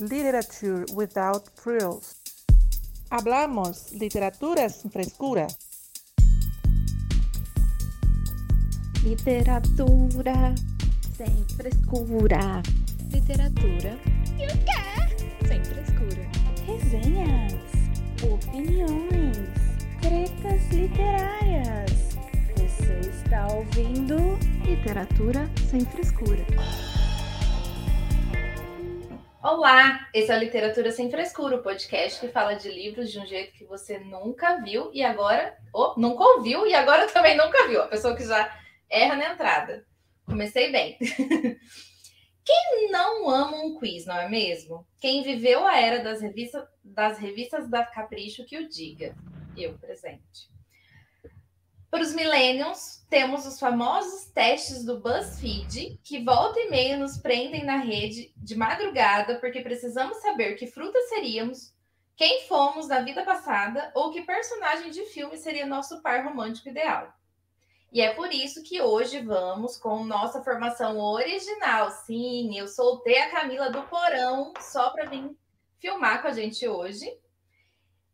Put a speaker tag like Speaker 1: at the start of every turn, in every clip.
Speaker 1: Literature without frills. Hablamos literatura sin frescura.
Speaker 2: Literatura sem frescura.
Speaker 3: Literatura. E o quê? Sem frescura.
Speaker 2: Resenhas, opiniões, tretas literárias. Você está ouvindo
Speaker 3: Literatura sem frescura.
Speaker 4: Olá, esse é o Literatura Sem Frescura, o podcast que fala de livros de um jeito que você nunca viu e agora, ou nunca ouviu e agora também nunca viu, a pessoa que já erra na entrada. Comecei bem. Quem não ama um quiz, não é mesmo? Quem viveu a era das, revista, das revistas da Capricho que o diga. Eu presente. Para os millennials, temos os famosos testes do BuzzFeed, que volta e meia nos prendem na rede de madrugada, porque precisamos saber que fruta seríamos, quem fomos na vida passada ou que personagem de filme seria nosso par romântico ideal. E é por isso que hoje vamos com nossa formação original. Sim, eu soltei a Camila do porão só para vir filmar com a gente hoje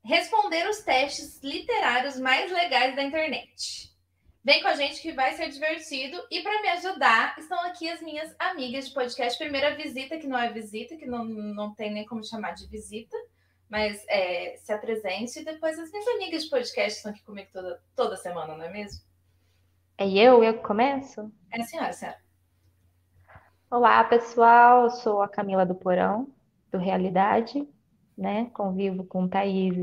Speaker 4: responder os testes literários mais legais da internet. Vem com a gente que vai ser divertido. E para me ajudar, estão aqui as minhas amigas de podcast. Primeira visita, que não é visita, que não, não tem nem como chamar de visita, mas é, se apresente. E depois as minhas amigas de podcast estão aqui comigo toda, toda semana, não é mesmo?
Speaker 2: É eu, eu que começo?
Speaker 4: É, senhora, senhora.
Speaker 2: Olá, pessoal. Eu sou a Camila do Porão, do Realidade, né? Convivo com Thaís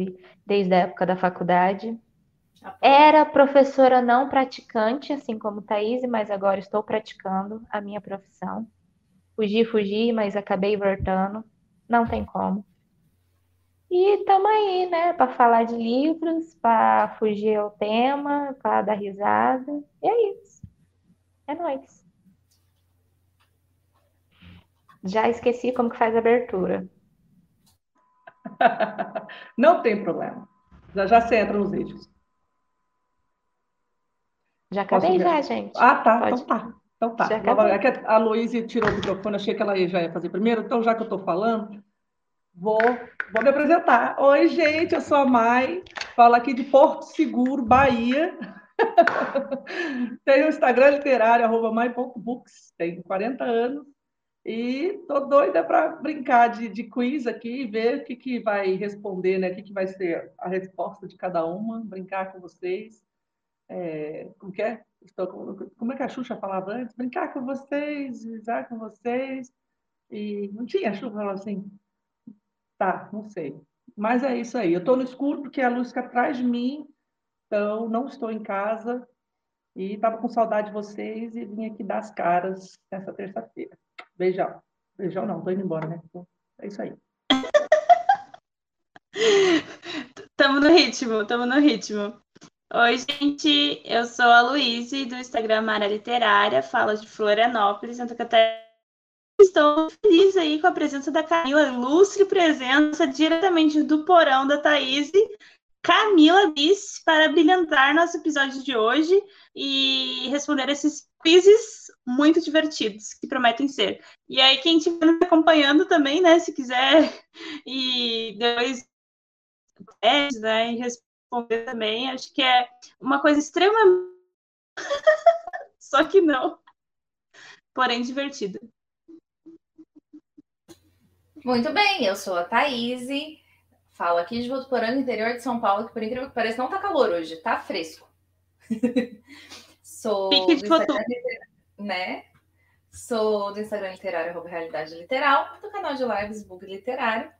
Speaker 2: desde a época da faculdade. Era professora não praticante, assim como Thaís, mas agora estou praticando a minha profissão. Fugi, fugi, mas acabei voltando. Não tem como. E estamos aí, né, para falar de livros, para fugir ao tema, para dar risada. E é isso. É nóis. Já esqueci como que faz a abertura.
Speaker 5: Não tem problema. Já já você entra nos vídeos.
Speaker 2: Já acabei
Speaker 5: Posso
Speaker 2: já,
Speaker 5: ver?
Speaker 2: gente.
Speaker 5: Ah, tá.
Speaker 2: Pode.
Speaker 5: Então tá. Então tá.
Speaker 2: Já
Speaker 5: Nova-
Speaker 2: acabou.
Speaker 5: é que a Luísa tirou o microfone, achei que ela já ia fazer primeiro. Então, já que eu tô falando, vou, vou me apresentar. Oi, gente, eu sou a Mai, falo aqui de Porto Seguro, Bahia. Tenho o Instagram literário, arroba mai.books, tenho 40 anos. E tô doida para brincar de, de quiz aqui e ver o que, que vai responder, né? O que, que vai ser a resposta de cada uma, brincar com vocês. É, como que é? Estou com- como é que a Xuxa falava antes? Brincar com vocês, usar com vocês. E não tinha, a Xuxa falava assim. Tá, não sei. Mas é isso aí. Eu estou no escuro porque a luz fica atrás de mim, então não estou em casa. E estava com saudade de vocês e vim aqui dar as caras nessa terça-feira. Beijão. Beijão não, tô indo embora, né? Então, É isso aí.
Speaker 6: Tamo no ritmo, tamo no ritmo. Oi, gente, eu sou a Luíse, do Instagram Mara Literária, falo de Florianópolis, Santa Catarina. Estou feliz aí com a presença da Camila, ilustre presença diretamente do porão da Thaís, Camila Bis, para brilhantar nosso episódio de hoje e responder esses quizzes muito divertidos que prometem ser. E aí, quem estiver nos acompanhando também, né, se quiser, e depois testes, né, e responder também. Acho que é uma coisa extremamente. Só que não. Porém, divertida.
Speaker 4: Muito bem, eu sou a Thaís, falo aqui de Votuporanga, interior de São Paulo, que por incrível que pareça não tá calor hoje, tá fresco. Sou do
Speaker 6: Pique de
Speaker 4: Instagram, literário, né? Sou do Instagram literário, arroba realidade literal, do canal de lives Bug Literário.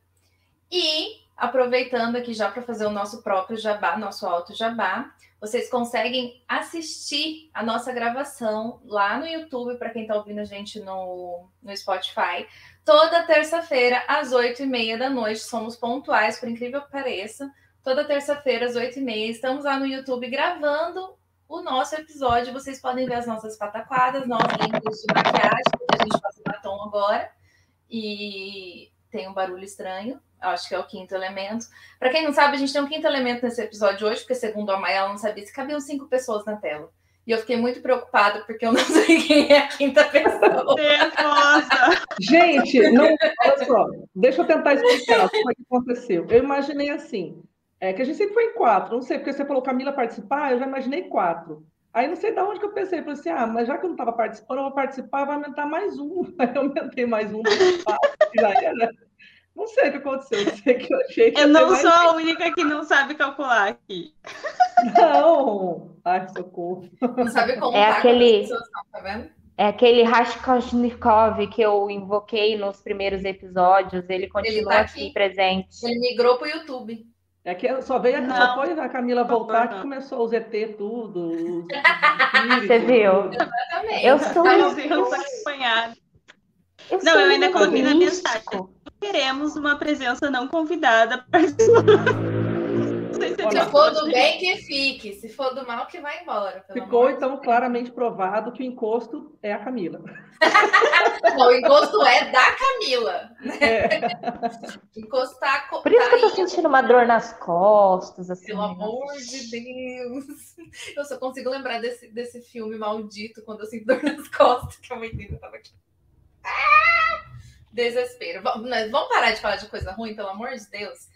Speaker 4: E aproveitando aqui já para fazer o nosso próprio jabá, nosso alto jabá, vocês conseguem assistir a nossa gravação lá no YouTube, para quem está ouvindo a gente no, no Spotify. Toda terça-feira, às oito e meia da noite, somos pontuais, por incrível que pareça. Toda terça-feira, às oito e meia, estamos lá no YouTube gravando o nosso episódio. Vocês podem ver as nossas pataquadas, nós lindos de maquiagem, porque a gente passa batom agora. E tem um barulho estranho, acho que é o quinto elemento. Para quem não sabe, a gente tem um quinto elemento nesse episódio hoje, porque segundo a Maia, ela não sabia se cabiam cinco pessoas na tela. E eu fiquei muito preocupada, porque eu não sei quem é a quinta pessoa.
Speaker 6: Nervosa.
Speaker 5: Gente, não, olha só, deixa eu tentar explicar o que foi que aconteceu. Eu imaginei assim, é, que a gente sempre foi em quatro, não sei, porque você falou Camila participar, eu já imaginei quatro. Aí não sei de onde que eu pensei, falei assim, ah, mas já que eu não estava participando, eu vou participar, vai aumentar mais um. Aí eu aumentei mais um, já era. Não sei o que aconteceu, não sei o que eu achei. que
Speaker 6: Eu
Speaker 5: ia ter
Speaker 6: não
Speaker 5: mais
Speaker 6: sou a única que não sabe calcular aqui.
Speaker 5: um. Não! Ai, socorro.
Speaker 4: Não sabe como
Speaker 2: É
Speaker 4: tá
Speaker 2: aquele-
Speaker 4: com as pessoas, não, tá vendo?
Speaker 2: É aquele Raskolnikov que eu invoquei nos primeiros episódios, ele continua
Speaker 4: tá
Speaker 2: aqui
Speaker 4: aqui.
Speaker 2: presente.
Speaker 4: Ele migrou pro YouTube.
Speaker 5: É que só veio, a-
Speaker 6: Não.
Speaker 5: só foi a Camila
Speaker 6: Por favor,
Speaker 5: voltar que
Speaker 6: não.
Speaker 5: começou os ET tudo. os-
Speaker 2: Você viu?
Speaker 4: Exatamente.
Speaker 2: Eu sou
Speaker 6: Ai,
Speaker 2: um
Speaker 4: Tá,
Speaker 6: meu Deus, Tá acompanhado.
Speaker 2: Eu
Speaker 6: Não,
Speaker 2: sou
Speaker 6: eu ainda
Speaker 2: um
Speaker 6: coloquei na
Speaker 2: místico.
Speaker 6: mensagem. Queremos uma presença não convidada. participando. Não sei
Speaker 2: um
Speaker 6: se
Speaker 5: Olha,
Speaker 6: é eu
Speaker 4: Se
Speaker 6: tinha
Speaker 4: for do bem, que fique. Se for do mal, que vai embora. pelo
Speaker 5: Ficou,
Speaker 4: amor de
Speaker 5: então, claramente provado que o encosto é a Camila.
Speaker 4: Deus. Não, o encosto é da Camila.
Speaker 5: É.
Speaker 4: Encostar. co-
Speaker 2: Por isso que eu tô
Speaker 4: tá aí,
Speaker 2: sentindo uma dor nas costas, assim.
Speaker 4: Pelo amor de Deus. Eu só consigo lembrar desse, desse filme maldito quando eu sinto dor nas costas, que a mãe dele tava aqui. Ah! Desespero. Va- né, Vamos parar de falar de coisa ruim, pelo amor de Deus.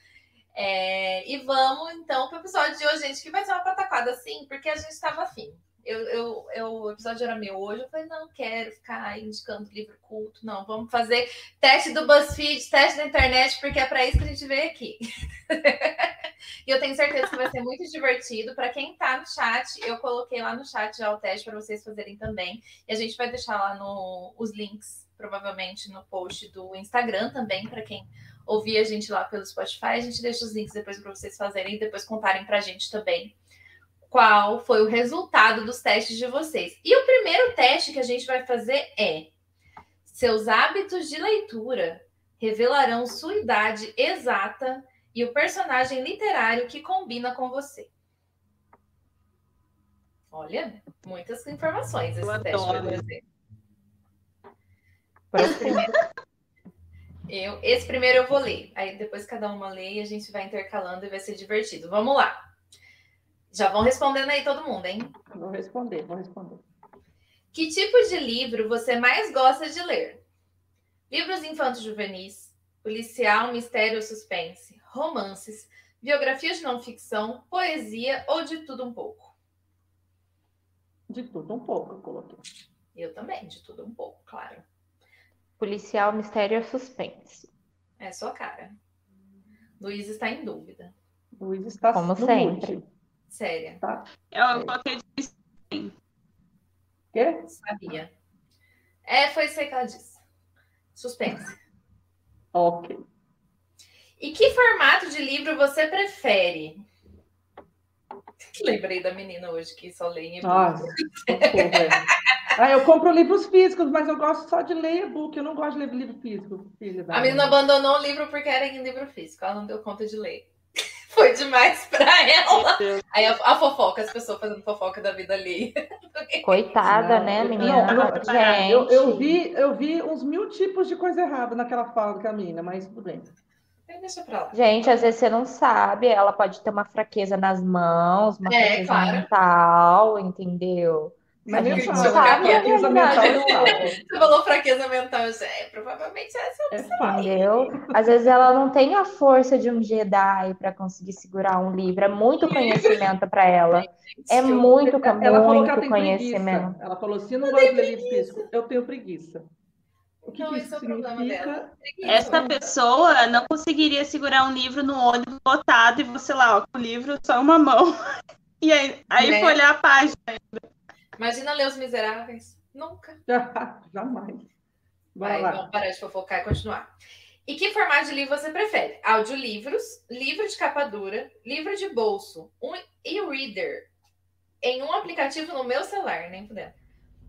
Speaker 4: É, e vamos então pro episódio de hoje, gente, que vai ser uma pataquada assim, porque a gente tava afim. Eu, eu, eu, o episódio era meu hoje, eu falei, não quero ficar indicando livro culto, não. Vamos fazer teste do BuzzFeed, teste da internet, porque é pra isso que a gente veio aqui. E eu tenho certeza que vai ser muito divertido. Para quem tá no chat, eu coloquei lá no chat já o teste para vocês fazerem também. E a gente vai deixar lá no, os links, provavelmente, no post do Instagram também, para quem ouvir a gente lá pelo Spotify. A gente deixa os links depois para vocês fazerem e depois contarem pra gente também qual foi o resultado dos testes de vocês. E o primeiro teste que a gente vai fazer é seus hábitos de leitura revelarão sua idade exata e o personagem literário que combina com você. Olha, muitas informações esse
Speaker 6: Eu
Speaker 4: teste vai
Speaker 6: adoro.
Speaker 4: trazer. Esse primeiro, eu, esse primeiro eu vou ler. Aí depois cada uma lê e a gente vai intercalando e vai ser divertido. Vamos lá. Já vão respondendo aí todo mundo, hein?
Speaker 5: Vou responder, vou responder.
Speaker 4: Que tipo de livro você mais gosta de ler? Livros infanto-juvenis, policial, mistério ou suspense, romances, biografias de não ficção, poesia ou de tudo um pouco?
Speaker 5: De tudo um pouco eu coloquei.
Speaker 4: Eu também, de tudo um pouco, claro.
Speaker 2: Policial, mistério e suspense.
Speaker 4: É sua cara. Luiz está em dúvida.
Speaker 5: Luiz está
Speaker 2: Como
Speaker 5: no
Speaker 2: sempre.
Speaker 5: mute.
Speaker 4: Séria,
Speaker 6: Eu coloquei de É
Speaker 5: Quê?
Speaker 4: sabia. É, foi isso aí que ela disse. Suspense.
Speaker 5: Ok.
Speaker 4: E que formato de livro você prefere? Lembrei da menina hoje que só lê em e-book.
Speaker 5: Nossa, socorro, é. Ah, eu compro livros físicos, mas eu gosto só de ler e-book. Eu não gosto de ler livro físico, filha da
Speaker 4: A menina
Speaker 5: mãe.
Speaker 4: abandonou o livro porque era em livro físico, ela não deu conta de ler. Foi demais pra ela.
Speaker 6: Deus.
Speaker 4: Aí a, a fofoca, as pessoas fazendo fofoca da vida ali.
Speaker 2: Coitada,
Speaker 5: Não,
Speaker 2: né,
Speaker 5: eu-
Speaker 2: menina?
Speaker 5: não, eu vou
Speaker 6: preparar.
Speaker 2: gente.
Speaker 5: Eu, eu vi, eu vi uns mil tipos de coisa errada naquela fala da menina, mas tudo bem.
Speaker 4: Então, Deixa pra lá.
Speaker 2: Gente, às vezes você não sabe, ela pode ter uma fraqueza nas mãos, uma
Speaker 4: É,
Speaker 2: fraqueza
Speaker 4: claro.
Speaker 2: mental, entendeu?
Speaker 5: Mas nem
Speaker 4: Mas
Speaker 5: fala,
Speaker 4: isso
Speaker 5: né?
Speaker 4: cabe a
Speaker 5: Camisa
Speaker 2: verdade,
Speaker 5: mental e tal.
Speaker 4: Você falou fraqueza mental, eu disse, é, provavelmente essa.
Speaker 5: É fato.
Speaker 2: Entendeu? Às vezes ela não tem a força de um Jedi pra conseguir segurar um livro. É muito conhecimento pra ela. É muito,
Speaker 5: Ela falou que ela
Speaker 2: muito
Speaker 5: tem
Speaker 2: conhecimento.
Speaker 5: preguiça. Ela falou assim, não gosto de ler livro físico. Eu tenho preguiça. O que
Speaker 4: Não,
Speaker 5: que
Speaker 4: esse
Speaker 5: isso
Speaker 4: é o problema
Speaker 5: significa?
Speaker 4: dela.
Speaker 6: Essa pessoa não conseguiria segurar um livro no ônibus lotado e você lá, ó, com o livro só uma mão. E aí, aí
Speaker 4: Né?
Speaker 6: foi olhar a página.
Speaker 4: Imagina ler Os Miseráveis. Nunca.
Speaker 5: Ah, Jamais. Bora
Speaker 4: Vai,
Speaker 5: lá.
Speaker 4: vamos parar de fofocar e continuar. E que formato de livro você prefere? Audiolivros, livro de capa dura, livro de bolso, um e-reader em um aplicativo no meu celular, nem puder.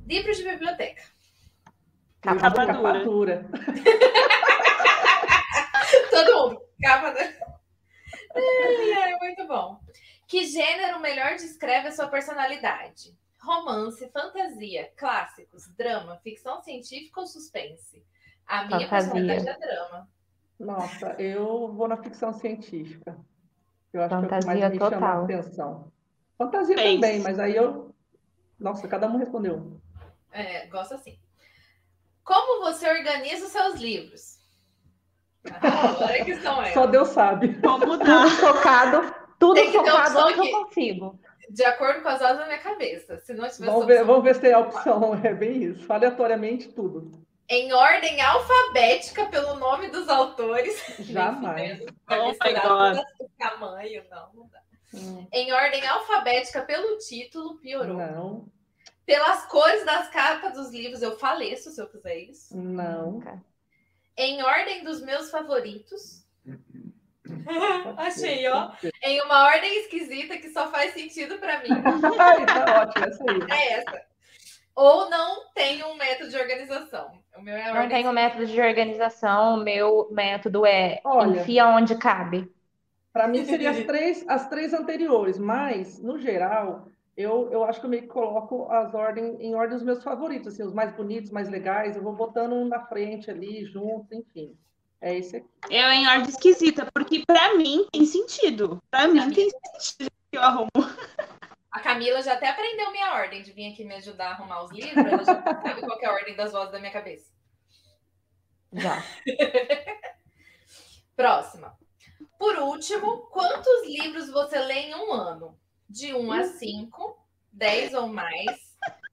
Speaker 4: Livro de biblioteca.
Speaker 5: Livro de
Speaker 6: Capa
Speaker 5: capa
Speaker 6: dura.
Speaker 5: dura.
Speaker 4: Todo mundo. Capa da... Ai, ai, muito bom. Que gênero melhor descreve a sua personalidade? Romance, fantasia, clássicos, drama, ficção científica ou suspense? A minha
Speaker 2: Fantasia.
Speaker 4: personalidade é drama.
Speaker 5: Nossa, eu vou na ficção científica. Eu acho que é o que mais
Speaker 2: Fantasia
Speaker 5: me chama a
Speaker 2: total.
Speaker 5: atenção. Fantasia
Speaker 6: Pense.
Speaker 5: também, mas aí eu Nossa, cada um respondeu um.
Speaker 4: É, gosto assim. Como você organiza os seus livros? Ah, Agora que são
Speaker 5: Só
Speaker 4: elas.
Speaker 5: Deus sabe.
Speaker 6: Como
Speaker 2: Tudo
Speaker 6: tá?
Speaker 2: focado, tudo
Speaker 4: Tem que ter
Speaker 2: focado
Speaker 4: opção
Speaker 2: onde
Speaker 4: aqui.
Speaker 2: eu consigo.
Speaker 4: De acordo com as asas da minha cabeça. Se não tiver
Speaker 5: Vamos
Speaker 4: essa
Speaker 5: ver,
Speaker 4: opção-
Speaker 5: vamos ver se tem a opção. É bem isso. Aleatoriamente tudo.
Speaker 4: Em ordem alfabética pelo nome dos autores. Nem
Speaker 5: Jamais.
Speaker 4: fudendo. Vai
Speaker 6: Oh my
Speaker 4: misturar
Speaker 6: God.
Speaker 4: todas do tamanho, não, não dá. Em ordem alfabética pelo título, piorou.
Speaker 5: Não,
Speaker 4: Pelas cores das capas dos livros, eu faleço se eu fizer isso.
Speaker 5: não.
Speaker 2: Nunca.
Speaker 4: Em ordem dos meus favoritos. Achei, ó.
Speaker 5: Pode ser.
Speaker 4: Em uma ordem esquisita que só faz sentido pra mim.
Speaker 5: Ai, tá ótimo, essa aí.
Speaker 4: É essa. Ou não tenho um método de organização. O meu é a
Speaker 2: Não
Speaker 4: ordem
Speaker 2: tenho método de organização, o meu método é
Speaker 5: Olha.
Speaker 2: enfia onde cabe.
Speaker 5: Para mim seria as três, as três anteriores, mas no geral eu, eu acho que eu meio que coloco as ordem em ordem os meus favoritos, assim, os mais bonitos, mais legais, eu vou botando um na frente ali, junto, enfim. É esse aqui.
Speaker 6: Eu em ordem esquisita, porque pra mim tem sentido. Pra mim tem sentido que eu arrumo.
Speaker 4: A Camila já até aprendeu minha ordem de vir aqui me ajudar a arrumar os livros. Ela já sabe qual que é a ordem das vozes da minha cabeça.
Speaker 2: Já.
Speaker 4: Próxima. Por último, quantos livros você lê em um ano? De 1
Speaker 2: Uh.
Speaker 4: a 5, 10 ou mais,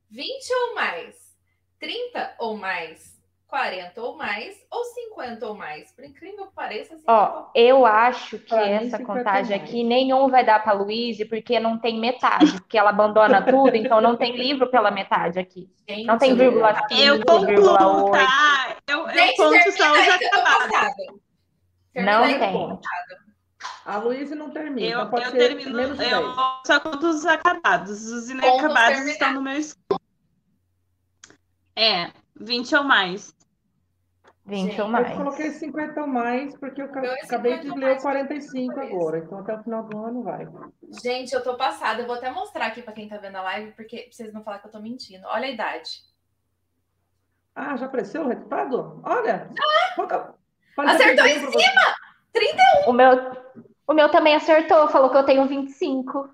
Speaker 4: 20 ou mais, 30 ou mais, 40 ou mais, ou 50 ou mais. Por incrível que pareça, assim, 50 ou
Speaker 2: Ó, eu acho que
Speaker 5: Pra mim,
Speaker 2: essa
Speaker 5: 50
Speaker 2: contagem
Speaker 5: mais.
Speaker 2: aqui nenhum vai dar pra Luíse, porque não tem metade, porque ela abandona tudo, então não tem livro pela metade aqui.
Speaker 4: mais.
Speaker 2: Não tem
Speaker 4: Gente,
Speaker 2: vírgula
Speaker 6: Eu
Speaker 2: 5,
Speaker 6: concluo,
Speaker 2: vírgula 8.
Speaker 6: tá? um Eu, eu
Speaker 4: Gente,
Speaker 6: conto só
Speaker 4: termina
Speaker 6: os
Speaker 4: aí que eu tô
Speaker 6: acabados.
Speaker 4: passada. Termina
Speaker 2: Não
Speaker 4: aí que eu
Speaker 2: tem.
Speaker 4: tô passada.
Speaker 5: A Luísa não termina,
Speaker 6: Eu,
Speaker 5: então pode
Speaker 6: eu
Speaker 5: ser
Speaker 6: termino,
Speaker 5: menos de
Speaker 6: eu
Speaker 5: 10.
Speaker 6: só conto os acabados. Os inacabados estão no meu escopo. É, 20 ou mais.
Speaker 2: 20
Speaker 4: Gente,
Speaker 2: ou
Speaker 4: eu
Speaker 5: Eu
Speaker 2: mais.
Speaker 5: coloquei 50 ou mais, porque eu ca-
Speaker 4: Meu é
Speaker 5: acabei
Speaker 4: 50
Speaker 5: de
Speaker 4: ou
Speaker 5: ler
Speaker 4: mais,
Speaker 5: o 45
Speaker 4: cabeça.
Speaker 5: agora, então até o final do ano vai.
Speaker 4: Gente, eu tô passada. Eu vou até mostrar aqui pra quem tá vendo a live, porque pra vocês não falar que eu tô mentindo. Olha a idade.
Speaker 5: Ah, já apareceu o resultado? Olha! Quanta- Parece
Speaker 4: Acertou
Speaker 5: que
Speaker 4: em
Speaker 5: eu-
Speaker 4: cima!
Speaker 2: O meu, o meu também acertou, falou que eu tenho 25.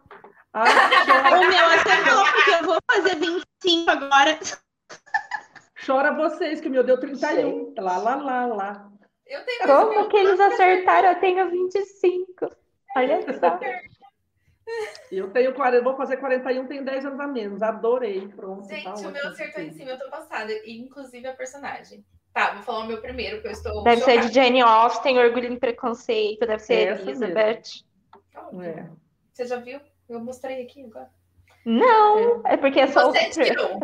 Speaker 5: Ah, chora,
Speaker 6: O meu acertou, porque eu vou fazer 25 agora.
Speaker 5: chora vocês, que o meu deu 31. Lá, lá, lá, lá.
Speaker 4: Eu tenho
Speaker 2: Como que eles acertaram? Eu tenho 25. Olha só.
Speaker 5: Eu tenho 40, vou fazer 41, tem 10 anos a menos. Adorei, pronto. tá
Speaker 4: Gente, o meu
Speaker 5: ótimo.
Speaker 4: acertou em cima, eu tô passada. e Inclusive a personagem. Tá, vou falar o meu primeiro, porque eu estou.
Speaker 2: Deve ser
Speaker 4: chocada.
Speaker 2: de Jane Austen, Orgulho e Preconceito, deve ser
Speaker 5: Essa mesmo.
Speaker 2: Elizabeth.
Speaker 5: É.
Speaker 4: Tá Você já viu? Eu mostrei aqui agora.
Speaker 2: Não, é porque é só
Speaker 4: Você
Speaker 2: outra.
Speaker 4: tirou.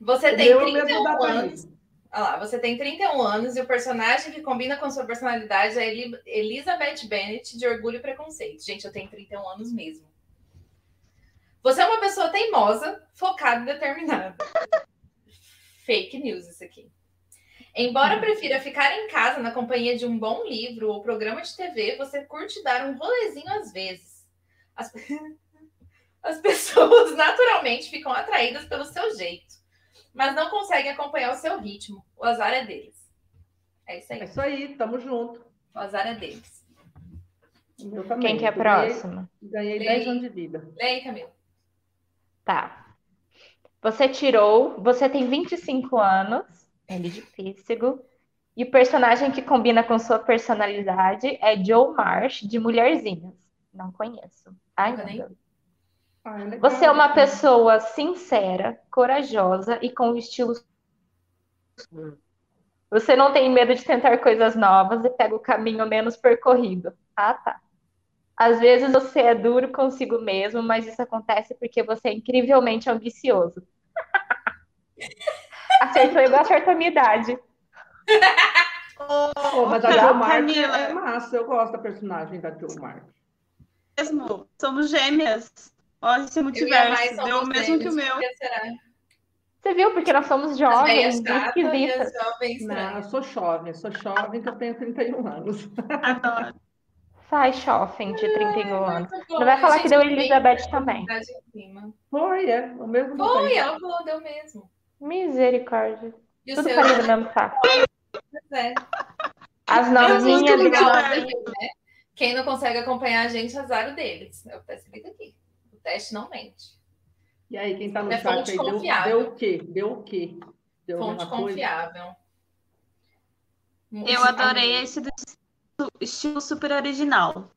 Speaker 4: Você
Speaker 5: O
Speaker 4: tem
Speaker 5: meu é o mesmo
Speaker 4: 31
Speaker 5: da
Speaker 4: anos.
Speaker 5: Thaís.
Speaker 4: Olha lá, você tem 31 anos e o personagem que combina com sua personalidade é Eli- Elizabeth Bennet de Orgulho e Preconceito. Gente, eu tenho 31 anos mesmo. Você é uma pessoa teimosa, focada e determinada. Fake news isso aqui. Embora
Speaker 6: Uhum.
Speaker 4: prefira ficar em casa na companhia de um bom livro ou programa de TV, você curte dar um rolezinho às vezes. As, As pessoas naturalmente ficam atraídas pelo seu jeito, mas não conseguem acompanhar o seu ritmo. O azar é deles. É isso
Speaker 5: É
Speaker 4: aí.
Speaker 5: isso aí, tamo junto.
Speaker 4: O azar é deles.
Speaker 5: O meu também.
Speaker 2: Quem
Speaker 5: né?
Speaker 2: que é a
Speaker 5: Ganhei-
Speaker 2: próxima?
Speaker 5: Ganhei
Speaker 4: Lei.
Speaker 5: 10 anos de vida.
Speaker 4: Lê aí, Camila.
Speaker 2: Tá. Você tirou, você tem 25 anos, ele de pêssego, e o personagem que combina com sua personalidade é Joe Marsh, de Mulherzinhas. Não conheço.
Speaker 4: Nunca nem
Speaker 2: ainda.
Speaker 5: Ah, é legal.
Speaker 2: Você é uma pessoa sincera, corajosa e com um estilo. Hum. Você não tem medo de tentar coisas novas e pega o caminho menos percorrido. Ah, tá. Às vezes você é duro consigo mesmo, mas isso acontece porque você é incrivelmente ambicioso. Acertou igual acertou a minha idade.
Speaker 5: Pô, mas a
Speaker 6: Tá,
Speaker 5: Jo Marx
Speaker 6: Camila.
Speaker 5: é massa, eu gosto da personagem da Jo Marx.
Speaker 6: Mesmo, somos gêmeas. Olha esse
Speaker 4: Eu e a Mai
Speaker 6: é multiverso,
Speaker 4: somos
Speaker 6: deu o mesmo que o
Speaker 4: gêmeos.
Speaker 6: meu.
Speaker 4: Por que será?
Speaker 2: Você viu? Porque nós somos
Speaker 4: As
Speaker 2: jovens,
Speaker 4: velhas
Speaker 2: e
Speaker 4: chatas e
Speaker 2: esquisitas.
Speaker 4: as jovens
Speaker 5: Não, eu
Speaker 4: estranhas.
Speaker 5: sou jovem, sou jovem que eu tenho 31 anos.
Speaker 6: Adoro.
Speaker 2: Sai, Schoffen, de 31 anos.
Speaker 4: Muito bom,
Speaker 2: Não vai falar
Speaker 4: gente,
Speaker 2: que deu
Speaker 4: bem
Speaker 2: Elizabeth também.
Speaker 4: verdade em cima.
Speaker 5: Foi, é, o mesmo da
Speaker 4: Foi,
Speaker 5: Thaís.
Speaker 4: ela falou, deu mesmo.
Speaker 2: Misericórdia.
Speaker 4: E o
Speaker 2: Tudo
Speaker 4: seu né?
Speaker 2: farinha do mesmo saco.
Speaker 4: é.
Speaker 2: As
Speaker 6: Eu sou
Speaker 2: novinhas então,
Speaker 6: muito
Speaker 2: igual.
Speaker 6: legal.
Speaker 4: Azar deles, né? Quem não consegue acompanhar a gente, azar o deles. É o que tá escrito aqui. O teste não mente.
Speaker 5: E aí, quem está no
Speaker 4: É
Speaker 5: chat
Speaker 4: fonte
Speaker 5: aí, deu,
Speaker 4: confiável.
Speaker 5: deu o quê? Deu o quê? Deu
Speaker 4: Fonte
Speaker 5: alguma coisa?
Speaker 4: confiável.
Speaker 6: Eu adorei esse do estilo super original.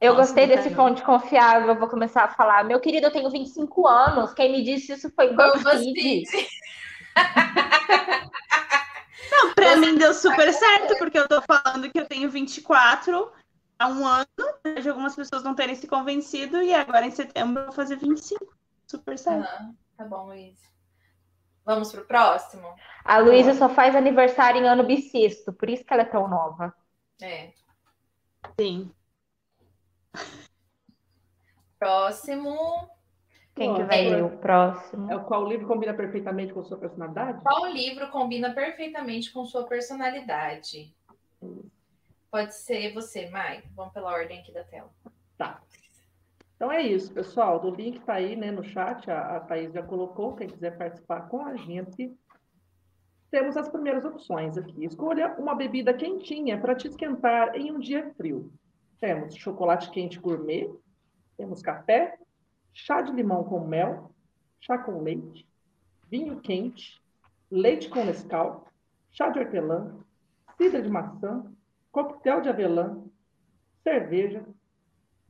Speaker 2: Eu
Speaker 6: Nossa,
Speaker 2: gostei
Speaker 6: não tá
Speaker 2: desse
Speaker 6: não.
Speaker 2: fonte confiável, eu vou começar a falar. Meu querido, eu tenho 25 anos. Quem me disse isso foi
Speaker 4: Foi o
Speaker 2: BuzzFeed.
Speaker 6: Não, pra mim deu super certo, porque eu tô falando que eu tenho 24 há um ano, apesar de algumas pessoas não terem se convencido, e agora em setembro eu vou fazer 25. Super certo.
Speaker 4: Aham, Tá bom, Luiz. Vamos pro próximo?
Speaker 2: A Luísa só faz aniversário em ano bissexto, por isso que ela é tão nova.
Speaker 4: É.
Speaker 6: Sim.
Speaker 4: Próximo.
Speaker 2: Quem
Speaker 5: Pô,
Speaker 2: que vai
Speaker 5: agora-
Speaker 2: ler o próximo?
Speaker 5: É o qual livro combina perfeitamente com sua personalidade?
Speaker 4: Qual livro combina perfeitamente com sua personalidade? Pode ser você, Mai. Vamos pela ordem aqui da tela.
Speaker 5: Tá. Então é isso, pessoal. O link está aí, né, no chat. A, a Thaís já colocou. Quem quiser participar com a gente, temos as primeiras opções aqui. Escolha uma bebida quentinha para te esquentar em um dia frio. Temos chocolate quente gourmet, temos café, chá de limão com mel, chá com leite, vinho quente, leite com Nescau, chá de hortelã, cidra de maçã, coquetel de avelã, cerveja,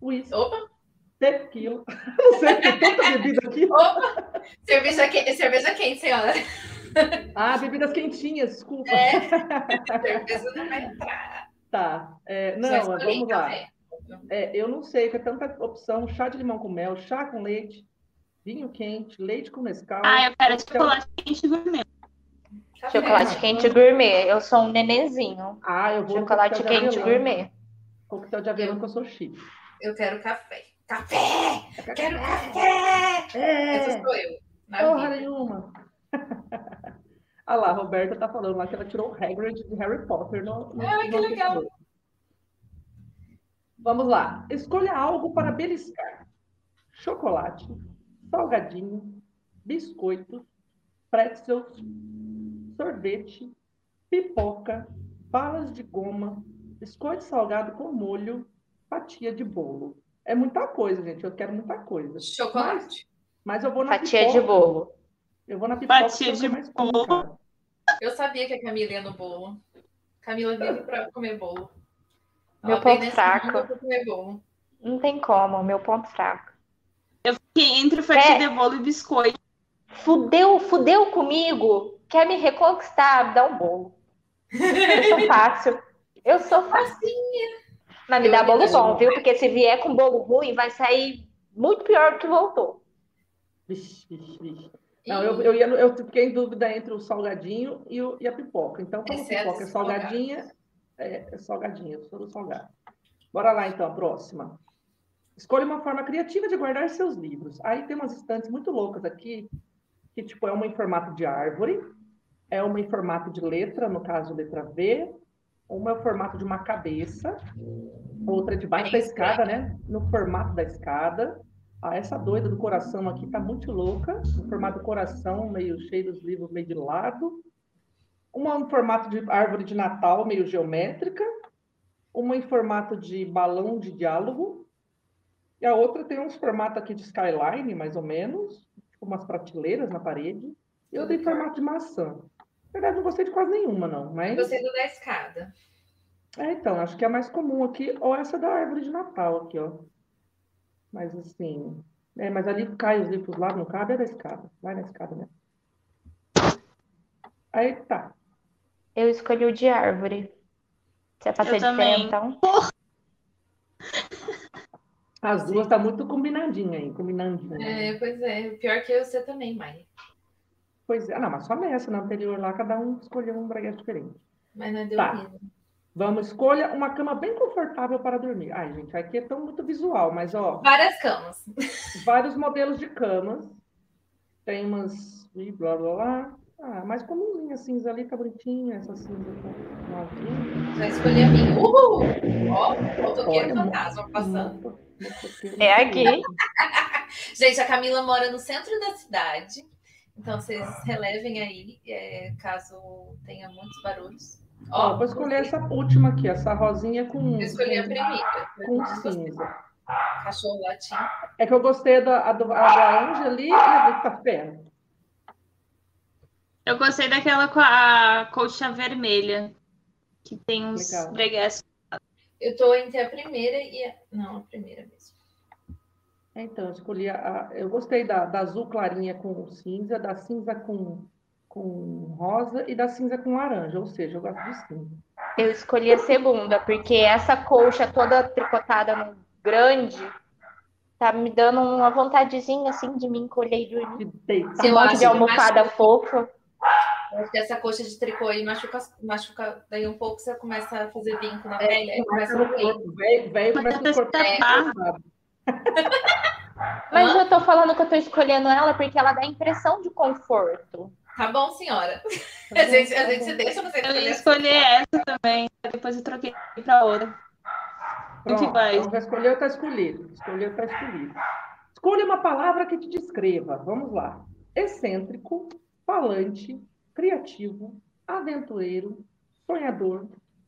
Speaker 5: uísque
Speaker 4: Opa!
Speaker 5: tequila. Não sei, tem tanta bebida aqui.
Speaker 4: Opa! Cerveja, que... Cerveja quente, senhora.
Speaker 5: Ah, bebidas quentinhas, desculpa.
Speaker 2: É.
Speaker 4: Cerveja não vai entrar.
Speaker 5: Tá. É, não,
Speaker 4: Já escolhi
Speaker 5: vamos lá.
Speaker 4: café.
Speaker 5: É, eu não sei, que é tanta opção. Chá de limão com mel, chá com leite, vinho quente, leite com Nescau.
Speaker 2: é.
Speaker 6: Ah, eu quero chocolate quente gourmet.
Speaker 4: Café.
Speaker 2: Chocolate quente gourmet. Eu sou um nenenzinho.
Speaker 5: Ah, eu vou no
Speaker 2: Chocolate
Speaker 6: tá
Speaker 5: coquetel de
Speaker 2: quente
Speaker 5: avelã.
Speaker 2: gourmet.
Speaker 5: Coquetel de avelã que eu sou chique.
Speaker 4: Eu quero café. Café! Quero café!
Speaker 5: É.
Speaker 4: Essa sou eu. na
Speaker 5: Porra
Speaker 4: vida.
Speaker 5: nenhuma. Ah lá, a Roberta tá falando lá que ela tirou o Hagrid de Harry Potter. No, no-
Speaker 4: Ah, que
Speaker 5: no-
Speaker 4: legal.
Speaker 5: Vamos lá. Escolha algo para beliscar. Chocolate, salgadinho, biscoito, pretzels, sorvete, pipoca, balas de goma, biscoito salgado com molho, fatia de bolo. É muita coisa, gente. Eu quero muita coisa.
Speaker 4: Chocolate.
Speaker 5: Mas eu vou na
Speaker 2: Fatia de
Speaker 5: pipoca.
Speaker 2: bolo.
Speaker 5: Eu vou na pipoca.
Speaker 6: Fatia
Speaker 5: porque é o que
Speaker 6: de
Speaker 5: eu mais como, cara.
Speaker 4: Eu sabia que a Camila ia no bolo. Camila vive pra comer bolo.
Speaker 2: Meu
Speaker 4: Ela vem
Speaker 2: ponto
Speaker 4: nesse
Speaker 2: fraco.
Speaker 4: mundo pra comer bolo.
Speaker 2: Não tem como, meu ponto fraco.
Speaker 6: Que entre fatia
Speaker 4: É.
Speaker 6: de bolo e biscoito.
Speaker 2: Fudeu, fudeu comigo. Quer me reconquistar? Me dá um bolo. Eu sou fácil. Eu sou fácil. Mas me
Speaker 4: Eu
Speaker 2: dá
Speaker 4: me
Speaker 2: bolo
Speaker 4: deixo
Speaker 2: bom, viu? Porque se vier com bolo ruim, vai sair muito pior do que voltou.
Speaker 5: Vixe, vixe, vixe. Não, eu, eu, ia no- eu fiquei em dúvida entre o salgadinho e, o- e a pipoca. Então, como
Speaker 4: Exceto
Speaker 5: pipoca é
Speaker 4: os
Speaker 5: salgadinha, é, é salgadinha, eu sou do salgado. Bora lá, então, a próxima. Escolha uma forma criativa de guardar seus livros. Aí tem umas estantes muito loucas aqui, que, tipo, é uma em formato de árvore, é uma em formato de letra, no caso, letra V, uma é o formato de uma cabeça, outra é debaixo da
Speaker 4: Bem estranho.
Speaker 5: escada, né? No formato da escada. Ah, essa doida do coração aqui tá muito louca. No formato do coração, meio cheio dos livros, meio de lado. Uma em formato de árvore de Natal, meio geométrica. Uma em formato de balão de diálogo. E a outra tem uns formatos aqui de skyline, mais ou menos. Tipo umas prateleiras na parede. E outra em formato de maçã. Na verdade, não gostei de quase nenhuma, não. Mas...
Speaker 4: Gostei do da escada.
Speaker 5: É, então, acho que é a mais comum aqui, ou essa da árvore de Natal aqui, ó. Mas assim, é, mas ali cai os livros lá, não cabe, é da escada. Vai na escada, né? Aí tá.
Speaker 2: Eu escolhi o de árvore. Você é pra
Speaker 6: Eu
Speaker 2: ser diferente,
Speaker 6: também.
Speaker 2: então?
Speaker 5: As duas tá muito combinadinha aí, combinandinha. né?
Speaker 4: É, pois é. Pior que eu, você também, Mai.
Speaker 5: Pois é, ah, não, mas só nessa, na anterior lá, cada um escolheu um braguete diferente.
Speaker 4: Mas não deu
Speaker 5: Tá.
Speaker 4: medo.
Speaker 5: Vamos, escolha uma cama bem confortável para dormir. Ai, gente, aqui é tão muito visual, mas ó,
Speaker 4: Várias camas.
Speaker 5: vários modelos de camas. Tem umas. e blá blá blá. Ah, mais comumzinha, cinza ali, tá bonitinha. Essa cinza tá com com azul.
Speaker 4: Já escolhi a minha. Uhul! Ó, motoqueiro
Speaker 5: Olha,
Speaker 4: é um fantasma passando.
Speaker 5: Moto- motoqueiro
Speaker 2: É
Speaker 5: motoqueiro.
Speaker 4: Gente, a Camila mora no centro da cidade. Então vocês relevem aí, é, caso tenha muitos barulhos.
Speaker 5: Ó, vou escolher essa última aqui, essa rosinha com,
Speaker 4: Eu escolhi a
Speaker 5: Ah, com,
Speaker 4: primeira.
Speaker 5: com cinza.
Speaker 4: cachorro latim.
Speaker 5: É que eu gostei da, a do, a da Angeli e a do Café.
Speaker 6: Eu gostei daquela com a colcha vermelha, que tem uns
Speaker 5: Legal.
Speaker 6: breguês.
Speaker 4: Eu tô entre a primeira e a. Não, a primeira mesmo.
Speaker 5: Então, eu escolhi a, a- eu gostei da, da azul clarinha com cinza, da cinza com, com rosa e da cinza com laranja, ou seja, eu gosto de cinza.
Speaker 2: Eu escolhi a segunda, porque essa colcha toda tricotada no grande tá me dando uma vontadezinha assim de me encolher e dormir.
Speaker 5: E deita.
Speaker 4: Sim,
Speaker 2: Um
Speaker 4: eu
Speaker 2: monte
Speaker 4: acho
Speaker 2: de
Speaker 4: que
Speaker 2: almofada fofa.
Speaker 4: Eu acho que essa coxa de tricô aí machuca, machuca daí um pouco, você começa a fazer vinco
Speaker 5: É,
Speaker 4: na pele, aí começa a
Speaker 5: Começa no
Speaker 4: doer.
Speaker 5: corpo, velho, velho, começa no
Speaker 6: Mas
Speaker 5: um corpo.
Speaker 6: tá
Speaker 2: Mas eu tô falando que eu tô escolhendo ela porque ela dá a impressão de conforto.
Speaker 4: Tá bom, senhora.
Speaker 5: Tá
Speaker 4: A gente, a gente deixa você
Speaker 6: Eu
Speaker 4: escolher.
Speaker 6: ia escolher essa também, depois eu troquei pra outra. O que
Speaker 5: Pronto,
Speaker 6: vai?
Speaker 5: então já escolheu, tá escolhido. Escolheu, tá escolhido. Escolha uma palavra que te descreva. Vamos lá. Excêntrico, falante, criativo, aventureiro, sonhador,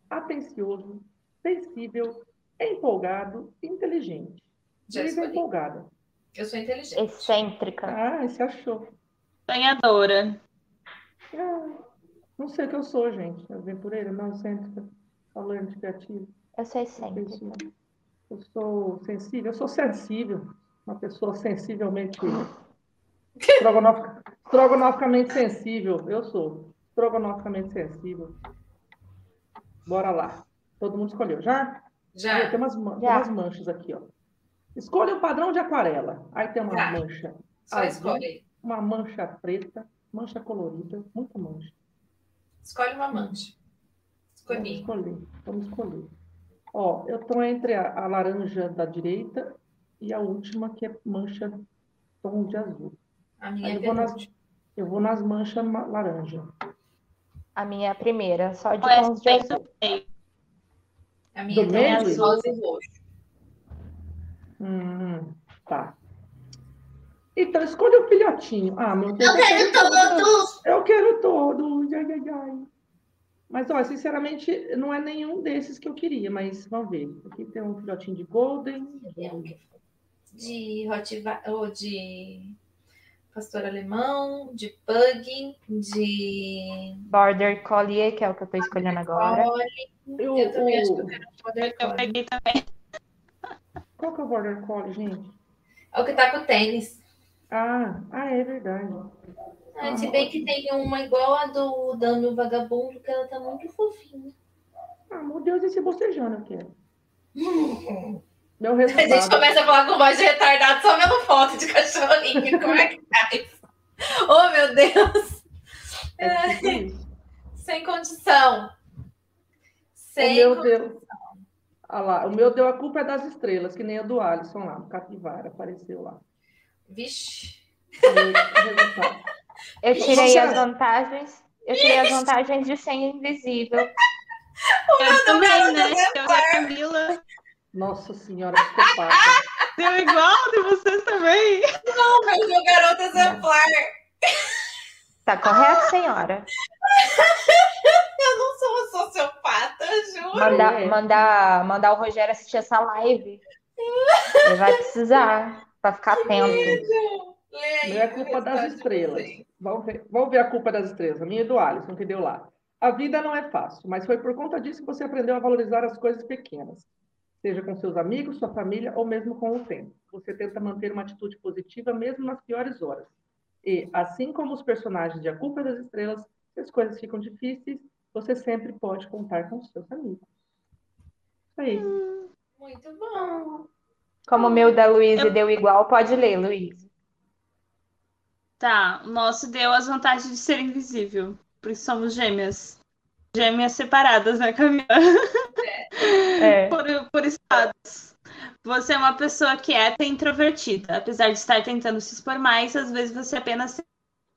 Speaker 5: atencioso, sensível, empolgado, inteligente.
Speaker 4: Já
Speaker 5: Diz
Speaker 4: escolhi.
Speaker 5: empolgada.
Speaker 4: Eu sou inteligente.
Speaker 2: Excêntrica.
Speaker 5: Ah, você achou.
Speaker 6: Sonhadora.
Speaker 5: Ah, não sei o que eu sou, gente. Aventureira, não, excêntrica, falante, criativo.
Speaker 2: Eu sou
Speaker 5: Eu
Speaker 2: excêntrica.
Speaker 5: sou- eu sou sensível, eu sou sensível, uma pessoa sensivelmente estrogonofica- estrogonoficamente sensível, eu sou estrogonoficamente sensível. Bora lá. Todo mundo escolheu já?
Speaker 4: Já.
Speaker 5: Tem umas, man- tem
Speaker 2: Já.
Speaker 5: umas manchas aqui, ó. Escolha o padrão de aquarela. Aí tem uma
Speaker 4: Tá.
Speaker 5: mancha,
Speaker 4: Só
Speaker 5: Azul.
Speaker 4: escolhe.
Speaker 5: uma mancha preta, mancha colorida, muita mancha.
Speaker 4: Escolhe uma
Speaker 5: Uhum.
Speaker 4: mancha.
Speaker 5: Vamos
Speaker 4: Escolhi.
Speaker 5: escolher, vamos escolher. Ó, eu tô entre a, a laranja da direita e a última que é mancha tom de azul.
Speaker 4: A minha
Speaker 5: Aí
Speaker 4: é
Speaker 5: eu vou nas-
Speaker 4: penúltima.
Speaker 5: Eu vou nas manchas ma- laranja.
Speaker 2: A minha é a primeira, só de
Speaker 6: Ou essa
Speaker 2: tons de
Speaker 6: daí
Speaker 2: azul.
Speaker 6: do meio.
Speaker 4: A minha
Speaker 5: Do
Speaker 4: tem
Speaker 5: meio?
Speaker 4: azul, rosa e roxo.
Speaker 5: Hum, tá. Então escolha o filhotinho. Ah, meu Deus, eu quero todos. Eu quero todos. Ai, ai, ai. Mas, ó, sinceramente, não é nenhum desses que eu queria, mas vamos ver. Aqui tem um filhotinho de golden.
Speaker 4: De Rottweiler, ou de pastor alemão, de pug, de
Speaker 2: Border Collier, que é o que eu tô escolhendo agora.
Speaker 5: Eu,
Speaker 4: Eu também acho que eu
Speaker 5: o-
Speaker 4: quero um border
Speaker 6: Eu
Speaker 4: collie.
Speaker 6: peguei também.
Speaker 5: Qual que é o border collie, gente?
Speaker 4: É o que tá com tênis.
Speaker 5: Ah, ah, é verdade.
Speaker 4: Ah, se bem que tem uma igual a do Dami o Vagabundo, que ela tá muito fofinha.
Speaker 5: Ah, meu Deus, esse bocejando aqui.
Speaker 4: Hum.
Speaker 5: Meu resultado.
Speaker 4: A gente começa a falar com voz de retardado só vendo foto de cachorrinho. Como é que faz? Oh, meu Deus!
Speaker 5: é tipo isso.
Speaker 4: Sem condição.
Speaker 5: O
Speaker 4: Sem
Speaker 5: meu
Speaker 4: condição.
Speaker 5: deu. Ah lá, o meu deu a culpa é das estrelas, que nem a do Alisson lá, o capivara apareceu lá.
Speaker 4: Vixe.
Speaker 5: Meu resultado.
Speaker 2: Eu tirei
Speaker 5: Você-
Speaker 2: as vantagens. Eu tirei as vantagens de ser invisível.
Speaker 6: Eu também, né? Eu e a Camila.
Speaker 5: Nossa senhora, psicopata.
Speaker 6: Deu igual de vocês também.
Speaker 4: Mas meu garoto é exemplar.
Speaker 2: Tá correto, senhora?
Speaker 4: Eu não sou uma sociopata, eu juro.
Speaker 2: Mandar,
Speaker 5: É.
Speaker 2: mandar, mandar o Rogério assistir essa live. Ele vai precisar pra ficar atento.
Speaker 4: Leia
Speaker 5: Não é culpa das estrelas. Vamos ver, vamos ver a culpa das estrelas, a minha e do Alisson, que deu lá. A vida não é fácil, mas foi por conta disso que você aprendeu a valorizar as coisas pequenas, seja com seus amigos, sua família ou mesmo com o tempo. Você tenta manter uma atitude positiva mesmo nas piores horas. E, assim como os personagens de A Culpa é das Estrelas, se as coisas ficam difíceis, você sempre pode contar com seus amigos. Isso aí.
Speaker 4: Muito bom.
Speaker 2: Como o meu da Luísa deu igual, pode ler, Luísa.
Speaker 6: Tá, o nosso deu as vantagens de ser invisível, porque somos gêmeas. Gêmeas separadas, né, Camila?
Speaker 2: É.
Speaker 6: Por, por estados. Você é uma pessoa quieta e introvertida. Apesar de estar tentando se expor mais, às vezes você apenas se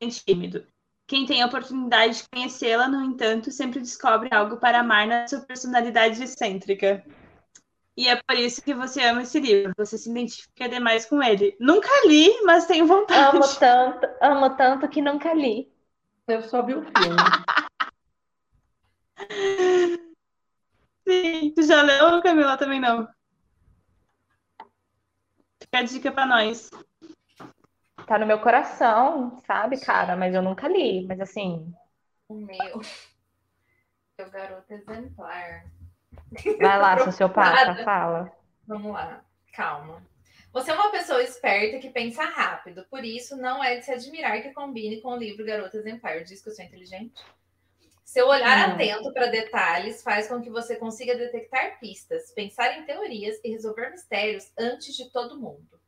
Speaker 6: sente tímido. Quem tem a oportunidade de conhecê-la, no entanto, sempre descobre algo para amar na sua personalidade excêntrica. E é por isso que você ama esse livro. Você se identifica demais com ele. Nunca li, mas tenho vontade.
Speaker 2: Amo tanto, amo tanto que nunca li.
Speaker 5: Eu só vi o filme.
Speaker 6: Sim, tu já leu, Camila? Também não. Fica a dica pra nós.
Speaker 2: Tá no meu coração, sabe, cara? Mas eu nunca li. Mas assim,
Speaker 4: O meu. Seu garoto é exemplar.
Speaker 2: vai lá, sociopata,
Speaker 4: Preocupada.
Speaker 2: fala.
Speaker 4: Vamos lá, calma. Você é uma pessoa esperta que pensa rápido, por isso não é de se admirar que combine com o livro Garota Exemplar. Diz que eu sou inteligente. Seu olhar
Speaker 5: Não.
Speaker 4: atento para detalhes faz com que você consiga detectar pistas, pensar em teorias e resolver mistérios antes de todo mundo.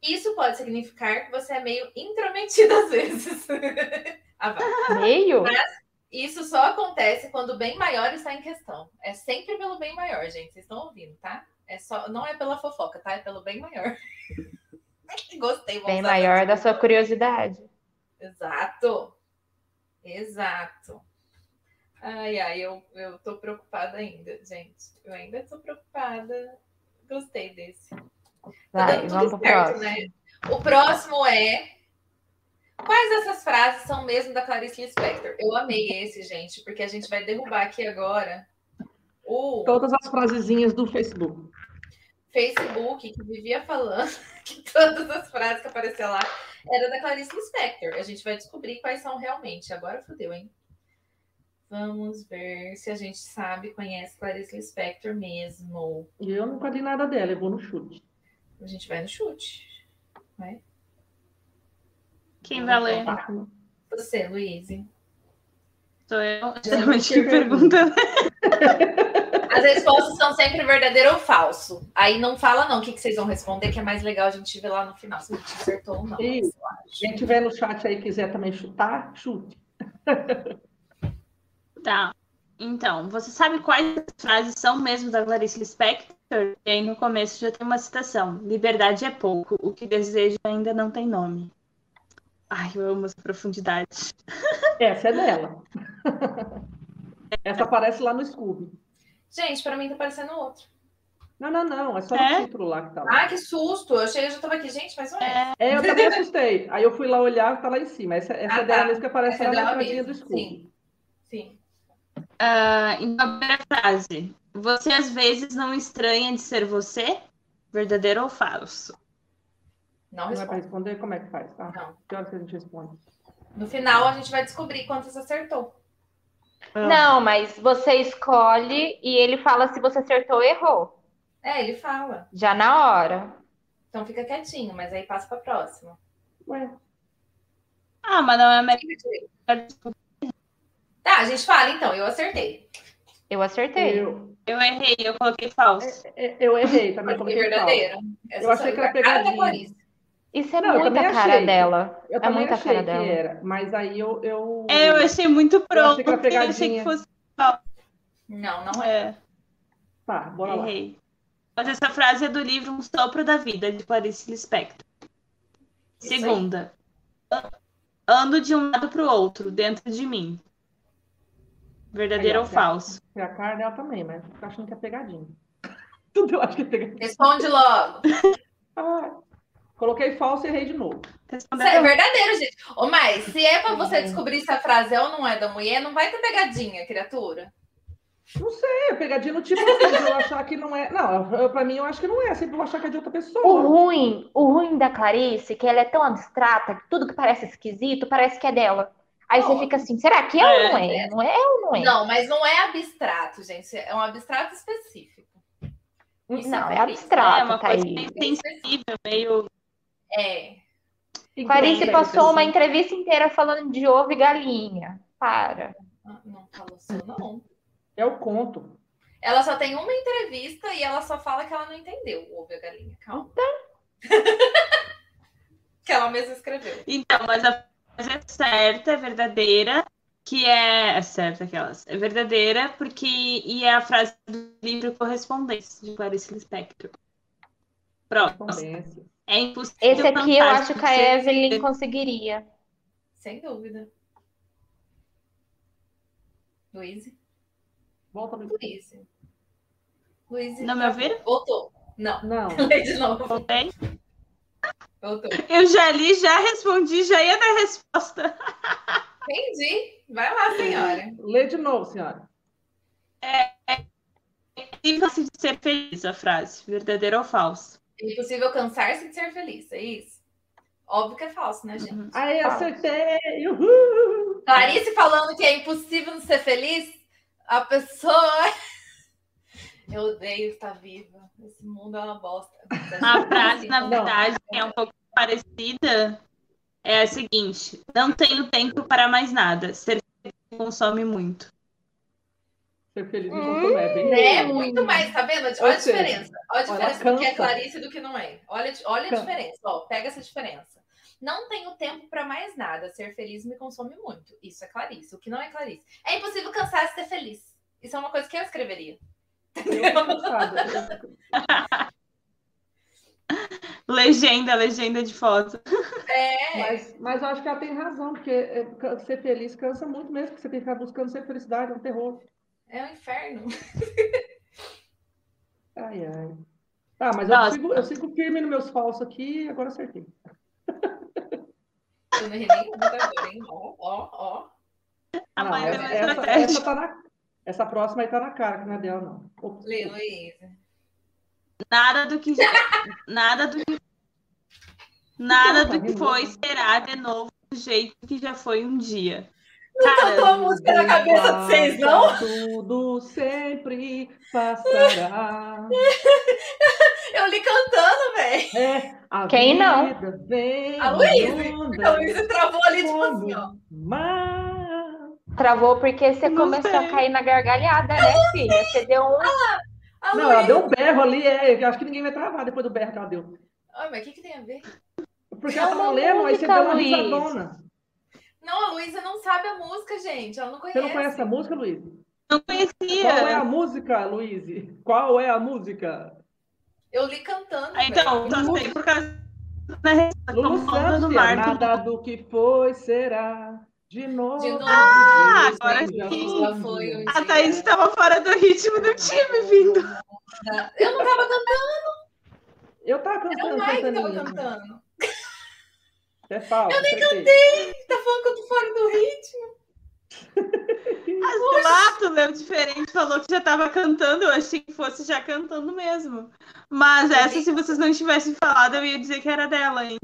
Speaker 4: Isso pode significar que você é meio intrometida às vezes. ah, vai.
Speaker 2: Meio?
Speaker 4: Isso só acontece quando o bem maior está em questão. É sempre pelo bem maior, gente. Vocês estão ouvindo, tá? É só, não é pela fofoca, tá? É pelo bem maior. Gostei. vou
Speaker 2: Bem
Speaker 4: usar
Speaker 2: maior
Speaker 4: essa-
Speaker 2: da sua curiosidade.
Speaker 4: Exato. Exato. Ai, ai, eu, eu tô preocupada ainda, gente. Eu ainda tô preocupada. Gostei desse. Tá
Speaker 2: Vai,
Speaker 4: dando
Speaker 2: vamos
Speaker 4: tudo
Speaker 2: pro
Speaker 4: certo,
Speaker 2: próximo.
Speaker 4: né? O próximo é. Quais dessas frases são mesmo da Clarice Lispector? Eu amei esse, gente, porque a gente vai derrubar aqui agora o
Speaker 5: Todas as frasezinhas do Facebook.
Speaker 4: Facebook que vivia falando que todas as frases que apareciam lá eram da Clarice Lispector. A gente vai descobrir quais são realmente. Agora fodeu, hein? Vamos ver se a gente sabe, conhece Clarice Lispector mesmo.
Speaker 5: E eu nunca li nada dela, eu vou no chute.
Speaker 4: A gente vai no chute.
Speaker 6: Quem vai ler?
Speaker 4: Você, Luiz.
Speaker 6: Sou eu. Geralmente que pergunta.
Speaker 4: As respostas são sempre verdadeiro ou falso. Aí não fala não o que, que vocês vão responder, que é mais legal a gente ver lá no final se a gente acertou ou não.
Speaker 5: Isso. Quem tiver no chat aí e quiser também chutar, chute.
Speaker 6: Tá. Então, você sabe quais frases são mesmo da Clarice Lispector? E aí no começo já tem uma citação. Liberdade é pouco, o que desejo ainda não tem nome. Ai, eu amo essa profundidade.
Speaker 5: Essa é dela. Essa aparece lá no Scooby.
Speaker 4: Gente, pra mim tá parecendo outro.
Speaker 5: Não, não, não. É só
Speaker 6: É?
Speaker 5: o título lá que tá lá.
Speaker 4: Ah, que susto! Eu cheguei e já tava aqui, gente, mas não é.
Speaker 5: É, eu também assustei. Aí eu fui lá olhar, tá lá em cima. Essa, essa
Speaker 4: Ah,
Speaker 5: é dela
Speaker 4: tá.
Speaker 5: mesmo que aparece
Speaker 4: Essa é
Speaker 5: lá
Speaker 4: dela
Speaker 5: na letradinha do
Speaker 4: mesmo,
Speaker 5: Scooby.
Speaker 4: sim. Sim.
Speaker 6: Ah, então, a primeira frase. Você às vezes não estranha de ser você? Verdadeiro ou falso?
Speaker 4: Não
Speaker 5: Não é pra
Speaker 4: responde.
Speaker 5: responder? Como é que faz? Tá?
Speaker 4: Não.
Speaker 5: Que hora que a gente responde?
Speaker 4: No final a gente vai descobrir quantas acertou.
Speaker 2: Não, mas você escolhe e ele fala se você acertou ou errou.
Speaker 4: É, ele fala.
Speaker 2: Já na hora.
Speaker 4: Então fica quietinho, mas aí passa pra próxima.
Speaker 5: Ué,
Speaker 6: Ah, mas não é a melhor.
Speaker 4: Tá, a gente fala então, eu acertei.
Speaker 2: Eu acertei.
Speaker 5: eu,
Speaker 6: Eu errei, eu coloquei falso.
Speaker 5: é- eu errei também.
Speaker 4: Mas
Speaker 5: como
Speaker 4: foi
Speaker 5: que fala.
Speaker 4: verdadeira. Essa
Speaker 5: Eu achei
Speaker 4: só-
Speaker 5: que era
Speaker 4: a cara da
Speaker 5: pegadinha.
Speaker 4: Clarice.
Speaker 2: Isso é
Speaker 5: Não, eu
Speaker 2: muita
Speaker 5: também
Speaker 2: cara
Speaker 5: achei.
Speaker 2: dela.
Speaker 5: Eu
Speaker 2: É
Speaker 5: também
Speaker 2: muita
Speaker 5: achei
Speaker 2: cara
Speaker 5: que
Speaker 2: dela.
Speaker 5: era, mas aí eu. eu...
Speaker 6: É, eu achei muito
Speaker 5: Eu
Speaker 6: pronto.
Speaker 5: achei que era
Speaker 6: eu achei que
Speaker 5: pegadinha.
Speaker 6: fosse.
Speaker 4: Não, não é.
Speaker 6: É,
Speaker 5: Tá, bora lá.
Speaker 6: errei. Mas essa frase é do livro Um Sopro da Vida, de Clarice Lispector.
Speaker 4: Isso aí.
Speaker 6: Segunda. "An- Ando de um lado para o outro, dentro de mim.
Speaker 5: Aí,
Speaker 6: Verdadeiro
Speaker 5: ó,
Speaker 6: ou
Speaker 5: já.
Speaker 6: falso?
Speaker 5: Foi a cara dela também, mas eu tô achando que é pegadinha. Tudo eu acho que é pegadinha.
Speaker 4: Responde logo.
Speaker 5: Ah, coloquei falso e errei de novo.
Speaker 4: Isso é
Speaker 6: Respondeu.
Speaker 4: verdadeiro, gente. Ô, mas se é pra
Speaker 6: Uhum.
Speaker 4: você descobrir se a frase é ou não é da mulher, não vai ter pegadinha, criatura.
Speaker 5: Não sei, é pegadinha no tipo assim, de eu achar que não é. Não, eu, pra mim eu acho que não é, sempre vou achar que é de outra
Speaker 2: O
Speaker 5: pessoa.
Speaker 2: ruim, o ruim da Clarice, é que ela é tão abstrata que tudo que parece esquisito parece que é dela. Aí você
Speaker 4: Não.
Speaker 2: fica assim, será que é ou não é? Não é ou não é?
Speaker 4: Não, mas não é abstrato, gente. É um abstrato específico. isso
Speaker 2: Não,
Speaker 4: é
Speaker 2: é
Speaker 4: Clarice,
Speaker 6: É
Speaker 2: abstrato,
Speaker 6: uma
Speaker 2: tá
Speaker 6: coisa
Speaker 2: aí.
Speaker 6: meio sensível, meio.
Speaker 4: É.
Speaker 5: Então,
Speaker 2: Clarice
Speaker 5: é
Speaker 2: passou
Speaker 5: isso,
Speaker 2: uma
Speaker 5: assim.
Speaker 2: entrevista inteira falando de ovo e galinha. Para.
Speaker 4: Ah, Não falou seu não.
Speaker 5: É o conto.
Speaker 4: Ela só tem uma entrevista e ela só fala que ela não entendeu o ovo e a galinha. Calma.
Speaker 6: Então?
Speaker 4: que ela mesma escreveu.
Speaker 6: Então, mas a frase é certa, é verdadeira, que é. É certa aquelas. É verdadeira, porque. E é a frase do livro Correspondência, de Clarice Lispector. Próximo.
Speaker 5: Convence.
Speaker 6: É impossível.
Speaker 2: Esse aqui eu
Speaker 6: cantar
Speaker 2: acho
Speaker 6: sem
Speaker 2: que é a
Speaker 6: ser-
Speaker 2: Evelyn conseguiria.
Speaker 4: Sem dúvida. Luiz?
Speaker 5: Volta no.
Speaker 4: Luiz. Luiz.
Speaker 6: Não me ouviram?
Speaker 4: Voltou. Não.
Speaker 5: Não.
Speaker 4: Lê de novo.
Speaker 6: Voltei.
Speaker 4: Voltou.
Speaker 6: Eu já li, já respondi, já ia dar resposta.
Speaker 4: Entendi. Vai lá, senhora.
Speaker 5: Lê de novo, senhora.
Speaker 6: É. é impossível ser feliz a frase, verdadeira ou falsa.
Speaker 4: É impossível cansar-se de ser feliz, é isso? Óbvio que é falso, né, gente?
Speaker 5: Aí acertei! Uhul!
Speaker 4: Clarice falando que é impossível não ser feliz, a pessoa. Eu odeio estar viva. Esse mundo é uma bosta. Tá
Speaker 6: A frase, na verdade, é um pouco parecida. É a seguinte: não tenho tempo para mais nada. Ser feliz consome muito.
Speaker 5: Ser feliz não como é, bem
Speaker 4: É
Speaker 5: isso.
Speaker 4: muito mais, tá vendo? Olha
Speaker 5: Ou
Speaker 4: a
Speaker 5: seja,
Speaker 4: diferença. Olha a
Speaker 5: ela
Speaker 4: diferença do que é
Speaker 5: cansa.
Speaker 4: Clarice e do que não é. Olha, olha a
Speaker 5: Cansa.
Speaker 4: diferença, ó. Pega essa diferença. Não tenho tempo pra mais nada. Ser feliz me consome muito. Isso é Clarice. O que não é Clarice? É impossível cansar de ser feliz. Isso é uma coisa que eu escreveria.
Speaker 5: Eu tô cansada.
Speaker 6: Legenda, legenda de foto.
Speaker 4: É.
Speaker 5: Mas, mas eu acho que ela tem razão, porque é, can- ser feliz cansa muito mesmo, porque você tem que ficar buscando ser felicidade, é um terror.
Speaker 4: É um inferno.
Speaker 5: Ai, ai. Tá, mas eu
Speaker 6: Nossa.
Speaker 5: sigo, eu sigo firme nos meus falsos aqui e agora acertei.
Speaker 4: Eu não ri nem muito agora, hein? Ó, ó, ó.
Speaker 6: A
Speaker 5: Não,
Speaker 6: mãe
Speaker 5: essa,
Speaker 6: é mais
Speaker 5: essa,
Speaker 6: estratégica.
Speaker 5: essa tá na- essa próxima aí tá na cara, que não é dela, não. Ops.
Speaker 4: Lê, Luísa.
Speaker 6: Nada do que. Nada do que. Nada
Speaker 5: Tá
Speaker 6: do que
Speaker 5: rindo.
Speaker 6: foi será de novo do jeito que já foi um dia.
Speaker 4: Cantou
Speaker 6: Cara,
Speaker 4: a música Tá na cabeça de vocês, não?
Speaker 5: Tudo sempre passará.
Speaker 4: Eu li cantando, velho.
Speaker 5: É, a
Speaker 2: Quem
Speaker 5: vida
Speaker 2: não?
Speaker 5: Vem
Speaker 4: A Luísa,
Speaker 5: onda
Speaker 4: A Luísa Então, travou ali, tipo
Speaker 5: como
Speaker 4: assim, ó.
Speaker 5: mar.
Speaker 2: Travou porque você
Speaker 6: Não
Speaker 2: começou
Speaker 6: sei.
Speaker 2: a cair na gargalhada, né, filha? Você deu um.
Speaker 4: A
Speaker 5: Não, ela
Speaker 4: Luísa.
Speaker 5: deu um berro ali, é, eu acho que ninguém vai travar depois do berro que ela deu.
Speaker 4: Ah, mas o que, que tem a ver?
Speaker 5: Porque ela
Speaker 2: É uma
Speaker 5: tava lendo, aí você
Speaker 2: música,
Speaker 5: deu uma
Speaker 2: Luísa.
Speaker 5: risadona.
Speaker 4: Não, a Luísa não sabe a música, gente. Ela não conhece.
Speaker 5: Você não conhece a música, Luísa?
Speaker 6: Não
Speaker 5: Qual é
Speaker 6: conhecia.
Speaker 5: a música, Luísa? Qual é a música?
Speaker 4: Eu li cantando.
Speaker 6: Ah, Então,
Speaker 4: velho.
Speaker 6: tô sei por causa da resposta.
Speaker 5: Lulu
Speaker 6: Como onda Tá no
Speaker 4: é
Speaker 5: Santos, é
Speaker 6: mar.
Speaker 5: nada do que foi será. De novo.
Speaker 4: De novo.
Speaker 5: Ah,
Speaker 6: agora sim.
Speaker 4: Já foi um
Speaker 6: A Thaís estava fora do ritmo do time vindo.
Speaker 4: Eu não tava cantando,
Speaker 5: Eu tava
Speaker 4: era
Speaker 5: cantando,
Speaker 4: o Mike que tava
Speaker 5: cantando.
Speaker 4: cantando.
Speaker 5: É falso. Eu nem cantei.
Speaker 4: Tá falando que eu tô fora do ritmo.
Speaker 6: Lato leu né, diferente, falou que já estava cantando. Eu achei que fosse já cantando mesmo. Mas essa, se vocês não tivessem falado, eu ia dizer que era dela, hein?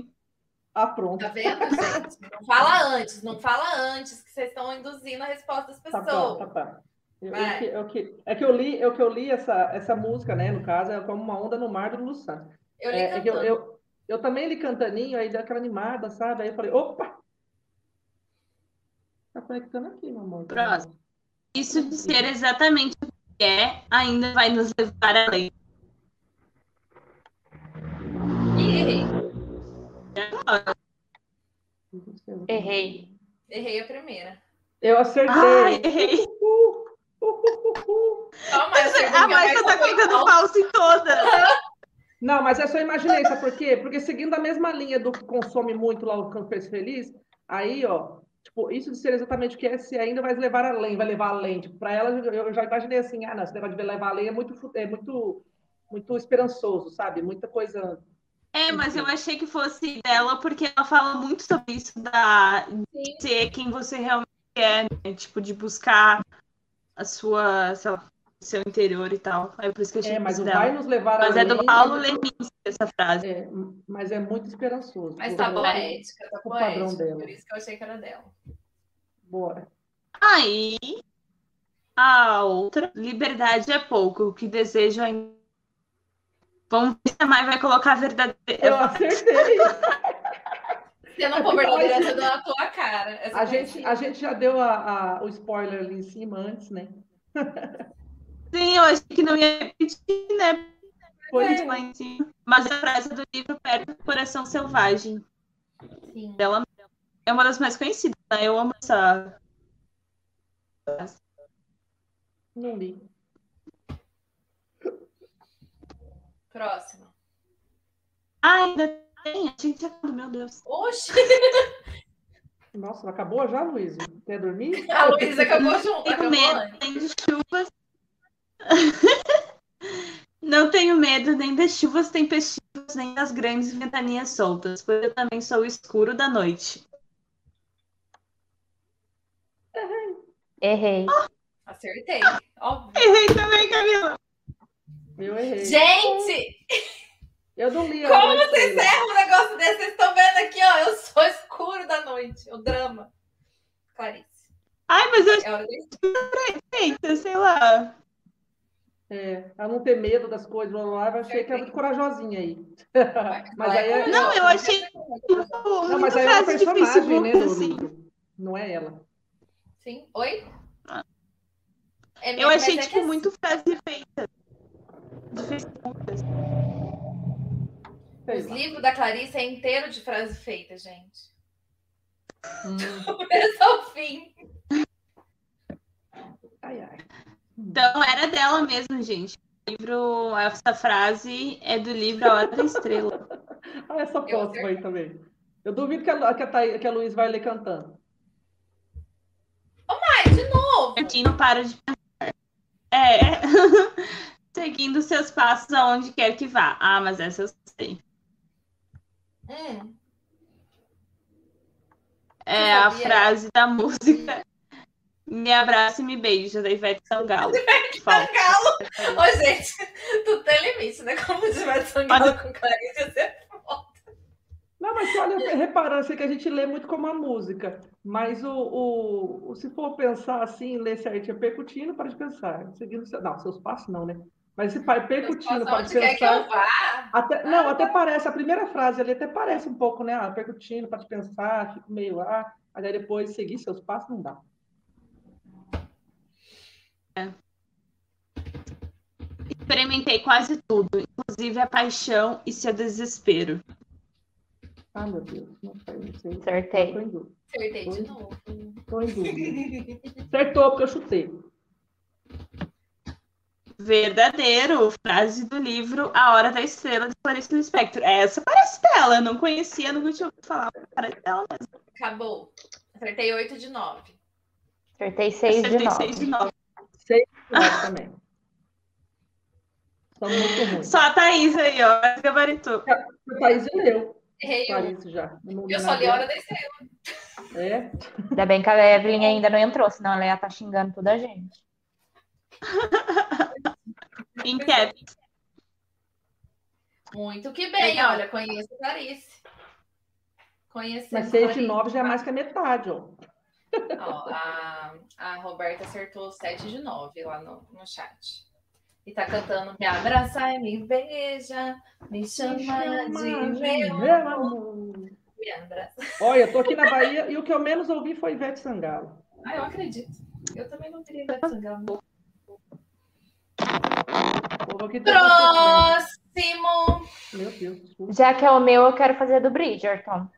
Speaker 5: Ah, pronto.
Speaker 4: Tá vendo, gente? Não fala antes, não fala antes, que vocês estão induzindo a resposta das
Speaker 5: Tá, tá,
Speaker 4: pessoas.
Speaker 5: tá, tá. Eu, eu
Speaker 4: Vai.
Speaker 5: que, eu que, é que eu li, eu que eu li essa, essa música, né? No caso, é como uma onda no mar do Lulu Santos.
Speaker 4: Eu li
Speaker 5: É, é que eu,
Speaker 4: cantando.
Speaker 5: eu, eu também li cantaninho, aí deu aquela animada, sabe? Aí eu falei, opa! Tá conectando aqui, meu amor.
Speaker 6: Próximo. Isso de ser exatamente o que é ainda vai nos levar além.
Speaker 4: Ih, errei.
Speaker 2: Errei.
Speaker 4: Errei a primeira.
Speaker 5: Eu acertei.
Speaker 6: Ai, errei.
Speaker 5: Uh, uh, uh, uh, uh.
Speaker 4: Calma, eu sei
Speaker 6: A
Speaker 4: porque
Speaker 6: Maica tá
Speaker 4: foi
Speaker 6: contando
Speaker 4: mal.
Speaker 6: falso em toda.
Speaker 5: Não, mas eu só imaginei, sabe por quê? Porque seguindo a mesma linha do que consome muito lá o Campo Fez Feliz, aí, ó, tipo, isso de ser exatamente o que é, se ainda vai levar além, vai levar além. Tipo, pra ela, eu- eu já imaginei assim, ah, não, esse negócio de levar além é muito, fu- é muito, muito esperançoso, sabe? Muita coisa.
Speaker 6: É, mas eu achei que fosse dela porque ela fala muito sobre isso da de ser quem você realmente é, né? tipo de buscar a sua, sei lá, seu interior e tal. É por isso que eu achei
Speaker 5: É, mas
Speaker 6: que
Speaker 5: não
Speaker 6: fosse dela.
Speaker 5: vai né? nos levar
Speaker 6: Mas é
Speaker 5: além.
Speaker 6: do Paulo Leminski essa frase.
Speaker 5: É, mas é muito esperançoso.
Speaker 4: Mas tá
Speaker 5: Vou-
Speaker 4: poética, tá
Speaker 5: o padrão
Speaker 4: poética.
Speaker 5: dela.
Speaker 4: Por isso que eu achei que era dela.
Speaker 5: Bora.
Speaker 6: Aí a outra, liberdade é pouco, o que desejo ainda. Vamos ver se a Mai vai colocar a
Speaker 5: Eu
Speaker 6: verdadeira.
Speaker 5: acertei.
Speaker 4: Se eu não for verdadeira, eu dou na tua cara. Essa
Speaker 5: É A
Speaker 4: coisa
Speaker 5: gente,
Speaker 4: assim.
Speaker 5: a gente já deu a- a- o spoiler ali em cima antes, né?
Speaker 6: Sim, eu achei que não ia repetir, né?
Speaker 5: Pois
Speaker 6: Pois lá em cima. Mas a frase do livro Perto do Coração Selvagem
Speaker 4: Sim.
Speaker 6: dela é uma das mais conhecidas, né? Eu amo essa.
Speaker 5: Não li.
Speaker 4: Próxima.
Speaker 6: Ah, ainda tem, a gente acabou, meu Deus.
Speaker 4: Oxi,
Speaker 5: Nossa, acabou já, Luísa? Quer dormir?
Speaker 4: a Luísa acabou junto.
Speaker 6: Tenho
Speaker 4: Acabou
Speaker 6: medo
Speaker 4: antes.
Speaker 6: nem de chuvas. Não tenho medo nem das chuvas tempestivas, nem das grandes ventanias soltas, pois eu também sou o escuro da noite.
Speaker 2: Errei.
Speaker 4: Acertei, óbvio.
Speaker 6: Errei também, Camila.
Speaker 5: Eu errei.
Speaker 4: Gente,
Speaker 5: Eu Eu não li.
Speaker 4: Como você encerra um negócio desse? Vocês estão vendo aqui, ó. Eu sou escuro da noite. O drama. Clarice.
Speaker 6: Ai, mas eu
Speaker 4: É hora de...
Speaker 6: aceito, sei lá.
Speaker 5: É, pra não ter medo das coisas, blá, blá, blá, eu achei que era muito corajosinha aí. Mas aí é-
Speaker 6: Não, eu achei
Speaker 5: Não,
Speaker 6: Não,
Speaker 5: mas aí é uma personagem, né? do
Speaker 4: assim?
Speaker 6: assim.
Speaker 5: livro. Não é ela.
Speaker 4: Sim. Oi?
Speaker 6: Ah.
Speaker 4: É,
Speaker 6: Eu
Speaker 4: mas
Speaker 6: achei,
Speaker 4: é que
Speaker 6: tipo,
Speaker 4: assim,
Speaker 6: muito frase feita. De Facebook. assim.
Speaker 5: Sei
Speaker 4: Os
Speaker 5: lá.
Speaker 4: livros da Clarice é inteiro de frase feita, gente.
Speaker 5: Hum,
Speaker 4: Começo ao fim.
Speaker 5: ai, ai.
Speaker 6: Então, era dela mesmo, gente. O livro, essa frase é do livro A Hora da Estrela.
Speaker 5: Ah, essa próxima aí também. Eu duvido que a, que, a Thaí- que a Luiz vai ler cantando.
Speaker 4: Ai, de novo.
Speaker 6: Martino para É de pensar. É. Seguindo seus passos aonde quer que vá. Ah, mas essa eu sei.
Speaker 4: Hum,
Speaker 6: É
Speaker 4: Eu
Speaker 6: a
Speaker 4: sabia.
Speaker 6: frase da música. Me abraça e me beija, da Ivete Sangalo. Falta.
Speaker 4: Sangalo. Ô, Tá gente, tu tem limite, né? Como se tivesse sangrado com Clarice, ia
Speaker 5: Tá
Speaker 4: ser
Speaker 5: Não, mas olha, reparando, eu sei que a gente lê muito como a música, mas o, o- o- se for pensar assim, ler certinho, é percutindo, para de pensar. Seguindo, seu- não, seus passos não, né? Mas se pai percutindo, para
Speaker 4: onde
Speaker 5: de
Speaker 4: quer que eu
Speaker 5: pensar.
Speaker 4: vá.
Speaker 5: Até, não, até parece, a primeira frase ali até parece um pouco, né? Ah, percutindo, para de pensar, fico meio lá, aí depois seguir seus passos não dá.
Speaker 6: Experimentei quase tudo, inclusive a paixão e seu desespero.
Speaker 5: Ah, meu Deus, não sei, não sei. Tô
Speaker 2: Acertei.
Speaker 5: em dúvida,
Speaker 4: Acertei de novo.
Speaker 5: tô em dúvida. Acertou, porque eu chutei.
Speaker 6: Verdadeiro, frase do livro A Hora da Estrela de Clarice Lispector. É Essa parece dela, eu não conhecia, nunca tinha ouvido falar, mas parece dela. mesmo.
Speaker 4: Acabou. Acertei 8 de 9.
Speaker 2: Acertei seis de
Speaker 6: Acertei
Speaker 2: nove.
Speaker 6: seis de nove.
Speaker 5: Mas também. São muito ruins.
Speaker 6: Só a Thaís aí, ó, gabaritou.
Speaker 5: O Thaís leu,
Speaker 4: Errei um.
Speaker 5: Thaís já. Não
Speaker 4: Eu
Speaker 5: li
Speaker 4: só li a
Speaker 5: nada.
Speaker 4: hora da estrela.
Speaker 5: É,
Speaker 2: Ainda bem que a Evelyn ainda não entrou, senão ela ia estar xingando toda a gente.
Speaker 6: Em cap.
Speaker 4: Muito que bem,
Speaker 6: Legal.
Speaker 4: olha, conheço Clarice. Conhecemos
Speaker 5: mas 6 de
Speaker 4: Clarice.
Speaker 5: 9 já é mais que a metade, ó.
Speaker 4: Ó, a, a Roberta acertou 7 de 9 lá no, no chat. E tá cantando Me abraça e me beija, me chama, de meu
Speaker 5: Meu
Speaker 4: amor.
Speaker 5: amor.
Speaker 4: Me abraça.
Speaker 5: Olha, eu tô aqui na Bahia e o que eu menos ouvi foi Ivete Sangalo.
Speaker 4: Ah, eu acredito. Eu também não queria ver sangando.
Speaker 5: O povo aqui tem-
Speaker 4: Próximo!
Speaker 5: Meu Deus, desculpa.
Speaker 2: Já que é o meu, eu quero fazer do Bridgerton.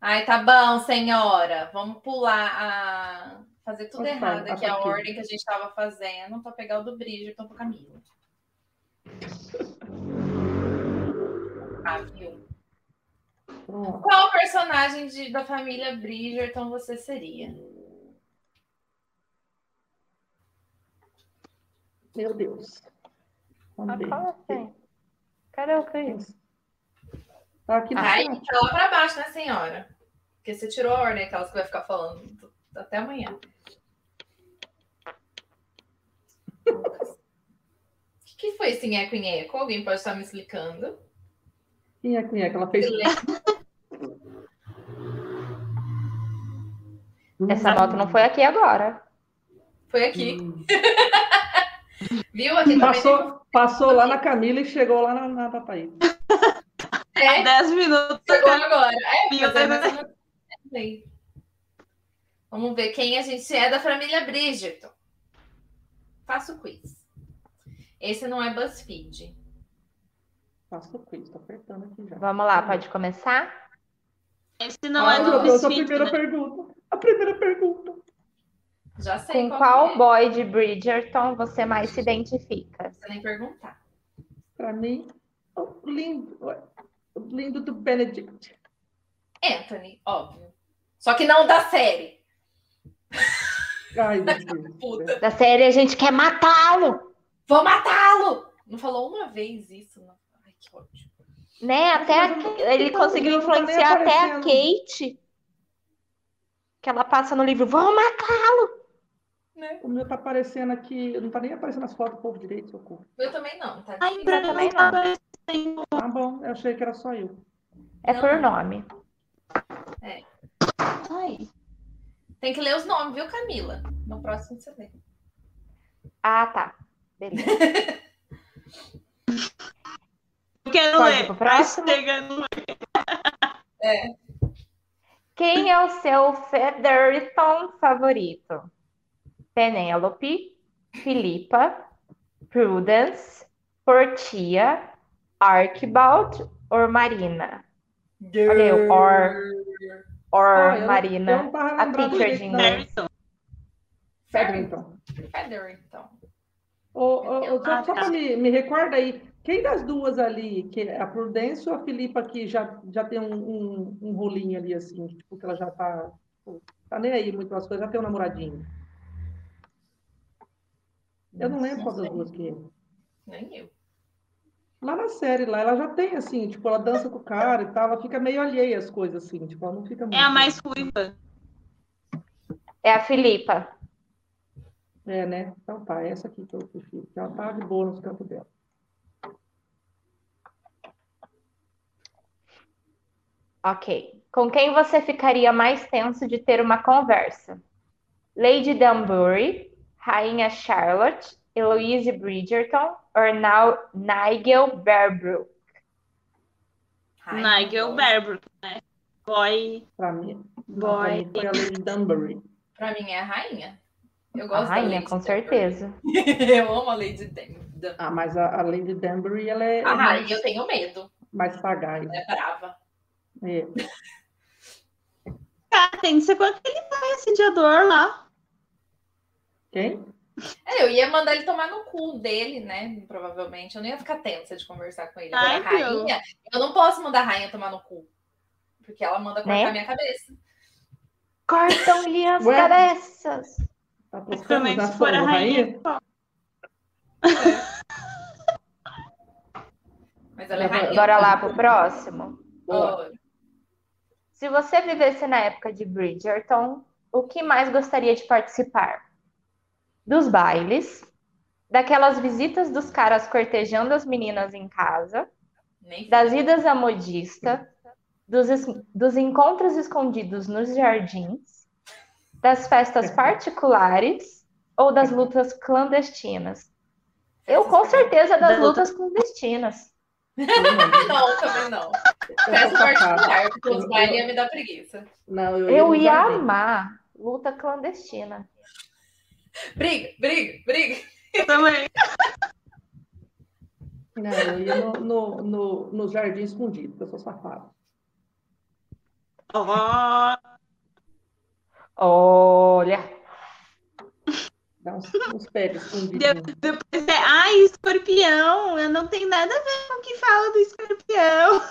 Speaker 4: Ai, tá bom, senhora. Vamos pular a. Fazer tudo
Speaker 5: Opa,
Speaker 4: errado aqui, a
Speaker 5: opa, aqui.
Speaker 4: ordem que a gente tava fazendo pra pegar o do Bridgerton pro Camila. Ah, viu?
Speaker 5: Pronto.
Speaker 4: Qual personagem de- da família Bridgerton você seria?
Speaker 5: Meu Deus. Vamos
Speaker 6: Ah,
Speaker 5: ver.
Speaker 2: é Cadê o Cris?
Speaker 5: Tá aqui no
Speaker 4: Ai,
Speaker 5: chat.
Speaker 4: tá lá pra baixo, né, senhora? Porque você tirou a ordem, aquelas que vai ficar falando do- até amanhã. O que, que foi esse nheco-nheco? Alguém pode estar me explicando?
Speaker 5: Quem é, quem é que ela fez?
Speaker 2: Essa nota não foi aqui agora.
Speaker 4: Foi
Speaker 5: Hum.
Speaker 4: aqui, viu? Aqui também tem-
Speaker 5: Passou, passou lá na Camila e chegou lá na, na, na Thaís.
Speaker 4: É,
Speaker 6: 10 minutos.
Speaker 4: chegou agora. É, mas
Speaker 6: Camila,
Speaker 4: aí
Speaker 6: né?
Speaker 4: você não- Bem. Vamos ver quem a gente é da família Bridgerton. Faço o quiz. Esse não é BuzzFeed.
Speaker 5: Passou o quiz, tá apertando aqui já.
Speaker 2: Vamos lá, pode começar?
Speaker 6: Esse não
Speaker 5: Ai,
Speaker 6: é
Speaker 5: meu
Speaker 6: do
Speaker 5: Deus, a
Speaker 6: BuzzFeed,
Speaker 5: primeira
Speaker 6: né?
Speaker 5: pergunta. A primeira pergunta.
Speaker 4: Já sei
Speaker 2: Com
Speaker 4: qual
Speaker 2: qual
Speaker 4: que é.
Speaker 2: boy de Bridgerton você mais se identifica?
Speaker 4: Você nem perguntar.
Speaker 5: Pra mim, o lindo. o lindo do Benedict.
Speaker 4: Anthony, óbvio. Só que não da série.
Speaker 5: Ai, meu Deus.
Speaker 4: Puta.
Speaker 2: Da série a gente quer matá-lo,
Speaker 4: Vou matá-lo! Não falou uma vez isso. Não. Ai, que ódio.
Speaker 2: né? Até
Speaker 5: Mas eu
Speaker 2: a- ele
Speaker 5: não-
Speaker 2: conseguiu
Speaker 5: não tá nem
Speaker 2: influenciar até a
Speaker 5: aparecendo.
Speaker 2: Kate. Que ela passa no livro, vamos matar.
Speaker 5: O meu tá aparecendo aqui. Não tá nem aparecendo as fotos do povo direito, socorro.
Speaker 4: Eu também não, tá?
Speaker 6: Ai, pra mim
Speaker 2: também
Speaker 6: não tá aparecendo.
Speaker 5: Tá bom, eu achei que era só eu.
Speaker 2: É
Speaker 4: Não.
Speaker 2: por nome.
Speaker 6: Ai.
Speaker 4: Tem que ler os nomes, viu, Camila? No próximo você lê.
Speaker 2: Ah, tá. Beleza.
Speaker 6: Eu quero
Speaker 2: Pode ir
Speaker 6: ler.
Speaker 2: pro
Speaker 6: Mas
Speaker 2: próximo?
Speaker 6: é. chega no...
Speaker 2: Quem é o seu Featherton favorito? Penélope, Filipa, Prudence, Portia, Archibald ou Marina? Olha eu, or, or
Speaker 5: Ah, eu não- eu
Speaker 2: Marina.
Speaker 5: não tava
Speaker 2: A
Speaker 5: lembrando
Speaker 2: teacher
Speaker 5: direito,
Speaker 2: de
Speaker 6: né?
Speaker 5: não.
Speaker 2: inglês.
Speaker 6: Harrison.
Speaker 5: Featherington.
Speaker 4: Featherington.
Speaker 5: Ô, ô, ô, só
Speaker 6: então. Ah,
Speaker 5: só
Speaker 6: tá.
Speaker 5: pra me, me recorda aí, quem das duas ali, que é a Prudência ou a Filipa, que já, já tem um, um, um rolinho ali, assim, que, tipo, que ela já tá, tipo, tá nem aí muito as coisas, já tem um namoradinho. Eu não lembro qual das duas que é.
Speaker 4: Nem eu.
Speaker 5: Lá na série, lá, ela já tem, assim, tipo, ela dança com o cara e tal, ela fica meio alheia às coisas, assim, tipo, ela não fica muito...
Speaker 6: É a mais ruiva.
Speaker 2: É a Filipa.
Speaker 5: É, né? Então tá, é essa aqui que eu prefiro, que ela tá de boa nos cantos dela.
Speaker 2: Ok. Com quem você ficaria mais tenso de ter uma conversa? Lady Dunbury, Rainha Charlotte, Eloise Bridgerton ou Nau- Nigel Berbrook?
Speaker 4: Ai,
Speaker 6: Nigel
Speaker 4: não.
Speaker 6: Berbrook, né? Boy.
Speaker 5: Pra mim, pra
Speaker 6: Boy.
Speaker 5: mim foi a Lady Dunbury.
Speaker 4: Pra mim é a rainha. Eu
Speaker 2: A
Speaker 4: gosto da
Speaker 2: rainha,
Speaker 4: Lady
Speaker 2: com
Speaker 4: Dunbury.
Speaker 2: certeza.
Speaker 4: eu amo a Lady Dunbury.
Speaker 5: Ah, mas a, a Lady Danbury, ela é
Speaker 4: A rainha eu
Speaker 5: mais,
Speaker 4: tenho medo.
Speaker 5: mais sagaz.
Speaker 4: Ela é brava.
Speaker 5: É.
Speaker 6: Ah, tem que ser com aquele boy assediador lá.
Speaker 5: Quem?
Speaker 4: É, eu ia mandar ele tomar no cu dele, né? Provavelmente. Eu não ia ficar tensa de conversar com ele.
Speaker 6: Ai,
Speaker 4: Agora, a
Speaker 6: meu.
Speaker 4: rainha, eu não posso mandar a rainha tomar no cu. Porque ela manda cortar
Speaker 2: Né?
Speaker 4: minha cabeça.
Speaker 2: Cortam-lhe as
Speaker 5: Ué?
Speaker 2: cabeças.
Speaker 5: Tá postando
Speaker 6: Também
Speaker 5: na
Speaker 6: se for a
Speaker 5: sua
Speaker 6: rainha.
Speaker 4: Mas ela é rainha.
Speaker 2: Bora lá pro próximo.
Speaker 6: Oh.
Speaker 5: Boa.
Speaker 4: Ó,
Speaker 2: Se você vivesse na época de Bridgerton, o que mais gostaria de participar? Dos bailes, daquelas visitas dos caras cortejando as meninas em casa,
Speaker 4: nem
Speaker 2: das idas à modista, dos, es- dos encontros escondidos nos jardins, das festas particulares ou das lutas clandestinas? Eu com certeza
Speaker 6: Da
Speaker 2: das
Speaker 6: luta-
Speaker 2: lutas clandestinas.
Speaker 5: Eu
Speaker 4: Ah, Não, também não.
Speaker 5: não, eu
Speaker 4: Festa
Speaker 5: sou safada.
Speaker 4: particular, porque os bailes ia me dar preguiça.
Speaker 5: Não, eu,
Speaker 2: Eu
Speaker 5: no
Speaker 2: ia
Speaker 5: jardim.
Speaker 2: amar luta clandestina.
Speaker 4: Briga, briga, briga.
Speaker 6: Também.
Speaker 5: Não, eu ia no, no, no, no jardim escondido, porque eu sou safada.
Speaker 6: Ó,
Speaker 2: Olha,
Speaker 5: Dá uns, uns pés escondidos.
Speaker 6: Deu- depois é. Ai, escorpião. Eu não tenho nada a ver com o que fala do escorpião.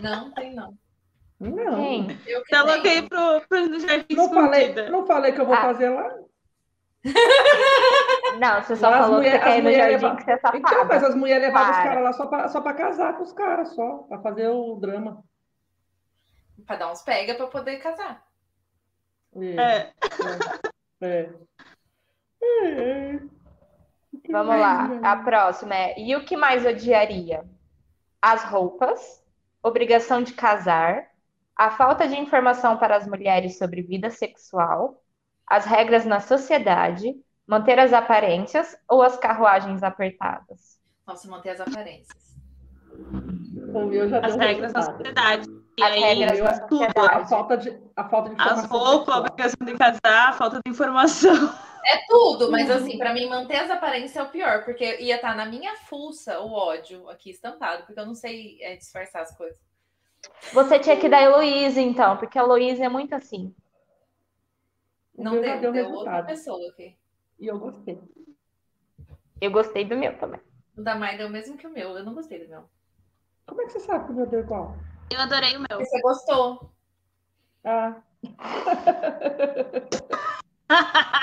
Speaker 4: Não, tem não.
Speaker 5: Não.
Speaker 2: quem?
Speaker 4: Eu que
Speaker 6: Então, eu
Speaker 4: tenho.
Speaker 6: loguei pro, pro Jardim
Speaker 5: Não falei,
Speaker 6: Escondida.
Speaker 5: não falei que eu vou
Speaker 2: Ah.
Speaker 5: fazer lá.
Speaker 2: Não, você só
Speaker 5: As
Speaker 2: falou que
Speaker 5: mulher-
Speaker 2: você quer
Speaker 5: as
Speaker 2: ir no
Speaker 5: mulher
Speaker 2: jardim
Speaker 5: leva-
Speaker 2: que você é
Speaker 5: Então, mas
Speaker 2: safada.
Speaker 5: as mulheres levavam os
Speaker 2: Para.
Speaker 5: caras lá só pra, só pra casar com os caras, só. Pra fazer o drama.
Speaker 4: Pra dar uns pega pra poder casar.
Speaker 5: É.
Speaker 6: É.
Speaker 5: é. É.
Speaker 2: Vamos lá, a próxima é: e o que mais odiaria? As roupas, obrigação de casar, a falta de informação para as mulheres sobre vida sexual, as regras na sociedade, manter as aparências ou as carruagens apertadas?
Speaker 4: Nossa, manter as aparências.
Speaker 5: O meu já
Speaker 6: As
Speaker 5: deu
Speaker 6: regras da
Speaker 5: resultado.
Speaker 6: sociedade. E
Speaker 2: As
Speaker 6: aí,
Speaker 2: regras da
Speaker 5: eu-
Speaker 6: tudo.
Speaker 5: A
Speaker 2: sociedade.
Speaker 5: falta de, a falta de
Speaker 6: As
Speaker 5: informação
Speaker 6: roupas, a
Speaker 5: sexual.
Speaker 6: obrigação de casar, a falta de informação.
Speaker 4: É tudo, mas assim, pra mim manter as aparências é o pior, porque ia estar na minha fuça o ódio aqui estampado, porque eu não sei é, disfarçar as coisas.
Speaker 2: Você tinha que dar a Heloísa, então, porque a Heloísa é muito assim.
Speaker 5: O
Speaker 4: Não
Speaker 5: meu
Speaker 4: deu,
Speaker 5: já deu
Speaker 4: deu outra
Speaker 5: resultado.
Speaker 4: pessoa aqui.
Speaker 5: E eu gostei.
Speaker 2: Eu gostei do meu também.
Speaker 4: O da Mai deu o mesmo que o meu, eu não gostei do meu.
Speaker 5: Como é que você sabe que o meu deu igual?
Speaker 6: Eu adorei o meu.
Speaker 4: Você gostou?
Speaker 5: Ah.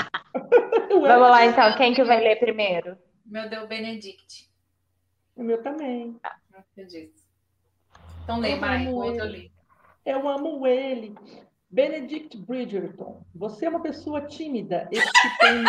Speaker 2: Vamos lá, então, quem que vai ler primeiro?
Speaker 4: O meu deu Benedict.
Speaker 5: O meu também.
Speaker 4: Não acredito. Então lê, Mai, o outro eu li.
Speaker 5: Eu amo ele. Benedict Bridgerton. Você é uma pessoa tímida e que tem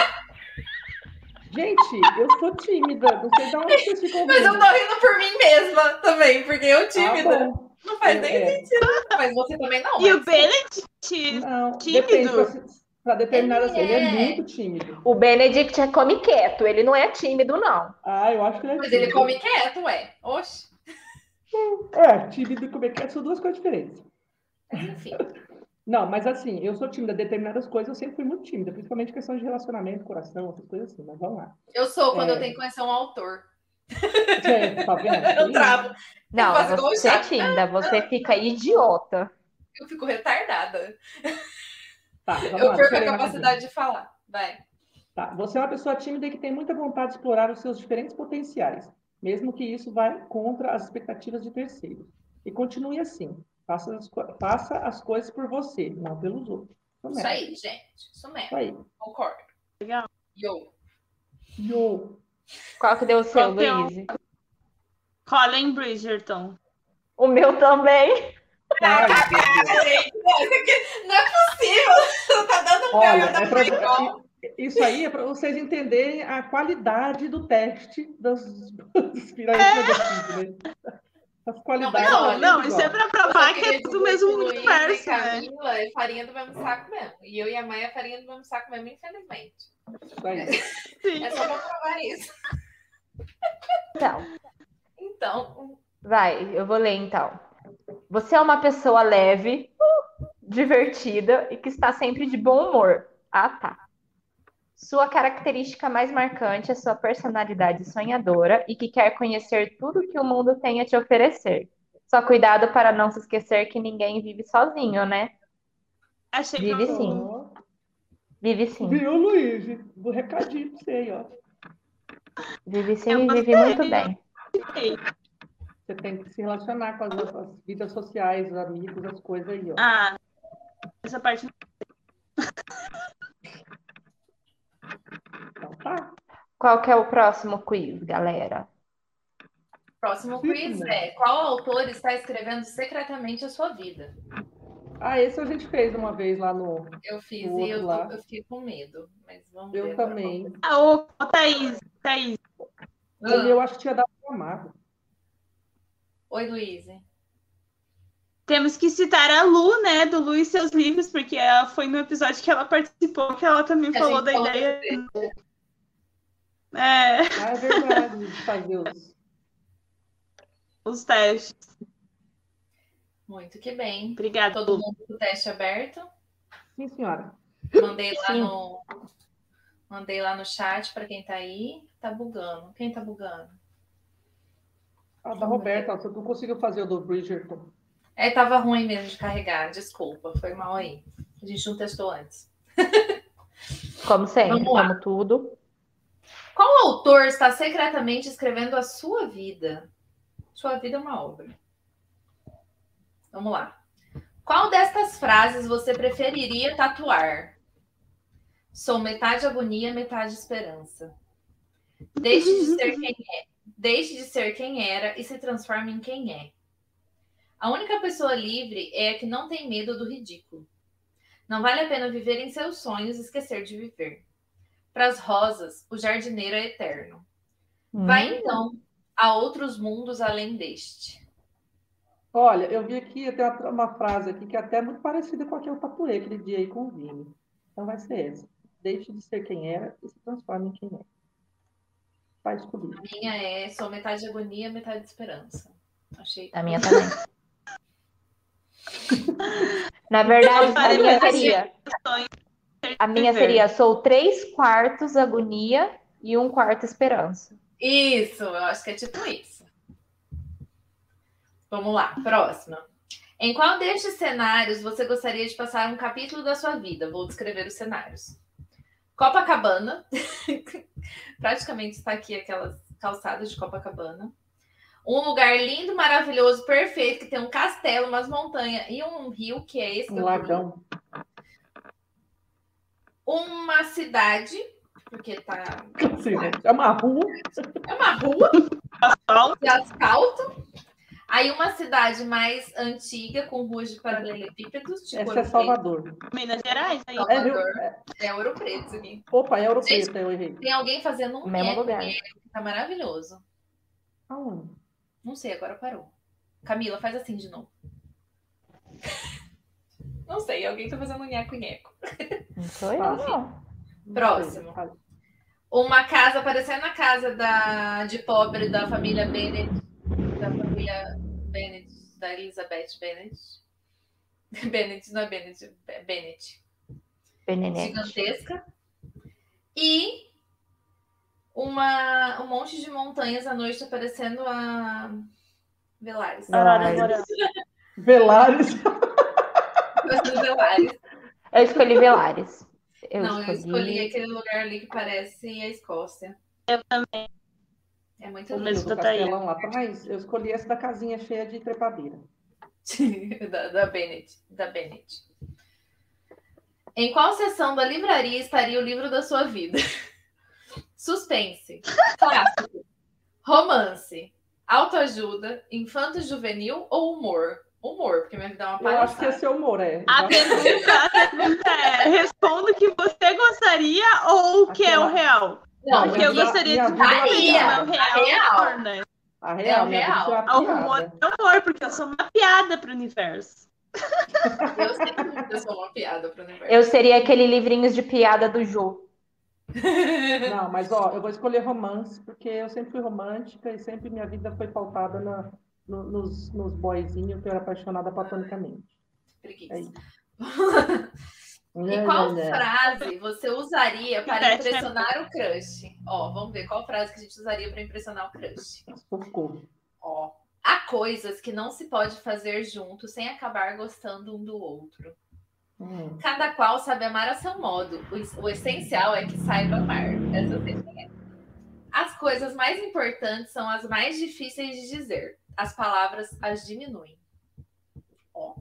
Speaker 5: Gente, eu sou tímida, não sei de onde vocês ficam
Speaker 4: Mas eu tô
Speaker 5: rindo.
Speaker 4: rindo por mim mesma também, porque eu tímida.
Speaker 5: Ah, bom.
Speaker 4: não faz nem
Speaker 5: É.
Speaker 4: sentido. Mas você também não.
Speaker 6: E
Speaker 4: mas-
Speaker 6: o Benedict?
Speaker 5: Não,
Speaker 6: Tímido?
Speaker 5: depende, pra- pra determinada
Speaker 4: Ele
Speaker 5: ele é
Speaker 4: é.
Speaker 5: muito tímido.
Speaker 2: O Benedict é come quieto, ele não é tímido, não.
Speaker 5: Ah, eu acho que ele é
Speaker 4: Mas
Speaker 5: tímido.
Speaker 4: ele come quieto, ué. Oxe.
Speaker 5: É, tímido e comer quieto são duas coisas diferentes.
Speaker 4: Mas enfim.
Speaker 5: Não, mas assim, eu sou tímida. Determinadas coisas eu sempre fui muito tímida, principalmente questões de relacionamento, coração, essas coisas assim, mas vamos lá.
Speaker 4: Eu sou quando
Speaker 5: É.
Speaker 4: eu tenho que conhecer um autor.
Speaker 5: É, tá vendo?
Speaker 4: Eu travo.
Speaker 2: Não,
Speaker 4: Eu faço igual o
Speaker 2: você é
Speaker 4: Jack.
Speaker 2: tímida, você fica idiota.
Speaker 4: Eu fico retardada.
Speaker 5: Tá, vamos
Speaker 4: eu perco
Speaker 5: lá, deixa ler
Speaker 4: a
Speaker 5: rapidinho.
Speaker 4: capacidade de falar. Vai.
Speaker 5: Tá, você é uma pessoa tímida e que tem muita vontade de explorar os seus diferentes potenciais, mesmo que isso vá contra as expectativas de terceiros. E continue assim. Faça as, co- faça as coisas por você, não pelos outros.
Speaker 4: Isso
Speaker 5: Isso aí.
Speaker 4: aí, gente. Isso mesmo.
Speaker 5: Isso aí.
Speaker 4: Concordo.
Speaker 6: Legal.
Speaker 4: Yo.
Speaker 5: Yo.
Speaker 2: Qual que deu o seu,
Speaker 6: Qual que é o-
Speaker 2: Luiz?
Speaker 6: Colin Bridgerton.
Speaker 2: O meu também.
Speaker 4: Tá,
Speaker 5: Ai, meu Deus.
Speaker 4: Não é possível. Tá dando um
Speaker 5: Olha,
Speaker 4: eu
Speaker 5: é pra- isso aí é para vocês entenderem a qualidade do teste das aspirantes negativas, né? As qualidades.
Speaker 4: Não,
Speaker 5: são
Speaker 6: Não,
Speaker 5: muito
Speaker 6: isso é
Speaker 5: iguais.
Speaker 6: pra provar que é do mesmo universo, né?
Speaker 4: Camila é farinha do mesmo saco mesmo. E eu e a Maia é farinha do mesmo saco mesmo, infelizmente.
Speaker 5: Isso tá aí.
Speaker 4: É só pra provar isso.
Speaker 2: Então,
Speaker 4: Então,
Speaker 2: vai, eu vou ler então. Você é uma pessoa leve, divertida e que está sempre de bom humor. Ah, tá. Sua característica mais marcante é sua personalidade sonhadora e que quer conhecer tudo que o mundo tem a te oferecer. Só cuidado para não se esquecer que ninguém vive sozinho, né?
Speaker 6: Achei
Speaker 2: Vive
Speaker 6: que
Speaker 2: sim. Vive sim.
Speaker 5: Viu, Luiz? Do recadinho pra você aí, ó.
Speaker 2: Vive sim
Speaker 6: Eu
Speaker 2: e vive
Speaker 6: gostei.
Speaker 2: muito bem.
Speaker 5: Você tem que se relacionar com as, as vidas sociais, os amigos, as coisas aí, ó.
Speaker 6: Ah, essa parte.
Speaker 5: Então tá.
Speaker 2: Qual que é o próximo quiz, galera?
Speaker 4: próximo quiz
Speaker 5: Sim. né?
Speaker 4: é: qual autor está escrevendo secretamente a sua vida?
Speaker 5: Ah, esse a gente fez uma vez lá no.
Speaker 4: Eu fiz
Speaker 5: O
Speaker 4: e eu,
Speaker 5: outro lá.
Speaker 4: eu fiquei com medo, mas vamos ver.
Speaker 5: Eu
Speaker 4: agora.
Speaker 5: também.
Speaker 6: Ah, ô, ô, Thaís, Thaís.
Speaker 4: Ah.
Speaker 5: Eu, eu acho que tinha dado uma amada.
Speaker 4: Oi, Luiz.
Speaker 6: Temos que citar a Lu, né, do Lu e seus livros, porque ela foi no episódio que ela participou que ela também
Speaker 4: Que a
Speaker 6: falou
Speaker 4: gente
Speaker 6: da
Speaker 4: falou
Speaker 6: ideia. É,
Speaker 5: Ah, é verdade, de fazer os.
Speaker 6: os testes.
Speaker 4: Muito que bem. Tá
Speaker 6: Obrigada,
Speaker 4: Todo
Speaker 6: Lu.
Speaker 4: mundo com o teste aberto.
Speaker 5: Sim, senhora.
Speaker 4: Mandei lá
Speaker 2: Sim.
Speaker 4: no. Mandei lá no chat para quem tá aí. Tá bugando. Quem tá bugando?
Speaker 5: A Ah, da Roberta, ó, você não conseguiu fazer o do Bridgerton.
Speaker 4: É, tava ruim mesmo de carregar. Desculpa, foi mal aí. A gente não testou antes.
Speaker 2: Como sempre,
Speaker 4: Vamos lá.
Speaker 2: como tudo.
Speaker 4: Qual autor está secretamente escrevendo a sua vida? Sua vida é uma obra. Vamos lá. Qual destas frases você preferiria tatuar? Sou metade agonia, metade esperança. Deixe de ser quem é. Deixe de ser quem era e se transforme em quem é. A única pessoa livre é a que não tem medo do ridículo. Não vale a pena viver em seus sonhos e esquecer de viver. Para as rosas, o jardineiro é eterno. Vai
Speaker 2: Hum,
Speaker 4: então a outros mundos além deste.
Speaker 5: Olha, eu vi aqui, tem uma, uma frase aqui que é até muito parecida com a que eu tatuei aquele dia aí com o Vini. Então vai ser essa. Deixe de ser quem era e se transforme em quem é. Vai descobrir.
Speaker 4: A minha é só metade de agonia, metade de esperança. Achei.
Speaker 2: A minha também. Na verdade,
Speaker 6: Então,
Speaker 2: a minha
Speaker 6: parece-
Speaker 2: seria. A minha seria: sou três quartos agonia e um quarto esperança.
Speaker 4: Isso, eu acho que é tipo isso. Vamos lá, próxima. Em qual destes cenários você gostaria de passar um capítulo da sua vida? Vou descrever os cenários. Copacabana. Praticamente está aqui aquelas calçadas de Copacabana. Um lugar lindo, maravilhoso, perfeito, que tem um castelo, umas montanhas e um rio, que é esse. que
Speaker 5: Um
Speaker 4: eu fui.
Speaker 5: lagão.
Speaker 4: Uma cidade, porque tá...
Speaker 5: Assim, né? É uma rua.
Speaker 4: É uma rua
Speaker 6: Sol,
Speaker 4: de asfalto. Aí uma cidade mais antiga, com ruas de paralelepípedos, tipo
Speaker 5: Essa
Speaker 4: Ouro
Speaker 5: é Salvador.
Speaker 6: Minas Gerais, aí.
Speaker 4: Preto.
Speaker 5: É, viu?
Speaker 4: Salvador. É Ouro Preto isso aqui.
Speaker 5: Opa, é Ouro
Speaker 4: Gente.
Speaker 5: Preto, eu errei.
Speaker 4: Tem alguém fazendo um
Speaker 2: Mesmo lugar. Ah, um.
Speaker 4: IRL, tá maravilhoso.
Speaker 5: Aonde?
Speaker 4: Não sei, agora parou. Camila, faz assim de novo. Não sei, alguém tá fazendo um nheco-nheco.
Speaker 2: Não sou eu,
Speaker 5: Tá.
Speaker 2: não.
Speaker 5: Não
Speaker 4: Próximo.
Speaker 5: sei. tá.
Speaker 4: Uma casa parecendo a casa da, de pobre da família Bennett. Da família Bennett, da Elizabeth Bennett. Bennett, não é Bennett, é Bennett.
Speaker 2: Benenete.
Speaker 4: Gigantesca. E uma, um monte de montanhas à noite parecendo a Velares.
Speaker 6: Aurora
Speaker 2: Ai.
Speaker 6: Morango.
Speaker 5: Velares.
Speaker 4: Parecendo Velares.
Speaker 2: Eu escolhi Velares. Eu
Speaker 4: não, eu escolhi
Speaker 2: escolhi.
Speaker 4: aquele lugar ali que parece a Escócia.
Speaker 6: Eu
Speaker 4: também. É muito
Speaker 5: O
Speaker 4: lindo.
Speaker 5: mesmo
Speaker 6: mesmo
Speaker 5: do
Speaker 6: da Thaís.
Speaker 5: castelão lá atrás, eu escolhi essa da casinha cheia de trepadeira.
Speaker 4: da, da Bennett. Da Bennett. Em qual seção da livraria estaria o livro da sua vida? Suspense, clássico, romance, autoajuda, infanto juvenil ou humor? Humor, porque minha vida é uma
Speaker 5: Eu acho que
Speaker 4: palhaçada.
Speaker 5: esse é o Moré.
Speaker 6: A pergunta, a pergunta é: responda o que você gostaria ou o que é o real?
Speaker 4: Não,
Speaker 6: Porque eu
Speaker 4: minha-
Speaker 6: gostaria
Speaker 5: minha
Speaker 6: de
Speaker 5: vida
Speaker 6: saber se é o
Speaker 4: é real.
Speaker 6: real. né?
Speaker 5: A
Speaker 4: É o
Speaker 5: real, minha
Speaker 4: real.
Speaker 5: vida é
Speaker 6: Ao
Speaker 5: uma
Speaker 6: rumor
Speaker 5: piada.
Speaker 6: do amor, porque eu sou uma piada pro universo.
Speaker 4: eu sei que eu sou uma piada para o universo.
Speaker 2: Eu seria aquele livrinho de piada do Jô.
Speaker 5: Não, mas ó, eu vou escolher romance, porque eu sempre fui romântica e sempre minha vida foi pautada na- no- nos, nos boyzinhos que eu era apaixonada platonicamente.
Speaker 4: Preguiça.
Speaker 5: É isso. Né,
Speaker 4: E qual frase você usaria para impressionar o crush? Ó, vamos ver qual frase que a gente usaria para impressionar o crush.
Speaker 5: Focou.
Speaker 4: Ó, há coisas que não se pode fazer junto sem acabar gostando um do outro.
Speaker 5: Hum.
Speaker 4: Cada qual sabe amar a seu modo. O, es- o essencial é que saiba amar. Essa eu sei quem é. As coisas mais importantes são as mais difíceis de dizer. As palavras as diminuem. Ó.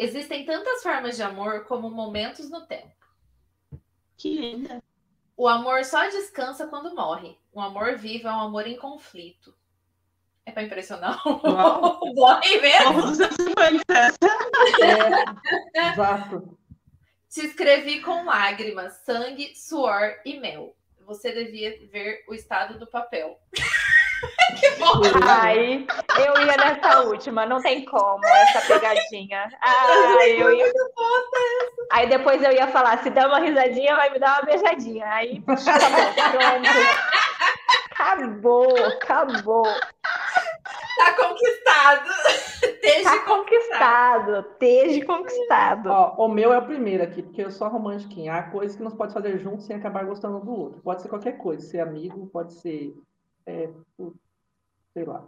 Speaker 4: Existem tantas formas de amor como momentos no tempo.
Speaker 6: Que linda.
Speaker 4: O amor só descansa quando morre. Um amor vivo é um amor em conflito. É pra impressionar o
Speaker 5: Uau.
Speaker 4: o boy mesmo?
Speaker 6: Ou você foi dessa.
Speaker 5: É, exato.
Speaker 4: Te escrevi com lágrimas, sangue, suor e mel. Você devia ver o estado do papel. que bom!
Speaker 2: Ai, eu ia nessa última, não tem como, essa pegadinha. Ai, eu ia. Aí depois eu ia falar, se der uma risadinha, vai me dar uma beijadinha. Aí, tá bom, pronto. Acabou, acabou.
Speaker 4: Tá conquistado! Deixa
Speaker 2: Tá conquistado, esteja conquistado.
Speaker 5: Ó, o meu é o primeiro aqui, porque eu sou romantiquinha. Há coisas que não se pode fazer junto sem acabar gostando um do outro. Pode ser qualquer coisa, ser amigo, pode ser, é, o- sei lá.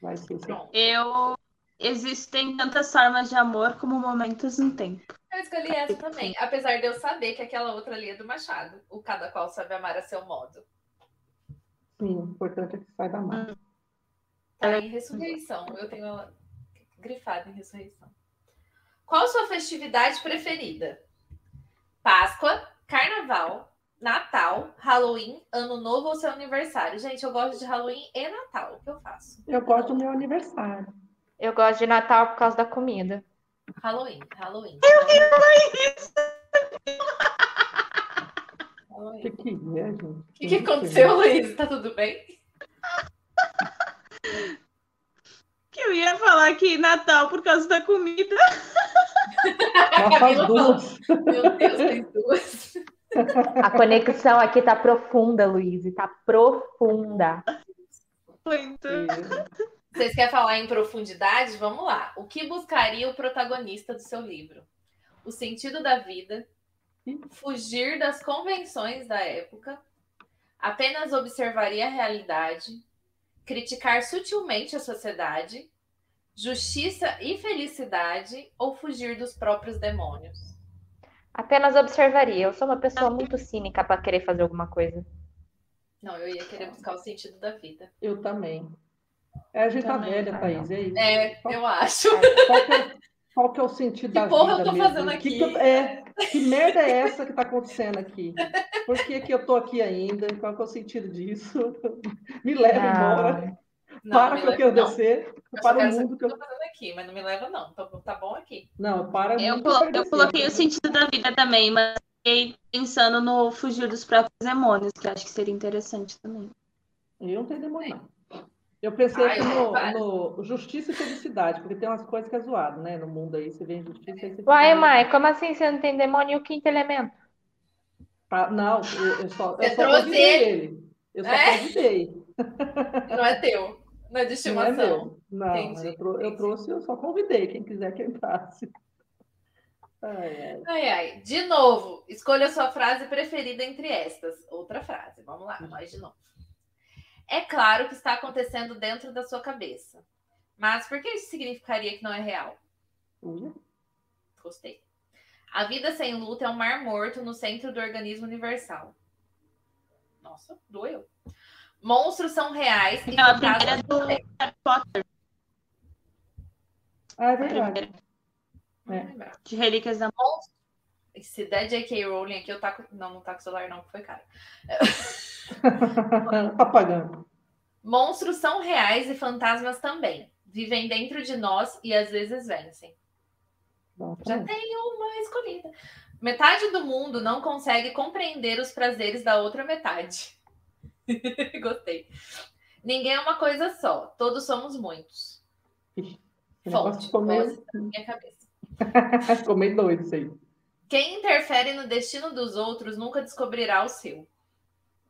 Speaker 5: Vai ser. sei lá.
Speaker 4: Pronto.
Speaker 6: Eu. Existem tantas formas de amor como momentos no tempo.
Speaker 4: Eu escolhi essa também. Apesar de eu saber que aquela outra ali é do Machado. O cada qual sabe amar a seu modo.
Speaker 5: Sim, o importante é que saiba amar.
Speaker 4: Tá em ressurreição. Eu tenho ela grifada em ressurreição. Qual sua festividade preferida? Páscoa, Carnaval, Natal, Halloween, Ano Novo ou seu aniversário? Gente, eu gosto de Halloween e Natal. O que eu faço?
Speaker 5: Eu gosto do meu aniversário.
Speaker 2: Eu gosto de Natal por causa da comida.
Speaker 4: Halloween, Halloween. Eu queria isso!
Speaker 5: O que,
Speaker 4: Halloween.
Speaker 5: que é, gente? O
Speaker 4: O que, que aconteceu, Luiz? Tá tudo bem?
Speaker 6: Que eu ia falar que Natal por causa da comida.
Speaker 5: Nossas duas.
Speaker 4: Meu Deus, tem duas.
Speaker 2: A conexão aqui tá profunda, Luiz, tá profunda.
Speaker 6: é Muito.
Speaker 4: Vocês querem falar em profundidade? Vamos lá. O que buscaria o protagonista do seu livro? O sentido da vida, fugir das convenções da época, apenas observaria a realidade, criticar sutilmente a sociedade, justiça e felicidade ou fugir dos próprios demônios?
Speaker 2: Apenas observaria. Eu sou uma pessoa muito cínica pra querer fazer alguma coisa.
Speaker 4: Não, eu ia querer buscar o sentido da vida.
Speaker 5: Eu também. É, a gente tá
Speaker 6: Também,
Speaker 5: velha,
Speaker 6: tá,
Speaker 5: Thaís, é isso.
Speaker 4: É, eu acho.
Speaker 5: Qual que é, qual que é o sentido
Speaker 4: Que
Speaker 5: da
Speaker 4: porra
Speaker 5: vida
Speaker 4: eu tô
Speaker 5: mesmo?
Speaker 4: fazendo
Speaker 5: Que
Speaker 4: aqui?
Speaker 5: que eu- é, que merda é essa que tá acontecendo aqui? Por que que eu tô aqui ainda? Qual que é o sentido disso? Me leva
Speaker 2: Ah,
Speaker 5: embora.
Speaker 4: Não,
Speaker 5: para
Speaker 4: não me
Speaker 5: que eu
Speaker 4: leva,
Speaker 5: quero
Speaker 4: não.
Speaker 5: descer,
Speaker 4: Eu só
Speaker 5: para
Speaker 4: quero
Speaker 5: o
Speaker 4: saber
Speaker 5: mundo que eu.
Speaker 4: tô fazendo aqui, mas não me leva, não. Tá, bom- tá bom aqui.
Speaker 5: Não, para o
Speaker 6: Eu,
Speaker 5: mundo que eu
Speaker 6: colo-
Speaker 5: quero
Speaker 6: eu
Speaker 5: descer.
Speaker 6: coloquei o sentido da vida também, mas fiquei pensando no fugir dos próprios demônios, que eu acho que seria interessante também.
Speaker 5: Eu não tenho demônio, não. Eu pensei
Speaker 4: Ah,
Speaker 5: aqui
Speaker 4: eu tenho vários.
Speaker 5: no, no Justiça e Felicidade, porque tem umas coisas que é zoado, né? No mundo aí, você vê injustiça aí você fica
Speaker 2: Uai,
Speaker 6: é
Speaker 5: meio-
Speaker 2: mãe, como assim você não tem demônio e o quinto elemento?
Speaker 5: Pa- Não, eu, eu só,
Speaker 4: Você
Speaker 5: eu só
Speaker 4: trouxe
Speaker 5: convidei ele. Eu só
Speaker 4: É?
Speaker 5: convidei.
Speaker 4: Não é teu. Não é de
Speaker 5: Não é
Speaker 4: estimação.
Speaker 5: meu. Não,
Speaker 4: Entendi,
Speaker 5: eu, trou- eu
Speaker 4: entendi.
Speaker 5: trouxe, eu só convidei. Quem quiser que entrasse. Ai, ai.
Speaker 4: Ai, ai. De novo, escolha a sua frase preferida entre estas. Outra frase. Vamos lá, nós de novo. É claro que está acontecendo dentro da sua cabeça. Mas por que isso significaria que não é real?
Speaker 5: Ui,
Speaker 4: Gostei. A vida sem luta é um mar morto no centro do organismo universal. Nossa, doeu. Monstros são reais e
Speaker 6: Aquela
Speaker 4: fantasmas
Speaker 6: Então,
Speaker 5: Tá.
Speaker 6: primeira do
Speaker 4: também.
Speaker 6: Harry Potter,
Speaker 5: Ah, é
Speaker 6: a
Speaker 5: verdade.
Speaker 6: primeira
Speaker 4: Não
Speaker 5: É.
Speaker 4: lembrava.
Speaker 6: de Relíquias da
Speaker 4: Se der J.K. Rowling aqui, eu taco. Não, não taco o celular, não, que foi caro.
Speaker 5: Apagando.
Speaker 4: Monstros são reais e fantasmas também. Vivem dentro de nós e às vezes vencem.
Speaker 5: Não,
Speaker 4: Já
Speaker 5: tá.
Speaker 4: tem uma escolhida. Metade do mundo não consegue compreender os prazeres da outra metade. Gostei. Ninguém é uma coisa só, todos somos muitos.
Speaker 5: Esse negócio
Speaker 4: Fonte,
Speaker 5: ficou meio-
Speaker 4: voz da minha cabeça.
Speaker 5: Ficou meio doido isso aí.
Speaker 4: Quem interfere no destino dos outros nunca descobrirá o seu.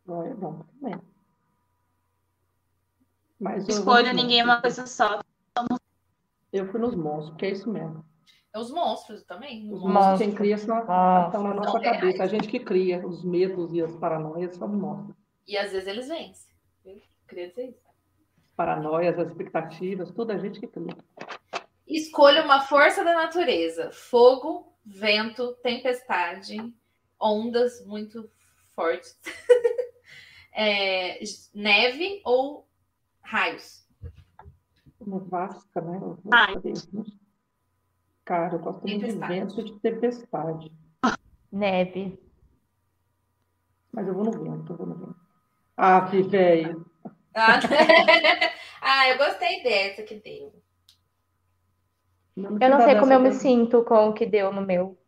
Speaker 5: Não é bom também. Mas eu vou
Speaker 6: Escolha
Speaker 5: nos
Speaker 6: ninguém é
Speaker 5: monstros.
Speaker 6: uma coisa só.
Speaker 5: Eu fui nos monstros, porque é isso mesmo.
Speaker 4: É os monstros também.
Speaker 5: Os
Speaker 4: Os
Speaker 5: monstros,
Speaker 4: monstros.
Speaker 5: quem cria são
Speaker 2: Monstros
Speaker 5: estão na
Speaker 2: não
Speaker 5: nossa
Speaker 4: reais.
Speaker 5: cabeça. A gente que cria os medos e as paranoias são monstros.
Speaker 4: E às vezes eles vencem. Eu queria dizer isso.
Speaker 5: Paranoias, as expectativas, tudo a gente que cria.
Speaker 4: Escolha uma força da natureza: fogo, vento, tempestade, ondas muito fortes, é, neve ou raios.
Speaker 5: Uma vasca, né? Eu vou
Speaker 6: Ai.
Speaker 5: saber, né? Cara, eu gosto muito de
Speaker 4: Tempestade.
Speaker 5: vento e de tempestade.
Speaker 2: Neve.
Speaker 5: Mas eu vou no vento, eu vou no vento. Ah, que velho.
Speaker 4: Ah, ah, eu gostei dessa que deu.
Speaker 2: Eu não sei como eu me sinto com o que deu no meu.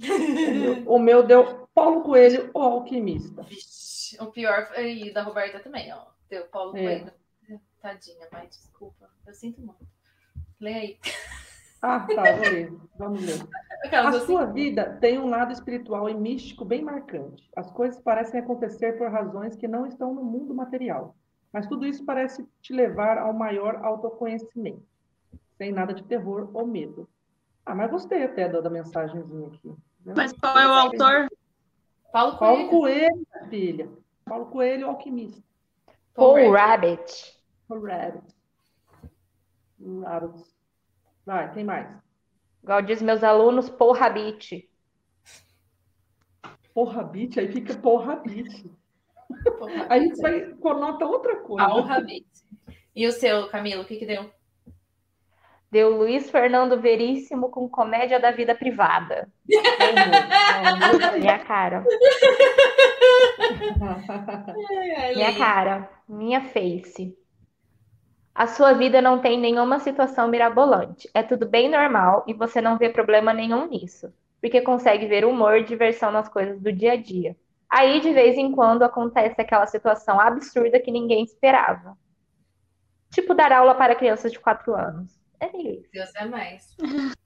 Speaker 5: sinto. O meu deu Paulo Coelho ou Alquimista.
Speaker 4: Vixe, o pior foi e da Roberta também, ó. Teu Paulo
Speaker 5: É.
Speaker 4: Coelho. Tadinha, mas desculpa. Eu sinto muito. Lê aí.
Speaker 5: Ah, tá, vou ler. Vamos ler.
Speaker 4: Aquelas, assim, eu
Speaker 5: A sua
Speaker 4: sinto-
Speaker 5: vida tem um lado espiritual e místico bem marcante. As coisas parecem acontecer por razões que não estão no mundo material. Mas tudo isso parece te levar ao maior autoconhecimento, sem nada de terror ou medo. Ah, mas gostei até da, da mensagenzinha aqui. né?
Speaker 6: Mas qual é o autor?
Speaker 4: Paulo Coelho.
Speaker 5: Paulo Coelho, filha. Paulo Coelho, alquimista.
Speaker 2: Paul
Speaker 4: Paul Rudd.
Speaker 2: Rabbit.
Speaker 5: Rabbit. Rabbit. Hum, Vai, quem mais?
Speaker 2: Igual diz meus alunos, Paul Rabbit.
Speaker 5: Porra, bitch, aí fica porra, bitch.
Speaker 4: Paul
Speaker 5: Aí isso aí conota outra coisa.
Speaker 4: Paul Rabbit. E o seu, Camilo, o que que deu?
Speaker 2: Deu Luiz Fernando Veríssimo com comédia da vida privada. Minha cara. Minha cara, minha face. A sua vida não tem nenhuma situação mirabolante. É tudo bem normal e você não vê problema nenhum nisso, porque consegue ver humor e diversão nas coisas do dia a dia. Aí, de vez em quando, acontece aquela situação absurda que ninguém esperava. Tipo dar aula para crianças de 4 anos. É isso.
Speaker 4: Deus é mais.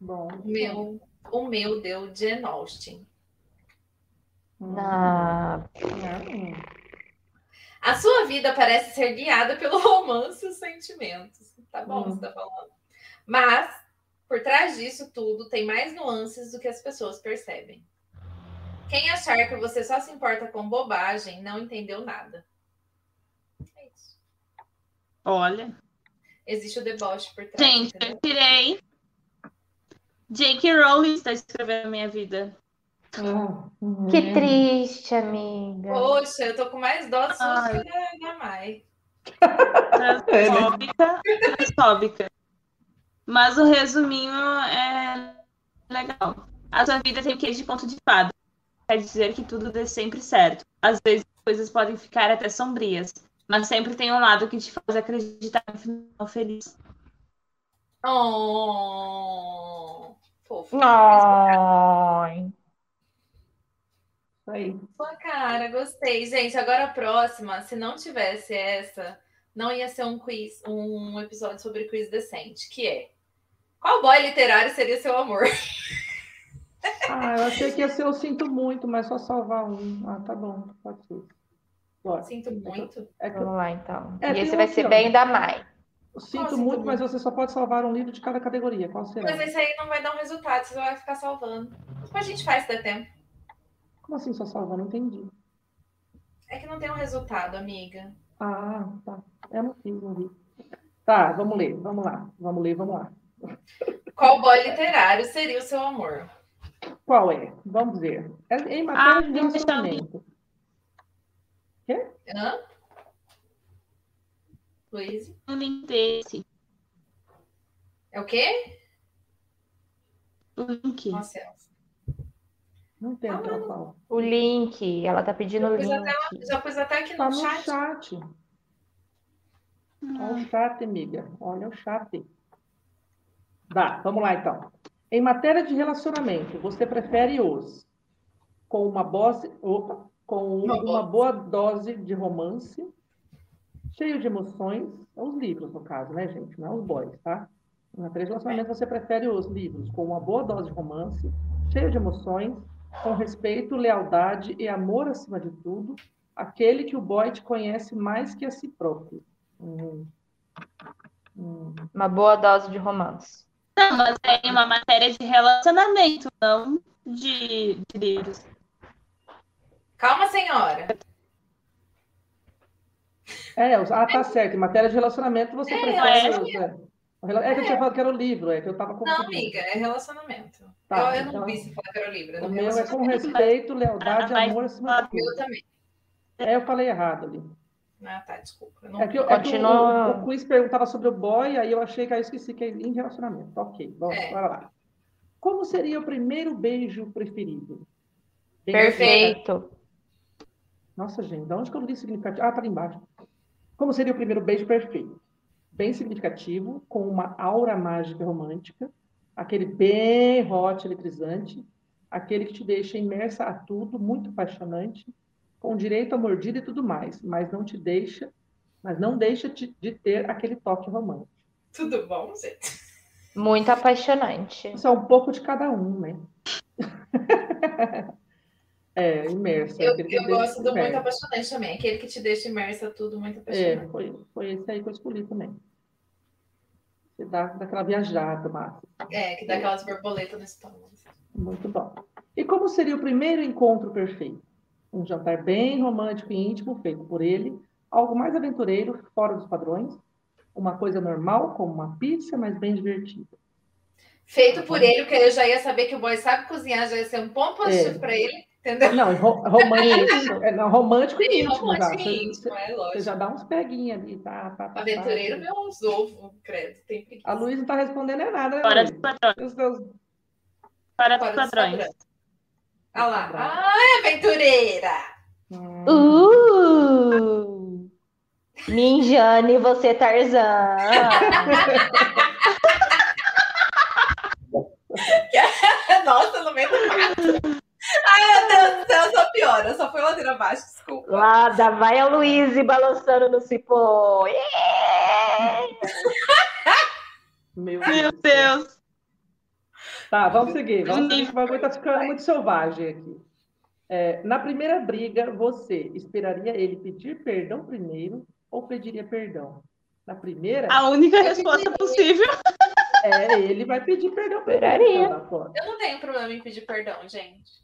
Speaker 5: Bom,
Speaker 4: O meu, o meu deu Jane Austen.
Speaker 2: Ah,
Speaker 5: não.
Speaker 4: A sua vida parece ser guiada pelo romance e os sentimentos. Tá bom,
Speaker 5: Hum.
Speaker 4: você tá falando. Mas, por trás disso tudo, tem mais nuances do que as pessoas percebem. Quem achar que você só se importa com bobagem não entendeu nada. É isso.
Speaker 6: Olha.
Speaker 4: Existe o deboche por trás.
Speaker 6: Gente,
Speaker 4: entendeu?
Speaker 6: eu tirei. Jake Rowling está escrevendo a minha vida.
Speaker 5: Ah,
Speaker 2: que
Speaker 5: é.
Speaker 2: triste, amiga.
Speaker 4: Poxa, eu tô com mais dó sua
Speaker 6: Ai.
Speaker 4: que da- da Mai.
Speaker 5: É, né?
Speaker 6: Transfóbica, transfóbica. Mas o resuminho é legal. A sua vida tem queijo de ponto de fada. Quer dizer que tudo dê sempre certo. Às vezes as coisas podem ficar até sombrias, Mas sempre tem um lado que te faz acreditar no final feliz.
Speaker 4: Oh, fofo.
Speaker 6: Ah.
Speaker 2: Ai.
Speaker 5: Isso aí.
Speaker 4: Sua cara, gostei. Gente, agora a próxima, se não tivesse essa, não ia ser um quiz, um episódio sobre quiz decente, que é qual boy literário seria seu amor?
Speaker 5: Ah, eu achei que ia ser eu sinto muito, mas só salvar um. Ah, tá bom, pode ser. Bora.
Speaker 4: Sinto muito.
Speaker 5: É que eu
Speaker 2: Vamos lá, então.
Speaker 5: É,
Speaker 2: e
Speaker 5: tem
Speaker 2: esse
Speaker 5: um
Speaker 2: vai
Speaker 5: aqui,
Speaker 2: ser
Speaker 5: ó.
Speaker 2: bem da Mai.
Speaker 5: eu
Speaker 4: Qual
Speaker 5: sinto
Speaker 4: sinto
Speaker 5: muito,
Speaker 4: muito?
Speaker 5: mas você só pode salvar um livro de cada categoria. Qual será?
Speaker 4: Mas esse aí não vai dar um resultado, você vai ficar salvando. Depois a gente faz se der tempo.
Speaker 5: Como assim só salvar? Não entendi.
Speaker 4: É que não tem um resultado, amiga.
Speaker 5: Ah, tá. Eu não fiz, não vi. Tá, vamos ler, vamos lá. Vamos ler, vamos lá.
Speaker 4: Qual boy literário seria o seu amor?
Speaker 5: Qual é? Vamos ver. É em matéria de
Speaker 6: Ah, deixa eu ver.
Speaker 5: relacionamento.
Speaker 4: Hã? Luiz?
Speaker 6: Um link desse.
Speaker 4: É o quê?
Speaker 6: Um link.
Speaker 4: Nossa,
Speaker 5: Não tem
Speaker 4: Ah,
Speaker 5: aquela fala.
Speaker 2: O link, ela tá pedindo o
Speaker 4: Eu pus
Speaker 2: link.
Speaker 4: até já pus até aqui
Speaker 5: Tá
Speaker 4: no
Speaker 5: no
Speaker 4: chat.
Speaker 5: chat. Olha o chat, amiga. Olha o chat. Dá, vamos lá então. Em matéria de relacionamento, você prefere os com uma dose, opa, com um,
Speaker 4: Uma
Speaker 5: uma boa dose de romance, cheio de emoções, é os livros no caso, né, gente? Não os boys, tá? Em matéria de relacionamento, você prefere os livros com uma boa dose de romance, cheio de emoções, com respeito, lealdade e amor acima de tudo, aquele que o boy te conhece mais que a si próprio. Hum. Hum.
Speaker 2: Uma boa dose de romance.
Speaker 6: Não, mas é uma matéria de relacionamento, não de, de livros.
Speaker 4: Calma, senhora.
Speaker 5: É, os- ah, tá certo. Em matéria de relacionamento, você prefere.
Speaker 6: acho
Speaker 5: os- É, O rela- é que eu tinha falado que era o livro, é que eu estava
Speaker 4: Não,
Speaker 5: confundindo.
Speaker 4: amiga, é relacionamento.
Speaker 5: Tá,
Speaker 4: eu, eu não
Speaker 5: então-
Speaker 4: vi se falar que era o livro. eu
Speaker 5: O
Speaker 4: não
Speaker 5: meu é com
Speaker 4: relacionamento.
Speaker 5: respeito, lealdade,
Speaker 6: Ah, mas-
Speaker 5: amor acima
Speaker 4: O
Speaker 5: de
Speaker 4: meu
Speaker 5: tudo.
Speaker 4: também.
Speaker 5: É, eu falei errado ali.
Speaker 4: Ah, tá, desculpa. Eu não...
Speaker 5: É que, eu- é que
Speaker 2: Continua.
Speaker 5: o, o quiz perguntava sobre o boy, aí eu achei que aí eu esqueci que é em relacionamento. Tá, Ok, bom,
Speaker 4: É.
Speaker 5: bora lá. Como seria o primeiro beijo preferido? Bem-
Speaker 2: Perfeito.
Speaker 5: Nossa, gente, de onde que eu li significativo? Ah, tá ali embaixo. Como seria o primeiro beijo perfeito? Bem significativo, com uma aura mágica e romântica, aquele bem hot, eletrizante, aquele que te deixa imersa a tudo, muito apaixonante, com direito a mordida e tudo mais, mas não te deixa, mas não deixa de, de ter aquele toque romântico.
Speaker 4: Tudo bom, gente?
Speaker 2: Muito apaixonante.
Speaker 5: Isso é um pouco de cada um, né? É, imersa.
Speaker 4: Eu,
Speaker 5: aquele que
Speaker 4: eu
Speaker 5: te deixa
Speaker 4: gosto do muito
Speaker 5: imersa.
Speaker 4: apaixonante também. Aquele que te deixa imersa, tudo muito
Speaker 5: É,
Speaker 4: apaixonante.
Speaker 5: foi, foi esse aí que eu escolhi também. Você dá, dá aquela viajada, Márcia.
Speaker 4: É, que dá aquelas borboletas no estômago.
Speaker 5: Muito bom. E como seria o primeiro encontro perfeito? Um jantar bem romântico e íntimo feito por ele, algo mais aventureiro, fora dos padrões, uma coisa normal, como uma pizza, mas bem divertida.
Speaker 4: Feito
Speaker 5: Uhum.
Speaker 4: por ele, porque eu já ia saber que o boy sabe cozinhar, já ia ser um ponto positivo
Speaker 5: É.
Speaker 4: pra ele, entendeu?
Speaker 5: Não, e ro- romântico, é, não, romântico e
Speaker 4: Sim,
Speaker 5: íntimo. já.
Speaker 4: romântico
Speaker 5: Você,
Speaker 4: e íntimo,
Speaker 5: você-
Speaker 4: é
Speaker 5: você
Speaker 4: lógico.
Speaker 5: já dá uns peguinhos ali, tá? tá, tá, tá.
Speaker 4: Aventureiro, meus ovos, credo. Tem preguiça.
Speaker 5: A Luísa não está respondendo é nada, né?
Speaker 6: Fora
Speaker 5: Luísa?
Speaker 6: dos padrões.
Speaker 5: Os seus
Speaker 6: Fora dos
Speaker 4: Fora dos
Speaker 6: padrões.
Speaker 4: padrões.
Speaker 5: Tá
Speaker 4: Ah lá. Ah, aventureira!
Speaker 2: Uh! Minjane, você é Tarzan.
Speaker 4: Nossa, no meio do mato. Ai, meu Deus do céu, só piora. Só foi ladeira abaixo, desculpa.
Speaker 2: Lá, da vai a Luiz balançando no cipó.
Speaker 5: Meu
Speaker 6: Meu
Speaker 5: do céu.
Speaker 6: Deus.
Speaker 5: Tá, vamos seguir. Vamos seguir, que o bagulho tá ficando muito selvagem aqui. É, na primeira briga, você esperaria ele pedir perdão primeiro ou pediria perdão? Na primeira,
Speaker 6: A única resposta possível.
Speaker 5: é, ele vai pedir perdão primeiro.
Speaker 2: Esperaria.
Speaker 5: então, na foto.
Speaker 4: Eu não tenho problema em pedir perdão, gente.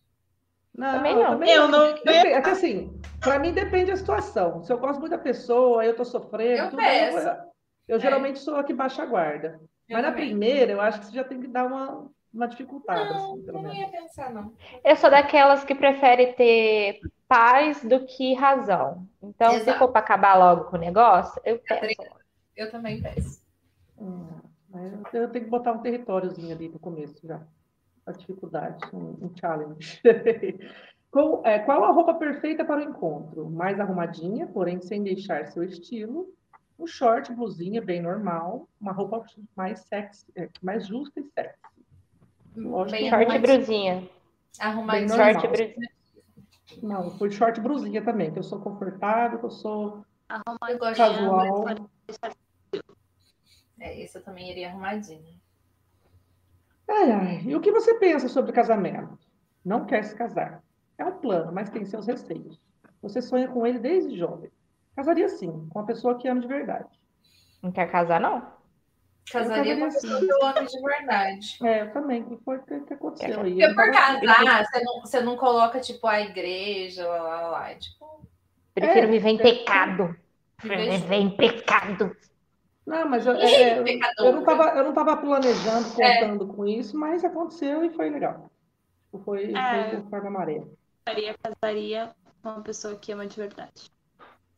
Speaker 5: Não,
Speaker 2: Também não.
Speaker 6: Eu não-
Speaker 5: Depende- É que assim, pra mim depende da situação. Se eu gosto muito da pessoa, eu tô sofrendo,
Speaker 4: Eu
Speaker 5: tudo, aí eu,
Speaker 4: peço. É.
Speaker 5: eu geralmente sou a que baixa a guarda.
Speaker 4: Eu
Speaker 5: Mas na
Speaker 4: também.
Speaker 5: primeira, eu acho que você já tem que dar uma, uma dificultada,
Speaker 4: Não,
Speaker 5: assim, pelo
Speaker 4: não
Speaker 5: menos.
Speaker 4: ia pensar, não.
Speaker 2: Eu sou daquelas que prefere ter paz do que razão. Então, se
Speaker 4: Exato.
Speaker 2: for pra acabar logo com o negócio, eu peço.
Speaker 4: É, Eu também peço.
Speaker 5: Hum, mas eu tenho eu tenho que botar um territóriozinho ali no começo já. A dificuldade, um, um challenge. Qual, é, qual a roupa perfeita para o encontro? Mais arrumadinha, porém sem deixar seu estilo. Um short, blusinha bem normal. Uma roupa mais sexy, é, mais justa e sexy. Lógico,
Speaker 4: Bem
Speaker 2: Short e
Speaker 4: arrumadinho.
Speaker 2: brusinha.
Speaker 5: Bem
Speaker 4: Arrumadinho.
Speaker 5: normal.
Speaker 2: Short e brusinha.
Speaker 5: Não, foi short blusinha também, que eu sou confortável, que eu sou
Speaker 4: Eu gosto de
Speaker 6: Casual.
Speaker 5: casual.
Speaker 4: É, esse eu também iria arrumadinho.
Speaker 5: Ai, ai. E o que você pensa sobre casamento? Não quer se casar. É um plano, mas tem seus receios. Você sonha com ele desde jovem. Casaria sim, com a pessoa que ama de verdade.
Speaker 2: Não quer casar, não?
Speaker 4: Casaria com
Speaker 5: casaria
Speaker 4: a pessoa que eu amo de verdade.
Speaker 5: É, eu também. O que foi que, que aconteceu aí?
Speaker 4: Porque por
Speaker 5: Eu tava-
Speaker 4: casar, você não, você não coloca, tipo, a igreja, lá, lá, lá. É, Tipo,
Speaker 2: Prefiro
Speaker 5: É,
Speaker 2: viver em
Speaker 5: é.
Speaker 2: pecado.
Speaker 4: Viver
Speaker 2: Prefiro viver em pecado.
Speaker 5: Não, mas eu, é, eu-
Speaker 4: pecador.
Speaker 5: eu não estava, eu não tava planejando, contando com isso, mas aconteceu e foi legal. Tipo, Foi,
Speaker 6: É.
Speaker 5: foi conforme a maré.
Speaker 6: Faria, casaria com uma pessoa que ama de verdade.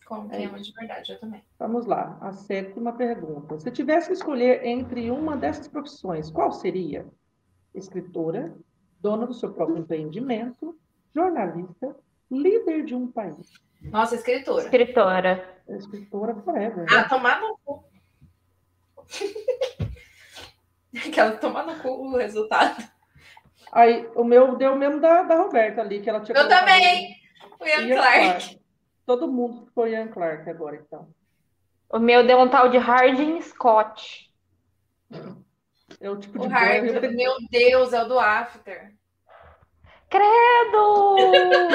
Speaker 4: com quem ama de verdade, eu também.
Speaker 5: Vamos lá, a sétima pergunta. Se tivesse que escolher entre uma dessas profissões, qual seria? Escritora, dona do seu próprio empreendimento, jornalista, líder de um país.
Speaker 4: Nossa, escritora.
Speaker 2: Escritora.
Speaker 5: Escritora forever. né?
Speaker 4: Ah, tomar no cu. Aquela tomar no cu o resultado.
Speaker 5: Aí, o meu deu o mesmo da, da Roberta ali, que ela tinha
Speaker 4: Eu
Speaker 5: colocado
Speaker 4: também. O
Speaker 5: Ian
Speaker 4: Ian Clark.
Speaker 5: Todo mundo ficou Ian Clark agora, então.
Speaker 2: O meu deu um tal de Harding Scott.
Speaker 5: É o tipo de
Speaker 4: O
Speaker 5: boy
Speaker 4: Hard,
Speaker 5: repre-
Speaker 4: meu Deus, é o do After.
Speaker 2: Credo!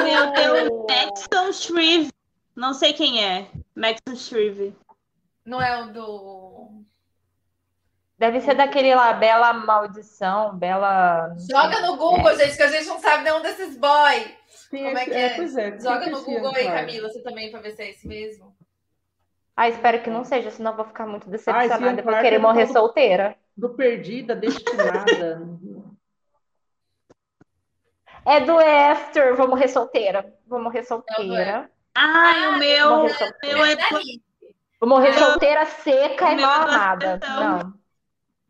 Speaker 6: Meu Deus, Maxon Shreve. Não sei quem é. Maxon Shreve.
Speaker 4: Não é o do.
Speaker 2: Deve ser daquele lá, Bela Maldição, Bela.
Speaker 4: Joga no Google, gente, que a gente não sabe nenhum desses boy.
Speaker 5: Quem
Speaker 4: Como é que é?
Speaker 5: Pois é, quem
Speaker 4: Joga
Speaker 5: é
Speaker 4: no
Speaker 5: esse
Speaker 4: Google
Speaker 5: Ian
Speaker 4: aí,
Speaker 5: Clark?
Speaker 4: Camila, você também, pra ver se é esse mesmo.
Speaker 2: Ah, espero que não seja, senão eu vou ficar muito
Speaker 5: Ian
Speaker 2: decepcionada e vou
Speaker 5: Clark é
Speaker 2: querer
Speaker 5: do
Speaker 2: morrer
Speaker 5: tal do-
Speaker 2: solteira.
Speaker 5: Do Perdida, Destinada.
Speaker 2: É do Esther, vou morrer solteira. Vou morrer
Speaker 6: é.
Speaker 2: solteira.
Speaker 4: Esther.
Speaker 6: Ai, o
Speaker 2: Vou
Speaker 6: meu.
Speaker 2: morrer,
Speaker 6: O
Speaker 2: sol-
Speaker 6: meu é.
Speaker 2: vou morrer
Speaker 6: Não.
Speaker 2: solteira seca e
Speaker 6: Meu
Speaker 2: mal
Speaker 6: Deus,
Speaker 2: amada.
Speaker 6: não.
Speaker 2: Não.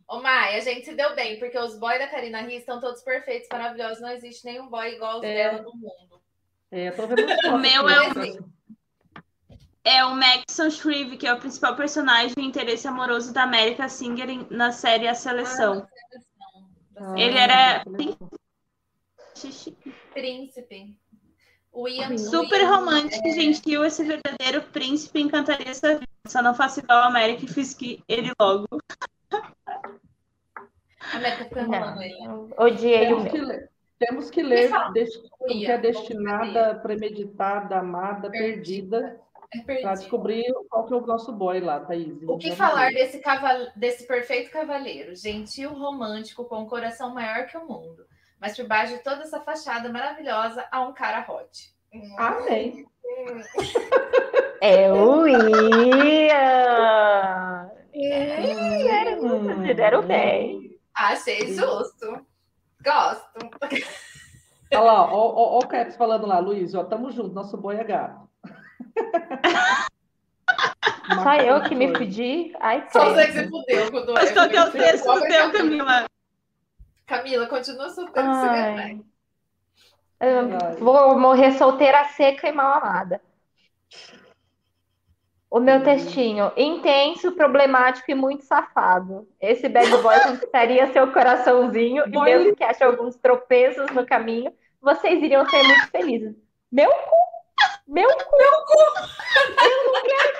Speaker 4: Ô, Mai, a gente se deu bem, porque os boys da Karina Ri estão todos perfeitos, maravilhosos. Não existe nenhum boy igual os
Speaker 5: É.
Speaker 4: dela no mundo.
Speaker 5: É, tô vendo as
Speaker 6: O
Speaker 5: fotos
Speaker 6: meu um
Speaker 5: aqui,
Speaker 4: é o-
Speaker 5: né?
Speaker 6: É o Maxon Shreve, que é o principal personagem e interesse amoroso da América Singer em- na série A Seleção.
Speaker 4: Ah,
Speaker 6: Ele era-
Speaker 5: Ele
Speaker 6: Ah, Xixi.
Speaker 4: Príncipe. O Ian.
Speaker 6: Super romântico e gentil, esse verdadeiro príncipe encantaria sua vida. Só não faço igual a América e fiz que ele logo.
Speaker 4: A América ficou enrolando ele.
Speaker 2: Odiei o
Speaker 5: Temos
Speaker 2: meu.
Speaker 5: que ler, temos que
Speaker 4: Me
Speaker 5: ler
Speaker 4: fala,
Speaker 5: dest- o que é
Speaker 4: Ian,
Speaker 5: destinada, premeditada, amada,
Speaker 4: Perdida.
Speaker 5: perdida,
Speaker 4: É
Speaker 5: para
Speaker 4: perdido.
Speaker 5: descobrir qual que é o nosso boy lá, Thaís. né?
Speaker 4: O que falar desse, caval... desse perfeito cavaleiro, gentil, romântico, com um coração maior que o mundo. Mas por baixo de toda essa fachada maravilhosa, há um cara hot.
Speaker 5: Amém.
Speaker 2: É o Ian.
Speaker 5: É.
Speaker 4: É.
Speaker 6: Hum.
Speaker 2: Se deram bem.
Speaker 4: Achei justo. Gosto.
Speaker 5: Olha lá, ó, ó, ó o Caps falando lá, Luiz, ó, tamo junto, nosso boy é gato.
Speaker 2: Só eu que me fudi. Ai,
Speaker 4: Só você que
Speaker 2: credo.
Speaker 4: se fudeu com o do
Speaker 6: Mas qual que é o
Speaker 4: Everton.
Speaker 6: texto do teu, Camila?
Speaker 4: Camila, continua soltando esse
Speaker 2: Ai.
Speaker 5: Verdade.
Speaker 2: Eu Vou morrer solteira, seca e mal amada. O meu textinho, intenso, problemático e muito safado. Esse bad boy conquistaria seu coraçãozinho e
Speaker 5: Boy
Speaker 2: mesmo que ache alguns tropeços no caminho, vocês iriam ser muito felizes. Meu cu! Meu cu! Eu não quero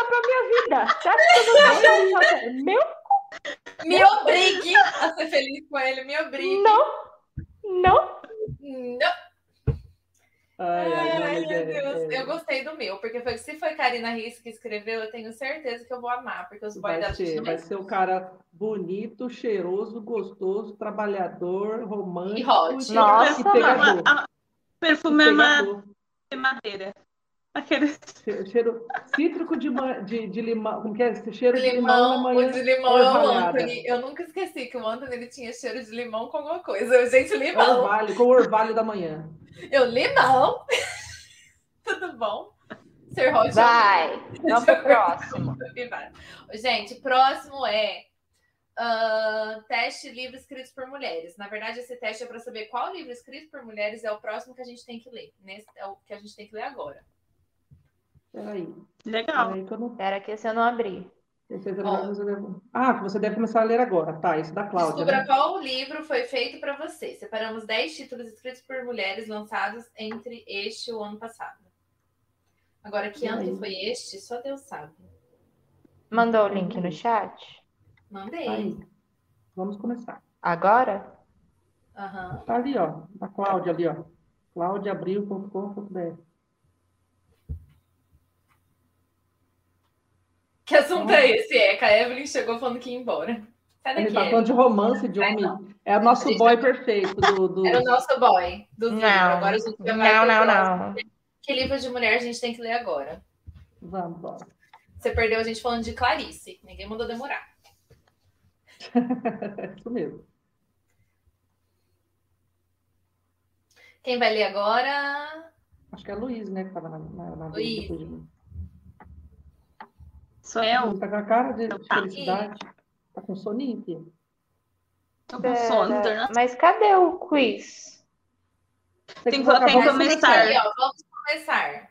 Speaker 2: problema pra minha vida. Você acha que eu não quero solteira? Meu
Speaker 4: Me obrigue a ser feliz com ele, me obrigue.
Speaker 2: não! Não!
Speaker 4: Não.
Speaker 5: Ai, ai, não,
Speaker 4: Ai,
Speaker 5: mas é-
Speaker 4: meu Deus.
Speaker 5: é-
Speaker 4: Eu gostei do meu, porque foi, se foi Karina Riz que escreveu, eu tenho certeza que eu vou amar, porque os boys
Speaker 5: Vai
Speaker 4: da
Speaker 5: ser,
Speaker 4: gente
Speaker 5: vai ser um cara bonito, cheiroso, gostoso, trabalhador, romântico.
Speaker 4: E hot.
Speaker 5: e-
Speaker 2: Nossa,
Speaker 5: e
Speaker 2: mano.
Speaker 5: pegador.
Speaker 6: A- a- Perfume é ma-
Speaker 5: Pegador.
Speaker 6: de madeira. Aquele-
Speaker 5: Che- Cheiro cítrico de, ma- de, de limão. Como que é? esse Cheiro
Speaker 4: de
Speaker 5: de limão na
Speaker 4: limão, o
Speaker 5: manhã.
Speaker 4: de limão
Speaker 5: é
Speaker 4: é o
Speaker 5: orvalhada.
Speaker 4: Anthony. Eu nunca esqueci que o Anthony ele tinha cheiro de limão com alguma coisa. Eu, gente, limão.
Speaker 5: Orvalho, com É o orvalho da manhã.
Speaker 4: Eu, limão. Tudo bom? Ser hot. é
Speaker 2: Vai! Vamos pro próximo.
Speaker 4: Gente, próximo é ah, teste livro escritos por mulheres. Na verdade, esse teste é para saber qual livro escrito por mulheres é o próximo que a gente tem que ler. Nesse é o que a gente tem que ler agora.
Speaker 5: Peraí.
Speaker 6: Legal.
Speaker 5: Peraí que eu não.
Speaker 2: Pera que esse eu não abri.
Speaker 5: Esse é o
Speaker 4: Ó.
Speaker 5: Dragon's Eleven. Ah, que você deve começar a ler agora. Tá, esse da Cláudia.
Speaker 4: Descubra
Speaker 5: né?
Speaker 4: qual livro foi feito para você. Separamos 10 títulos escritos por mulheres lançados entre este e o ano passado. Agora, que ano que foi este? Só Deus sabe.
Speaker 2: Mandou o link no chat?
Speaker 4: Mandei.
Speaker 5: Aí. Vamos começar.
Speaker 2: Agora?
Speaker 4: Aham.
Speaker 5: Tá ali, ó. Da Cláudia ali, ó. claudiabril.com.br.
Speaker 4: Que assunto é esse? É, que a Evelyn chegou falando que ia embora. é? Sai daqui.
Speaker 5: Ele tá
Speaker 4: Evelyn.
Speaker 5: falando de romance, de
Speaker 4: Vai,
Speaker 5: homem. É o nosso
Speaker 4: Gente,
Speaker 5: boy perfeito do, do-
Speaker 4: Era É o nosso boy do livro. Agora a gente já vai
Speaker 2: não,
Speaker 4: pro
Speaker 2: não,
Speaker 4: próximo.
Speaker 2: não.
Speaker 4: Que livro de mulher a gente tem que ler agora?
Speaker 5: Vamos, bora.
Speaker 4: Você perdeu a gente falando de Clarice. Ninguém mandou demorar.
Speaker 5: É isso mesmo.
Speaker 4: Quem vai ler agora?
Speaker 5: Acho que é a Luiz, né? Que tava na, na, na
Speaker 4: Luiz.
Speaker 5: depois de mim.
Speaker 6: Sou eu?
Speaker 5: Tá com a cara de de
Speaker 6: Tá.
Speaker 5: felicidade. Tá com soninho, filha.
Speaker 6: Tô com sono, dor
Speaker 2: Pera,
Speaker 6: nas
Speaker 2: Mas cadê o quiz?
Speaker 5: Tem
Speaker 6: que colocar em
Speaker 5: voz-
Speaker 6: começar.
Speaker 4: Aqui, ó, vamos começar.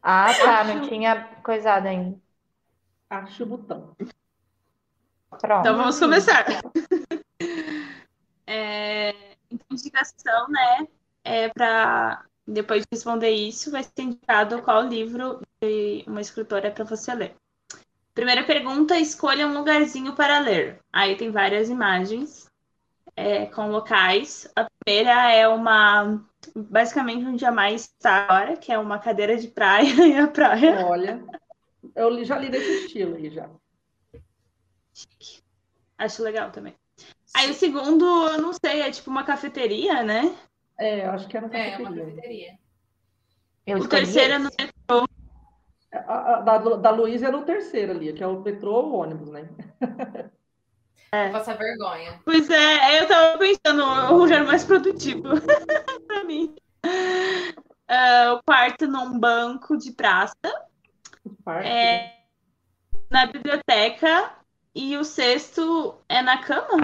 Speaker 2: Ah, tá, não tinha coisado ainda.
Speaker 5: Acha o botão.
Speaker 2: Pronto.
Speaker 6: Então vamos começar. É, então, indicação, né? É para depois de responder isso, vai ser indicado qual livro de uma escritora é para você ler. Primeira pergunta: escolha um lugarzinho para ler. Aí tem várias imagens é, com locais. A primeira é uma basicamente onde a mais está agora, que é uma cadeira de praia e a praia.
Speaker 5: Olha. Eu li- já li desse estilo aí já.
Speaker 6: Acho legal também. Aí o segundo, eu não sei, é tipo uma cafeteria, né?
Speaker 5: É, eu acho que era um
Speaker 4: É, uma
Speaker 5: cafeteria.
Speaker 4: cafeteria.
Speaker 2: Eu
Speaker 6: O
Speaker 2: escolhi
Speaker 6: terceiro é
Speaker 2: esse.
Speaker 6: no
Speaker 5: É, A- a- da, da Luiz era o terceiro ali, que é o metrô ou ônibus, né?
Speaker 4: Vou Passar vergonha.
Speaker 6: Pois é, eu tava pensando, o lugar mais produtivo pra mim. Ah, o quarto num banco de praça,
Speaker 5: O parque.
Speaker 6: É. na biblioteca, e o sexto é na cama.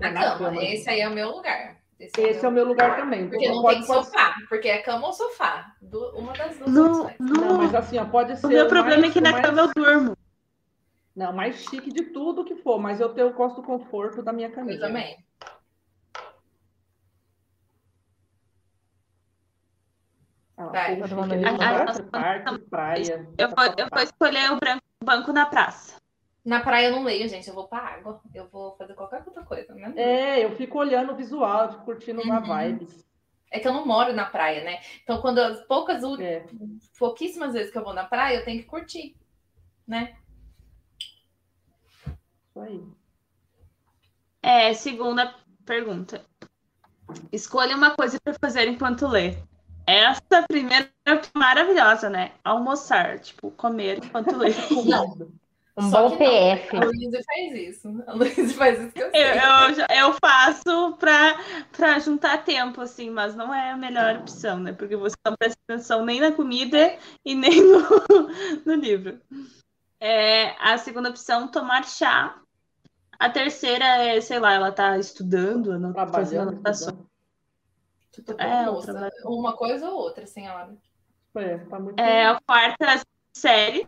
Speaker 4: Na
Speaker 5: Na
Speaker 4: cama.
Speaker 5: cama.
Speaker 4: Esse aí é o meu lugar. Esse,
Speaker 5: Esse é o meu lugar também. Então,
Speaker 4: Porque não
Speaker 5: Pode-
Speaker 4: tem
Speaker 5: pode-
Speaker 4: sofá. Porque é cama ou sofá. Du- Uma das duas
Speaker 6: No,
Speaker 4: opções.
Speaker 6: no-
Speaker 5: Não, mas assim, ó, pode ser.
Speaker 6: o meu problema
Speaker 5: mais-
Speaker 6: é que na
Speaker 5: mais-
Speaker 6: cama eu durmo.
Speaker 5: Não, mais chique de tudo que for, mas eu tenho eu gosto do conforto da minha
Speaker 4: Eu
Speaker 5: camisa.
Speaker 4: também.
Speaker 5: Ah, lá,
Speaker 4: Vai.
Speaker 5: povo
Speaker 2: Todo mundo
Speaker 5: chique,
Speaker 2: junto.
Speaker 5: né?
Speaker 6: Ah,
Speaker 5: Praça, parque, praia.
Speaker 6: Eu vou, eu vou escolher o branco- banco na praça.
Speaker 4: Na praia eu não leio, gente. Eu vou pra água. Eu vou fazer qualquer outra coisa. Né?
Speaker 5: É, eu fico olhando o visual, eu fico curtindo
Speaker 6: Uhum.
Speaker 5: uma vibes.
Speaker 4: É que eu não moro na praia, né? Então, quando as poucas, u-
Speaker 5: É.
Speaker 4: pouquíssimas vezes que eu vou na praia, eu tenho que curtir.
Speaker 5: Isso aí.
Speaker 6: É, segunda pergunta. Escolha uma coisa pra fazer enquanto lê. Essa primeira é maravilhosa, né? Almoçar, tipo, comer enquanto lê.
Speaker 5: Comida.
Speaker 2: Um
Speaker 4: Só
Speaker 2: bom
Speaker 4: que não.
Speaker 2: PF.
Speaker 4: A Luísa faz isso. A Luísa faz isso que eu sei.
Speaker 6: Eu, eu, já- eu faço pra, pra juntar tempo, assim, mas não é a melhor opção, né? Porque você não presta atenção nem na comida e nem no, no livro. É, a segunda opção, tomar chá. A terceira é, sei lá, ela tá estudando, anot- fazendo
Speaker 5: Trabalhando.
Speaker 6: anotações.
Speaker 4: Tudo
Speaker 5: estudando. né?
Speaker 4: bom,
Speaker 6: É, eu
Speaker 4: Tipo, moça?
Speaker 6: trabalho.
Speaker 4: Uma coisa ou outra, senhora.
Speaker 5: É, tá muito.
Speaker 6: É, a quarta série,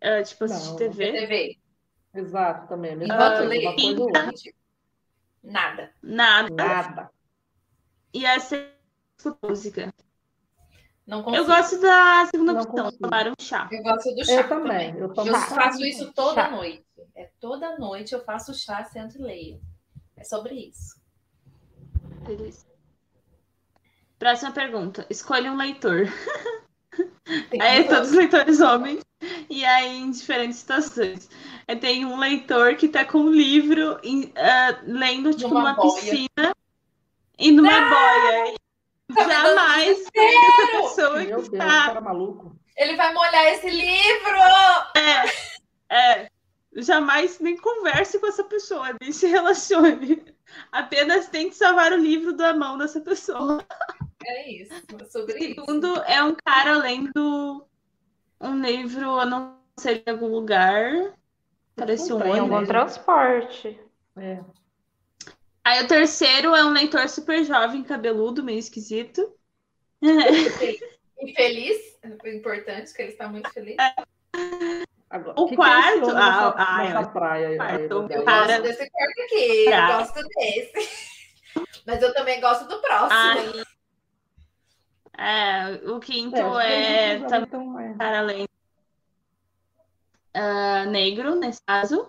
Speaker 6: é, tipo,
Speaker 5: Não.
Speaker 6: assistir TV.
Speaker 4: TV.
Speaker 5: Exato, também. a mesma
Speaker 4: Enquanto
Speaker 5: coisa,
Speaker 4: lê,
Speaker 5: uma Ah, coisa ou outra.
Speaker 4: Nada.
Speaker 6: Nada.
Speaker 5: Nada.
Speaker 6: E a sexta, música.
Speaker 4: Não
Speaker 6: Eu
Speaker 4: consigo.
Speaker 6: gosto da segunda
Speaker 5: Não
Speaker 6: opção,
Speaker 5: consigo.
Speaker 6: tomar um chá.
Speaker 4: Eu gosto do chá.
Speaker 5: Eu também. Eu tomo
Speaker 4: Eu
Speaker 5: chá.
Speaker 4: faço isso toda
Speaker 2: Chá.
Speaker 4: noite. É toda noite eu faço chá, sento e leio. É sobre isso.
Speaker 6: Beleza. Próxima pergunta. Escolha um leitor.
Speaker 4: Tem
Speaker 6: Aí
Speaker 4: que-
Speaker 6: todos os leitores homens. E aí, em diferentes situações. Aí tem um leitor que tá com um livro em- ah, lendo, tipo,
Speaker 4: Numa
Speaker 6: numa,
Speaker 4: boia.
Speaker 6: piscina e numa boia.
Speaker 5: Tá
Speaker 6: Jamais tem essa pessoa
Speaker 5: Meu Deus,
Speaker 6: que
Speaker 5: o
Speaker 6: tá.
Speaker 5: cara maluco.
Speaker 4: Ele vai molhar esse livro!
Speaker 6: É, jamais nem converse com essa pessoa, nem se relacione. Apenas tente salvar o livro da mão dessa pessoa.
Speaker 4: É isso. É
Speaker 6: O
Speaker 4: sobre isso.
Speaker 6: segundo é um cara lendo um livro, eu não seria em algum lugar. Parece um
Speaker 2: Em
Speaker 5: Olha,
Speaker 6: ônibus.
Speaker 2: algum
Speaker 5: gente.
Speaker 2: transporte.
Speaker 5: É.
Speaker 6: Aí o terceiro é um leitor super jovem, cabeludo, meio esquisito.
Speaker 4: Infeliz, importante, que ele está muito feliz.
Speaker 6: É,
Speaker 5: Agora,
Speaker 6: O
Speaker 5: que que
Speaker 6: quarto-
Speaker 5: esse homem
Speaker 6: ah,
Speaker 5: nessa,
Speaker 6: ah,
Speaker 5: nessa
Speaker 6: é.
Speaker 5: praia. aí,
Speaker 6: Quarto,
Speaker 5: meu Deus? É,
Speaker 4: Eu
Speaker 6: Para.
Speaker 4: gosto desse quarto aqui, eu
Speaker 6: Para.
Speaker 4: gosto desse. Mas eu também gosto do próximo.
Speaker 6: Aí. É, o quinto
Speaker 5: acho que
Speaker 6: é,
Speaker 5: eles não
Speaker 6: também
Speaker 5: aguentam mais.
Speaker 6: para além. Ah, negro, nesse caso.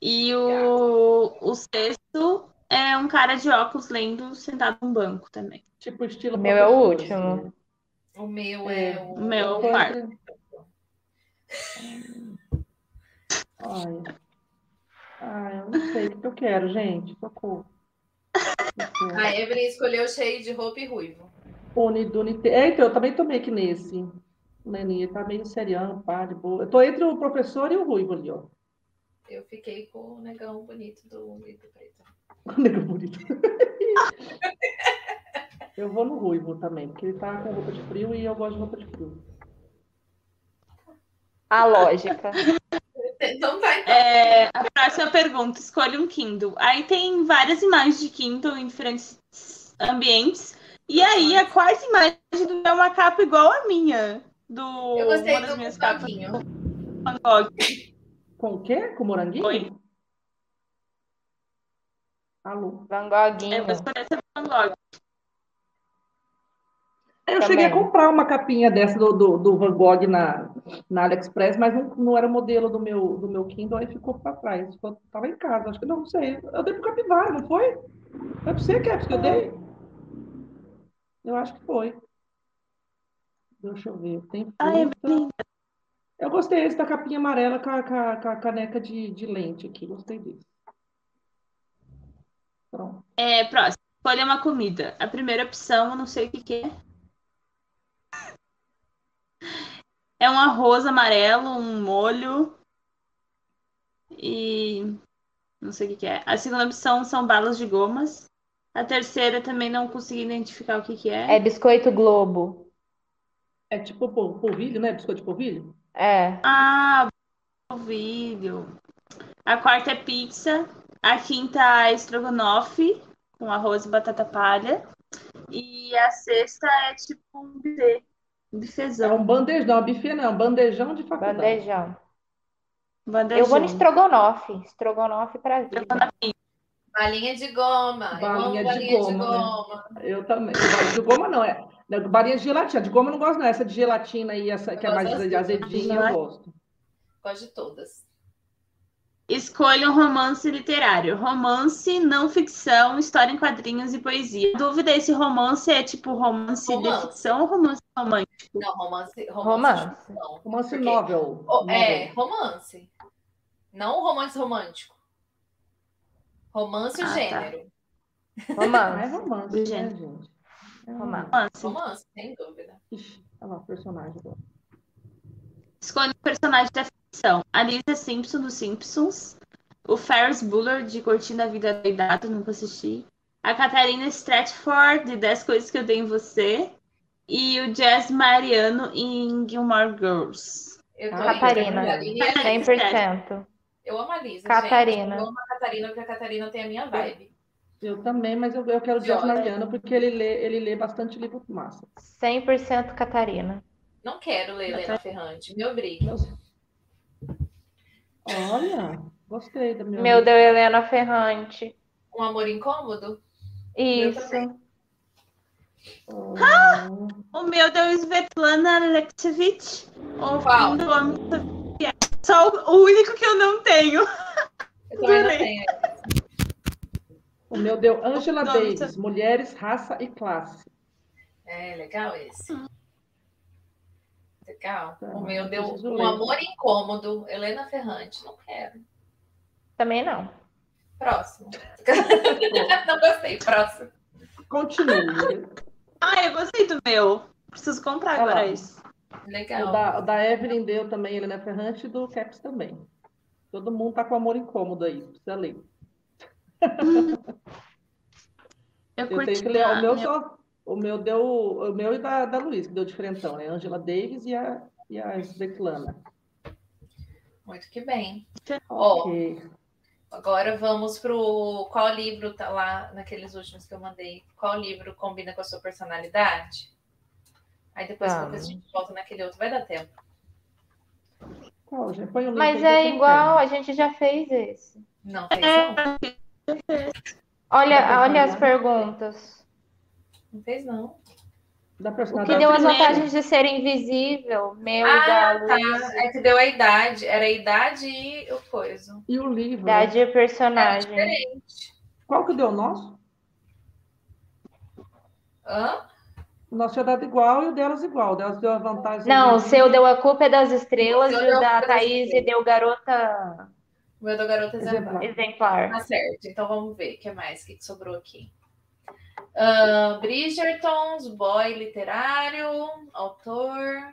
Speaker 6: E o, o sexto é um cara de óculos lendo sentado num banco também.
Speaker 5: Tipo estilo
Speaker 2: O meu é o
Speaker 5: professor,
Speaker 2: último.
Speaker 5: assim.
Speaker 4: O meu é o.
Speaker 6: O meu é o
Speaker 5: Então,
Speaker 6: quarto.
Speaker 5: assim, Olha. Ah, eu não sei o que eu quero, gente. Socorro. Socorro.
Speaker 4: A Evelyn escolheu cheio de roupa e ruivo.
Speaker 5: Pone do Nite- É, então, eu também tô meio que nesse. Leninha, tá meio serião, pá, de boa. Eu tô entre o professor e o Ruivo ali, ó.
Speaker 4: Eu fiquei com o negão bonito do Grito Preto.
Speaker 5: O nego bonito. Eu vou no Ruivo também, porque ele tá com roupa de frio e eu gosto de roupa de frio.
Speaker 2: A lógica.
Speaker 4: Então vai.
Speaker 6: É, a próxima pergunta, escolha um Kindle. Aí tem várias imagens de Kindle em diferentes ambientes. E aí a quarta imagem do- é uma capa igual a minha. Do,
Speaker 4: Eu gostei
Speaker 6: É, uma das minhas
Speaker 4: do
Speaker 6: capas
Speaker 4: Paguinho.
Speaker 6: do Van Gogh.
Speaker 5: Com o quê? Com moranguinho?
Speaker 6: Oi.
Speaker 5: Alô?
Speaker 2: Van
Speaker 6: Eu
Speaker 2: Goghinho.
Speaker 6: vou escolher essa do Van Gogh.
Speaker 5: Eu
Speaker 2: Também.
Speaker 5: cheguei a comprar uma capinha dessa do, do, do Van Gogh na, na AliExpress, mas não, não era o modelo do meu, do meu Kindle, aí ficou pra trás. Ficou, tava em casa, acho que não, não sei. Eu dei pro Capivara, não foi? Foi pra você, Caps, que eu dei? Eu acho que foi. Deixa eu ver. Tem
Speaker 6: Ai, é
Speaker 5: fruta. eu gostei desse da capinha amarela com a, com a- com a caneca de, de lente aqui. Gostei desse. Pronto.
Speaker 6: É, próximo. Escolha uma comida. A primeira opção, eu não sei o que, que é. É um arroz amarelo, um molho. E. Não sei o que, que é. A segunda opção são balas de gomas. A terceira também não consegui identificar o que, que é.
Speaker 2: É Biscoito Globo.
Speaker 5: É tipo pol- polvilho, né? Biscoito de polvilho?
Speaker 2: É.
Speaker 6: Ah, polvilho. A quarta é pizza. A quinta é estrogonofe com arroz e batata palha. E a sexta é tipo um buffet. Um
Speaker 5: É
Speaker 6: bifezão.
Speaker 5: um bandejão, buffet não, é um bandejão de faculdade.
Speaker 2: Bandejão.
Speaker 6: um Bandejão.
Speaker 2: Eu vou no estrogonofe. Estrogonofe pra vida.
Speaker 4: Balinha de goma. Eu amo
Speaker 5: Balinha de
Speaker 4: balinha de
Speaker 5: goma,
Speaker 4: goma.
Speaker 5: né? Eu também. De goma não, é. não, Balinha de gelatina. De goma eu não gosto, não. Essa de gelatina e essa que é
Speaker 4: Eu
Speaker 5: mais
Speaker 4: gosto
Speaker 5: de
Speaker 4: assim.
Speaker 5: azedinha, eu
Speaker 6: Gelatina.
Speaker 5: gosto.
Speaker 4: Gosto de todas.
Speaker 6: Escolha um romance literário. Romance, não ficção, história em quadrinhos e poesia. A Dúvida é se romance é tipo romance,
Speaker 4: Romance.
Speaker 6: de ficção ou romance romântico.
Speaker 4: Não, romance. Romance.
Speaker 2: Romance.
Speaker 4: não.
Speaker 5: Romance
Speaker 4: Porque-
Speaker 5: assim, novel.
Speaker 4: Oh, é,
Speaker 5: Novel.
Speaker 4: romance. Não um romance romântico. Romance o
Speaker 6: Ah, tá.
Speaker 4: gênero.
Speaker 5: Ah, é
Speaker 2: Romance.
Speaker 5: romance,
Speaker 6: Do
Speaker 5: né,
Speaker 6: gênero.
Speaker 5: gente? É
Speaker 2: Romance.
Speaker 6: Romance.
Speaker 4: Romance, sem dúvida.
Speaker 5: Ixi, olha lá, o personagem. agora.
Speaker 6: Escolha um personagem da ficção. A Lisa Simpson dos Simpsons. O Ferris Bueller de Curtindo a Vida Doidado, nunca assisti. A Catarina Stratford de 10 Coisas Que Eu Dei em Você. E o Jazz Mariano em Gilmore Girls.
Speaker 4: Eu tô
Speaker 5: Ah,
Speaker 4: entre
Speaker 2: Catarina.
Speaker 4: a Catarina e a Lisa.
Speaker 2: 100%.
Speaker 4: Eu amo a Lisa.
Speaker 2: Catarina.
Speaker 4: Gente. Eu amo a Catarina porque a Catarina tem a minha vibe.
Speaker 5: Eu também, mas eu, eu quero o Jeff
Speaker 4: Olha.
Speaker 5: Mariano, porque ele lê, ele lê bastante livro massa.
Speaker 2: 100% Catarina.
Speaker 4: Não quero ler Helena Ferrante. Me obrigue.
Speaker 5: Olha, gostei da minha.
Speaker 2: Meu Deus, Helena Ferrante.
Speaker 4: Um amor incômodo?
Speaker 2: Isso.
Speaker 4: também.
Speaker 5: Olha.
Speaker 6: O meu deu Svetlana Alexievich. O
Speaker 4: Qual?
Speaker 6: fim do homem soviético. é Só o- o único que eu não tenho.
Speaker 4: Eu também não
Speaker 6: Adorei.
Speaker 4: tenho.
Speaker 5: O meu deu Angela
Speaker 6: Nossa.
Speaker 5: Davis, Mulheres, Raça e Classe.
Speaker 4: É, legal esse. Legal.
Speaker 5: Tá,
Speaker 4: O meu deu
Speaker 5: preciso
Speaker 4: um
Speaker 5: ler.
Speaker 4: amor incômodo. Helena Ferrante. Não quero.
Speaker 2: Também não.
Speaker 4: Próximo. Não gostei. Próximo.
Speaker 5: Continue.
Speaker 6: Ah, eu gostei do meu. Preciso comprar
Speaker 5: Olha lá.
Speaker 6: agora isso.
Speaker 5: O
Speaker 4: Legal.
Speaker 5: da, o da Evelyn deu também, Helena Ferrante, e do Caps também. Todo mundo tá com amor incômodo aí, precisa ler.
Speaker 6: Eu,
Speaker 5: Eu
Speaker 6: curti.
Speaker 5: tenho que ler. O meu
Speaker 6: a-
Speaker 5: só. O meu deu. O meu e da, da Luiz, que deu diferentão, né? Angela Davis e a, e a Svetlana.
Speaker 4: Muito que bem. Ó, agora vamos pro qual livro tá lá naqueles últimos que eu mandei. Qual livro combina com a sua personalidade? Aí depois
Speaker 2: Tá.
Speaker 4: qualquer coisa, a gente volta naquele outro, vai dar tempo.
Speaker 5: Qual, gente? Põe o link aí
Speaker 2: Mas
Speaker 5: que eu
Speaker 2: é
Speaker 5: não
Speaker 2: igual, a gente já fez esse.
Speaker 4: Não, fez não.
Speaker 2: Olha,
Speaker 5: Tá
Speaker 2: olha as
Speaker 5: bom.
Speaker 2: perguntas.
Speaker 4: Não fez não.
Speaker 5: tenho. Da
Speaker 2: O
Speaker 5: personalidade.
Speaker 2: que deu as
Speaker 6: primeiro.
Speaker 2: vantagens de ser invisível, meu e É da
Speaker 4: Ah,
Speaker 2: Luísa.
Speaker 4: tá. É que deu a idade. Era a idade e o coisa.
Speaker 5: E o livro? né?
Speaker 2: Idade e
Speaker 4: Era
Speaker 2: personagem.
Speaker 4: É diferente.
Speaker 5: Qual que deu o nosso?
Speaker 4: Hã?
Speaker 5: O nosso tinha dado igual e o delas igual. O delas deu a vantagem.
Speaker 2: Não, o seu deu a culpa é das estrelas
Speaker 4: O
Speaker 2: e
Speaker 4: seu
Speaker 2: o
Speaker 4: deu a
Speaker 2: da
Speaker 4: culpa é das
Speaker 2: Thaís
Speaker 4: estrelas.
Speaker 2: deu garota
Speaker 4: O meu do garoto
Speaker 5: é
Speaker 4: exemplar.
Speaker 5: Exemplar.
Speaker 2: exemplar.
Speaker 4: Tá certo, então vamos ver o que mais, o que, que sobrou aqui. Ah, Bridgertons, boy literário, autor.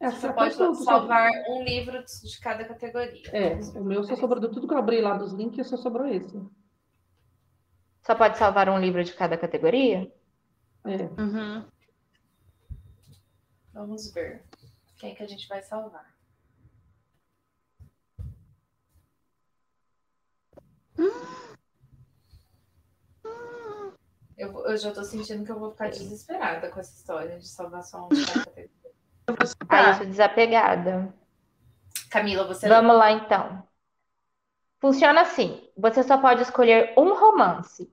Speaker 5: Essa
Speaker 4: Você
Speaker 5: foi
Speaker 4: pode
Speaker 5: tudo,
Speaker 4: salvar um livro de cada categoria.
Speaker 5: É, o meu só sobrou tudo que eu abri lá dos links, só sobrou esse.
Speaker 2: Só pode salvar um livro de cada categoria?
Speaker 5: É.
Speaker 6: Uhum.
Speaker 4: Vamos ver quem que a gente vai salvar. Eu, vou- eu já tô sentindo que eu vou ficar
Speaker 5: É.
Speaker 4: desesperada com essa história de salvar só um de cada categoria.
Speaker 2: Aí
Speaker 6: Tá.
Speaker 2: eu sou desapegada.
Speaker 4: Camila, você
Speaker 2: Vamos lá então. Funciona assim: você só pode escolher um romance,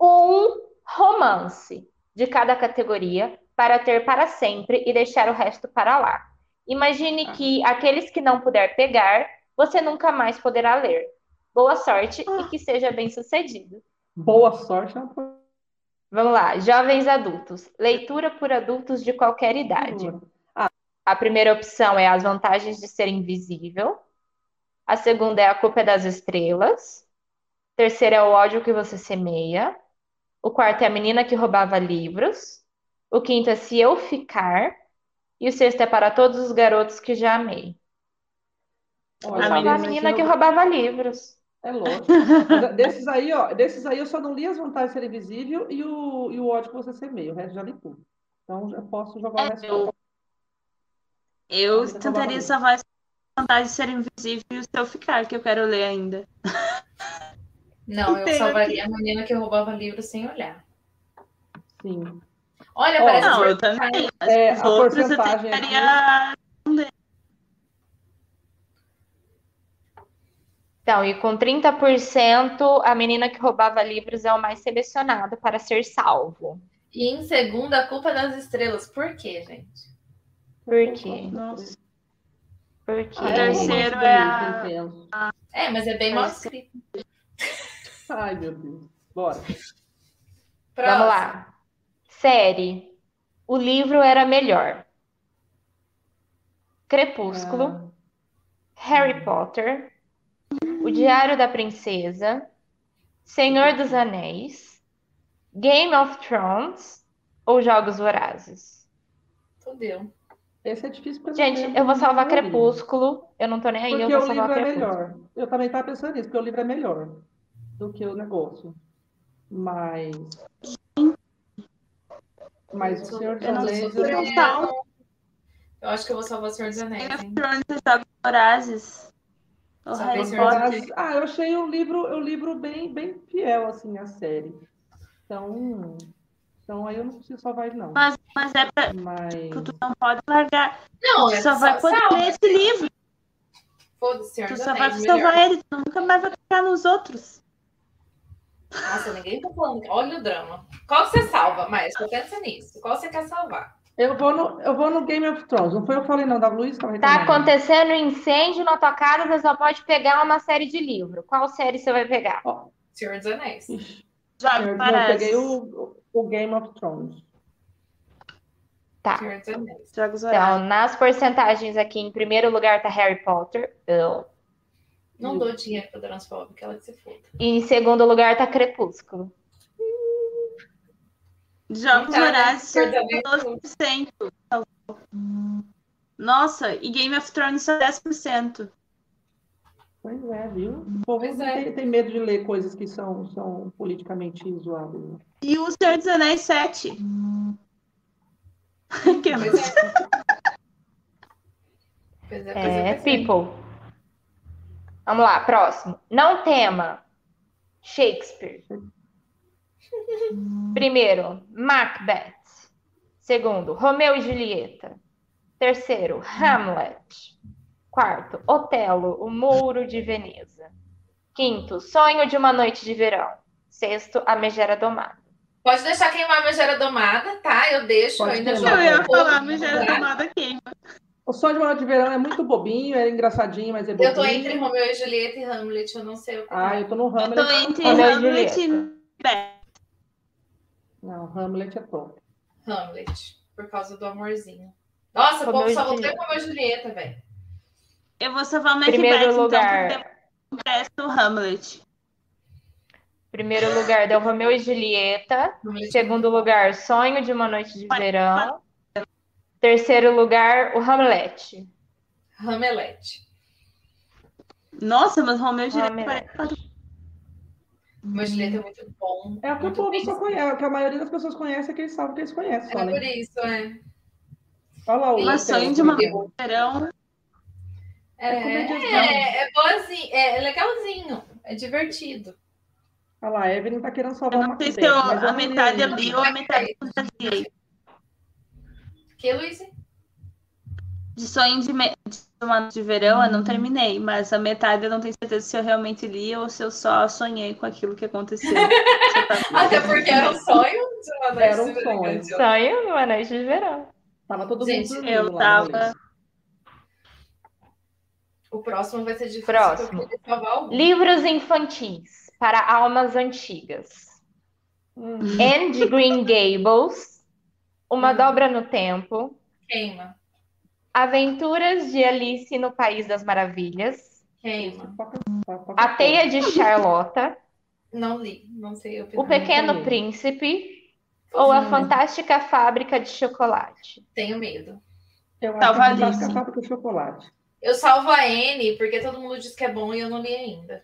Speaker 2: um romance de cada categoria para ter para sempre e deixar o resto para lá. Imagine que aqueles que não puder pegar, você nunca mais poderá ler. Boa sorte e que seja bem-sucedido.
Speaker 5: Boa sorte. é uma coisa
Speaker 2: Vamos lá, jovens adultos. Leitura por adultos de qualquer idade.
Speaker 5: boa.
Speaker 2: A primeira opção é as vantagens de ser invisível. A segunda é a culpa é das estrelas. Terceira é o ódio que você semeia. O quarto é a menina que roubava livros. O quinto é se eu ficar. E o sexto é para todos os garotos que já amei.
Speaker 5: Olha,
Speaker 2: A menina,
Speaker 5: esse
Speaker 2: menina
Speaker 5: eu-
Speaker 2: né, que roubava livros.
Speaker 5: É lógico. Mas desses aí, ó, desses aí eu só não li as vantagens de ser invisível e o, e o ódio que você semeia. O resto já li tudo. Então já posso jogar o resto.
Speaker 6: É, eu-
Speaker 5: fora.
Speaker 6: Eu
Speaker 5: Você salvava
Speaker 6: tentaria salvar essa vantagem de ser invisível e o seu ficar, que eu quero ler ainda.
Speaker 4: Não, eu
Speaker 6: Tem
Speaker 4: salvaria a menina que roubava livro sem olhar.
Speaker 5: Sim.
Speaker 4: Olha,
Speaker 5: Ó,
Speaker 4: parece
Speaker 6: Não, eu
Speaker 4: que
Speaker 6: também. Mas
Speaker 5: É,
Speaker 6: os
Speaker 5: a
Speaker 6: outros eu
Speaker 5: porcentagem aqui-
Speaker 6: tentaria.
Speaker 2: Então, e com 30%, a menina que roubava livros é o mais selecionado para ser salvo.
Speaker 4: E em segundo, a culpa é das estrelas. Por quê, gente?
Speaker 2: Por quê?
Speaker 6: Nossa.
Speaker 2: Porque
Speaker 5: Ah, é um
Speaker 6: Terceiro
Speaker 5: romance
Speaker 6: é
Speaker 5: bonito,
Speaker 6: a-
Speaker 5: intenso.
Speaker 4: É, mas é bem mal
Speaker 6: Mas-
Speaker 4: escrito.
Speaker 5: Ai, meu Deus. Bora.
Speaker 2: Vamos
Speaker 4: Próximo.
Speaker 2: lá. Série. O livro era melhor.
Speaker 5: Ah.
Speaker 2: Crepúsculo, Harry Potter, O Diário da Princesa, Senhor dos Anéis, Game of Thrones ou Jogos Vorazes?
Speaker 4: Fudeu.
Speaker 5: Ah, esse é difícil porque eu não
Speaker 2: Gente,
Speaker 5: lembro
Speaker 2: eu vou
Speaker 5: muito
Speaker 2: salvar
Speaker 5: do livro.
Speaker 2: Crepúsculo. Eu não tô nem aí, eu
Speaker 5: Porque
Speaker 2: vou
Speaker 5: o
Speaker 2: salvar
Speaker 5: livro é
Speaker 2: Crepúsculo.
Speaker 5: melhor. Eu também estava pensando nisso, porque o livro é melhor do que o negócio. Mas. Mas o Senhor dos
Speaker 6: Eu não
Speaker 5: Anéis.
Speaker 6: sou
Speaker 5: eu não-
Speaker 6: Então,
Speaker 4: Eu acho que eu vou salvar o Senhor
Speaker 6: É.
Speaker 4: dos Anéis, hein?
Speaker 6: Crônicas Jogos Vorazes. O
Speaker 4: Só
Speaker 6: Harry
Speaker 4: tem
Speaker 6: Potter.
Speaker 5: Mas- ah, eu achei o livro, o livro bem, bem fiel assim à série. Então, então aí eu não preciso salvar ele não.
Speaker 6: Mas, mas é pra.
Speaker 5: Mas
Speaker 6: Tu não pode largar.
Speaker 4: Não,
Speaker 6: Tu só vai poder
Speaker 4: salva.
Speaker 6: ler esse livro.
Speaker 4: Foda-se, Senhor
Speaker 6: Tu
Speaker 4: dos
Speaker 6: só vai
Speaker 4: Anéis. é melhor.
Speaker 6: salvar ele. Tu nunca mais vai clicar nos outros.
Speaker 4: Nossa, ninguém tá falando. Olha o drama. Qual que você salva mais? Só pensa nisso. Qual você quer salvar?
Speaker 5: eu vou no, eu vou no Game of Thrones. Não foi eu que falei não da Luiz que tava
Speaker 2: Tá
Speaker 5: reclamando.
Speaker 2: acontecendo um incêndio na tua casa, você só pode pegar uma série de livro. Qual série você vai pegar?
Speaker 4: Senhor dos Anéis.
Speaker 5: Ixi,
Speaker 6: Jogos
Speaker 5: eu, eu peguei
Speaker 6: Vorazes.
Speaker 5: o, o Game of Thrones.
Speaker 2: Tá.
Speaker 4: Senhor dos Anéis.
Speaker 6: Jogos Vorazes.
Speaker 2: Então, nas porcentagens aqui, em primeiro lugar tá Harry Potter. Eu.
Speaker 4: Não dou dinheiro pra transfóbica, ela que se foda.
Speaker 2: E em segundo lugar tá Crepúsculo.
Speaker 6: Jogos
Speaker 4: Cara,
Speaker 6: Vorazes só
Speaker 4: Senhor dos Anéis.
Speaker 6: 12%. Nossa, e Game of Thrones só 10%.
Speaker 5: Pois é, viu? O povo
Speaker 4: Pois é.
Speaker 5: tem, tem medo de ler coisas que são, são politicamente zoadas. né?
Speaker 6: E o Senhor dos Anéis 7. Que
Speaker 4: Pois é. Pois é, pois
Speaker 2: É,
Speaker 4: pois é.
Speaker 2: People. Vamos lá, próximo. Não tema. Shakespeare. Primeiro, Macbeth. Segundo, Romeu e Julieta. Terceiro, Hamlet. Quarto, Otelo, o Mouro de Veneza. Quinto, Sonho de uma Noite de Verão. Sexto, A Megera Domada.
Speaker 4: Pode deixar queimar a megera domada, tá? Eu deixo,
Speaker 5: Pode
Speaker 4: eu ainda
Speaker 2: é,
Speaker 5: queimar.
Speaker 4: jogo.
Speaker 6: Eu ia
Speaker 4: um pouco
Speaker 6: falar,
Speaker 4: no
Speaker 6: mas já é era
Speaker 4: lugar.
Speaker 6: tomada queima.
Speaker 5: O sonho de uma noite de verão é muito bobinho, é engraçadinho, mas é bobinho.
Speaker 4: Eu tô entre Romeu e Julieta e Hamlet, eu não sei o que. é
Speaker 5: Ah, eu tô no
Speaker 6: Eu
Speaker 5: Hamlet.
Speaker 6: tô Então, entre
Speaker 2: Romeu e
Speaker 6: Hamlet e
Speaker 2: Julieta.
Speaker 6: Macbeth.
Speaker 5: Não, Hamlet é top.
Speaker 4: Hamlet, por causa do amorzinho. Nossa, o povo
Speaker 2: Romeu e
Speaker 4: só voltou
Speaker 2: Julieta.
Speaker 4: com a Julieta, velho.
Speaker 6: Eu vou salvar o Macbeth,
Speaker 2: Primeiro
Speaker 6: então,
Speaker 2: lugar.
Speaker 6: porque eu presto o Hamlet.
Speaker 2: Primeiro lugar deu Romeu e Julieta.
Speaker 4: Hamlet.
Speaker 2: Segundo lugar, Sonho de uma Noite de Verão. Terceiro lugar, o Hamlet.
Speaker 4: Hamlet.
Speaker 6: Nossa, mas Romeu e Julieta
Speaker 2: Hamlet.
Speaker 6: parece...
Speaker 4: Meu Julieta é muito bom.
Speaker 5: É o que o
Speaker 4: muito
Speaker 5: povo
Speaker 4: triste.
Speaker 5: só conhece, o que a maioria das pessoas conhece é que eles sabem que eles conhecem. Só,
Speaker 4: É por
Speaker 5: né?
Speaker 4: isso, é.
Speaker 5: Olha lá o
Speaker 6: Mas sonho
Speaker 2: Então,
Speaker 6: de uma
Speaker 5: Otelo.
Speaker 6: noite de verão.
Speaker 4: É,
Speaker 5: É comediazão.
Speaker 4: é, é boazinho, é legalzinho, é divertido.
Speaker 5: Olha lá, a Evelyn tá querendo salvar
Speaker 6: Eu
Speaker 5: uma
Speaker 6: não sei se
Speaker 5: cadeia,
Speaker 6: eu-
Speaker 5: mas
Speaker 6: a
Speaker 5: não li
Speaker 6: metade eu
Speaker 5: ainda.
Speaker 6: li ou a metade eu fantasiei.
Speaker 4: Que, Luiz?
Speaker 6: De sonho de, me... de uma noite de verão eu não terminei, mas a metade eu não tenho certeza se eu realmente li ou se eu só sonhei com aquilo que aconteceu. tá Se eu tava-
Speaker 4: Até porque era um sonho de uma noite
Speaker 5: Era um
Speaker 4: super
Speaker 5: sonho.
Speaker 4: elegante.
Speaker 2: Sonho de uma Noite de Verão.
Speaker 5: Tava todo
Speaker 4: Gente,
Speaker 5: mundo dormindo
Speaker 6: eu
Speaker 5: lá no
Speaker 6: tava-
Speaker 5: rolê.
Speaker 4: O próximo vai ser difícil.
Speaker 2: Próximo.
Speaker 4: porque eu queria salvar algum.
Speaker 2: Livros infantis para almas antigas.
Speaker 5: Hum,
Speaker 2: Anne de Green Gables. Uma
Speaker 4: Hum.
Speaker 2: Dobra no Tempo.
Speaker 4: Queima,
Speaker 2: Aventuras de Alice no País das Maravilhas,
Speaker 4: queima.
Speaker 5: paca- paca-
Speaker 2: A Teia de Charlotta,
Speaker 4: Não li, não sei
Speaker 2: O
Speaker 4: opinar.
Speaker 2: Pequeno
Speaker 5: li.
Speaker 2: Príncipe ou A Fantástica Fábrica de Chocolate.
Speaker 4: Tenho medo.
Speaker 5: Eu acho
Speaker 6: Tava
Speaker 5: que
Speaker 6: ali,
Speaker 5: tá
Speaker 6: sim.
Speaker 5: cafado com chocolate.
Speaker 4: Eu salvo a N porque todo mundo diz que é bom e eu não li ainda.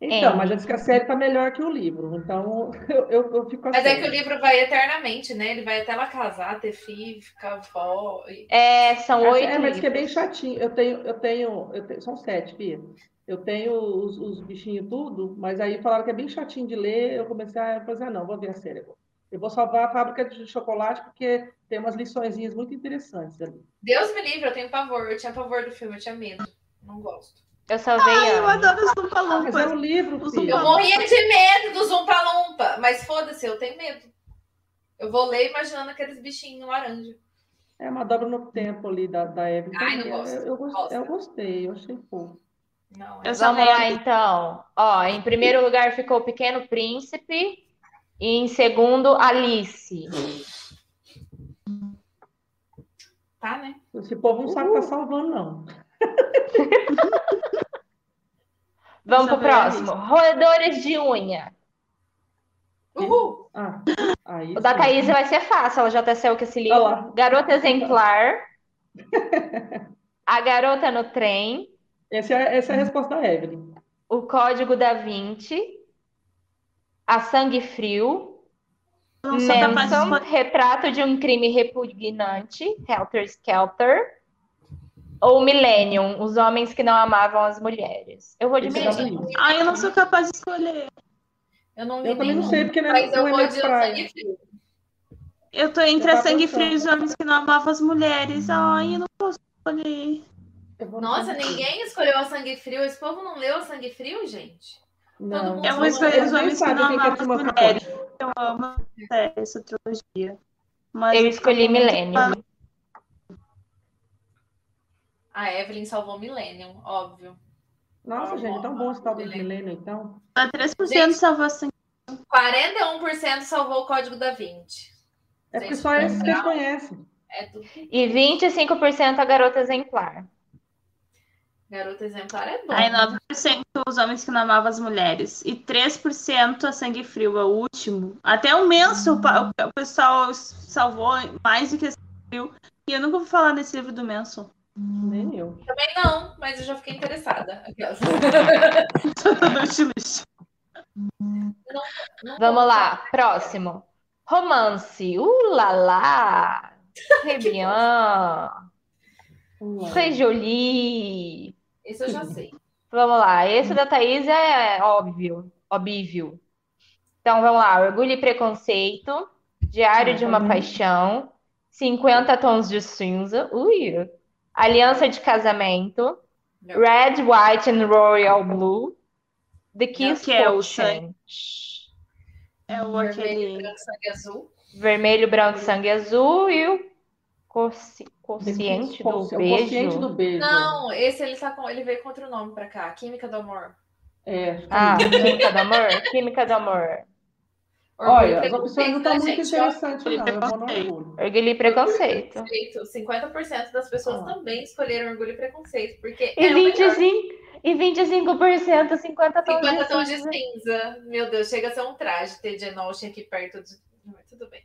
Speaker 5: Então,
Speaker 2: É.
Speaker 5: mas já disse que a série tá melhor que o livro, então eu, eu, eu fico assim.
Speaker 4: Mas é que o livro vai eternamente, né? Ele vai até ela casar, ter filho, ficar avó. e-
Speaker 2: É, são
Speaker 5: Mas-
Speaker 2: oito
Speaker 5: É, mas que é
Speaker 2: livros.
Speaker 5: bem chatinho. Eu tenho, eu tenho, eu tenho- são sete, Pia. Eu tenho os, os bichinhos tudo, mas aí falaram que é bem chatinho de ler. Eu comecei a fazer, ah, não, vou ver a série agora. Eu vou salvar a fábrica de chocolate porque tem umas liçõezinhas muito interessantes ali.
Speaker 4: Deus me livre, eu tenho pavor. Eu tinha pavor do filme, eu tinha medo. Não gosto.
Speaker 2: Eu salvei
Speaker 6: Ai, eu
Speaker 2: Anne.
Speaker 6: adoro os
Speaker 5: Ah, mas é um
Speaker 6: Lumpa-Lumpas.
Speaker 5: livro,
Speaker 6: Os
Speaker 5: Pia.
Speaker 4: Eu morria de medo do Zumpa Lumpa, mas foda-se, eu tenho medo. Eu vou ler imaginando aqueles bichinhos laranja.
Speaker 5: É uma dobra no tempo ali da, da Evelyn.
Speaker 4: Ai, não
Speaker 5: Eu-
Speaker 4: gosto,
Speaker 5: Eu,
Speaker 4: não gosto.
Speaker 5: gostei, eu gostei, eu achei fofo.
Speaker 4: Não,
Speaker 6: Eu
Speaker 4: é-
Speaker 6: salvei
Speaker 2: Vamos
Speaker 6: a
Speaker 2: lá, então. Ó, em primeiro lugar ficou O Pequeno Príncipe e em segundo Alice.
Speaker 4: tá, né?
Speaker 5: Esse povo não sabe tá salvando, não.
Speaker 2: Vamos
Speaker 6: Deixa
Speaker 2: pro
Speaker 6: eu ver a
Speaker 2: próximo. Roedores de Unha.
Speaker 4: Uhul!
Speaker 5: Ah, aí
Speaker 2: O da
Speaker 5: sim.
Speaker 2: Thaís vai ser fácil, ela já até saiu com esse livro.
Speaker 5: Olha lá.
Speaker 2: Garota Exemplar. A Garota no Trem.
Speaker 5: Esse é- essa é a resposta da Evelyn.
Speaker 2: O Código da Vinci. A Sangue Frio.
Speaker 6: Eu não sou
Speaker 2: Né,
Speaker 6: capaz de
Speaker 2: Manson.
Speaker 6: escolher.
Speaker 2: Retrato de um Crime Repugnante. Helter Skelter. Ou Millennium. Os Homens que Não Amavam as Mulheres. Eu vou de
Speaker 5: Esse é
Speaker 2: Millennium.
Speaker 5: da Evelyn.
Speaker 6: Ai, eu não sou capaz de escolher.
Speaker 4: Eu não vi
Speaker 5: Eu também não
Speaker 4: nenhum,
Speaker 5: sei, porque não é-
Speaker 4: mas eu
Speaker 5: não é
Speaker 4: vou
Speaker 5: minha
Speaker 4: de
Speaker 5: praia.
Speaker 4: sangue frio.
Speaker 6: Eu tô entre
Speaker 5: Eu
Speaker 6: a
Speaker 5: tava
Speaker 6: sangue
Speaker 5: tá pensando.
Speaker 6: frio e os homens que não amavam as mulheres. Ai, eu não posso escolher.
Speaker 5: Eu vou-
Speaker 4: Nossa, ninguém escolheu a sangue frio. Esse povo não leu a sangue frio, gente? todo
Speaker 5: Não,
Speaker 4: mundo
Speaker 6: Eu
Speaker 4: Nossa,
Speaker 6: vou escolher
Speaker 4: eles
Speaker 6: os
Speaker 5: nem
Speaker 6: homens que
Speaker 5: sabem
Speaker 6: não
Speaker 5: quem que é
Speaker 4: tá
Speaker 6: amavam as
Speaker 5: Truman
Speaker 6: mulheres.
Speaker 5: Capote.
Speaker 6: Eu amo é, essa trilogia. Mas
Speaker 2: Eu escolhi Millennium.
Speaker 4: A Evelyn salvou Millennium, óbvio.
Speaker 5: Nossa, gente, tão bom esse tal do
Speaker 4: Milênio.
Speaker 5: milênio, então.
Speaker 6: Tá 3%
Speaker 4: Gente.
Speaker 6: salvou sangue.
Speaker 4: 41% salvou o código da 20.
Speaker 5: É porque
Speaker 4: Gente,
Speaker 5: só esses que eles
Speaker 4: legal.
Speaker 5: conhecem.
Speaker 4: É do
Speaker 2: E 25% a Garota Exemplar.
Speaker 4: garoto exemplar é bom.
Speaker 6: Ai, 9% os homens que não amavam as mulheres. E 3% a sangue frio, é o último. Até o Menso, o pa- o pessoal salvou mais do que a sangue frio. E eu nunca ouvi falar nesse livro do Menso.
Speaker 5: Nem eu.
Speaker 4: Também não, mas eu já fiquei interessada. Aquelas. Não
Speaker 2: Vamos lá, próximo. Romance. Uh, Ulalá! Rebian!
Speaker 5: Vamos lá.
Speaker 2: Rejoli!
Speaker 4: Isso eu já sei.
Speaker 2: Vamos lá,
Speaker 6: Hum.
Speaker 2: esse da Thaís é óbvio, óbvio. Então vamos lá, Orgulho e Preconceito, Diário de
Speaker 6: Uhum.
Speaker 2: uma Paixão, 50 Tons de Cinza, ui, Aliança de Casamento,
Speaker 4: Não.
Speaker 2: Red, White and Royal Blue, The Kiss
Speaker 6: que é o
Speaker 2: Potion,
Speaker 6: É o
Speaker 4: Vermelho,
Speaker 6: aquele.
Speaker 4: branco, sangue azul.
Speaker 2: Vermelho, Branco, Sangue Azul e o consci- Consciente do
Speaker 5: Consci-
Speaker 2: Beijo.
Speaker 5: Consciente do beijo.
Speaker 4: Não, esse ele, tá com, ele veio contra o nome pra cá. Química do amor.
Speaker 5: É.
Speaker 2: Ah, Química do Amor? Química do Amor.
Speaker 5: Olha, as
Speaker 4: Orgulho e
Speaker 5: opções não estão
Speaker 4: preconceito,
Speaker 5: muito
Speaker 4: gente, ó.
Speaker 5: interessantes, não. Eu vou no
Speaker 6: Preconceito.
Speaker 5: orgulho.
Speaker 2: Orgulho e Preconceito.
Speaker 4: Preconceito. 50% das pessoas
Speaker 5: Ah.
Speaker 4: também escolheram orgulho e preconceito, porque
Speaker 2: E,
Speaker 4: é o melhor.
Speaker 2: 25, e 25%, 50 tons
Speaker 4: 50
Speaker 2: de
Speaker 4: tons de
Speaker 2: cinza.
Speaker 4: cinza. Meu Deus, chega a ser um traje ter Jane Austen aqui perto de. Mas Tudo bem.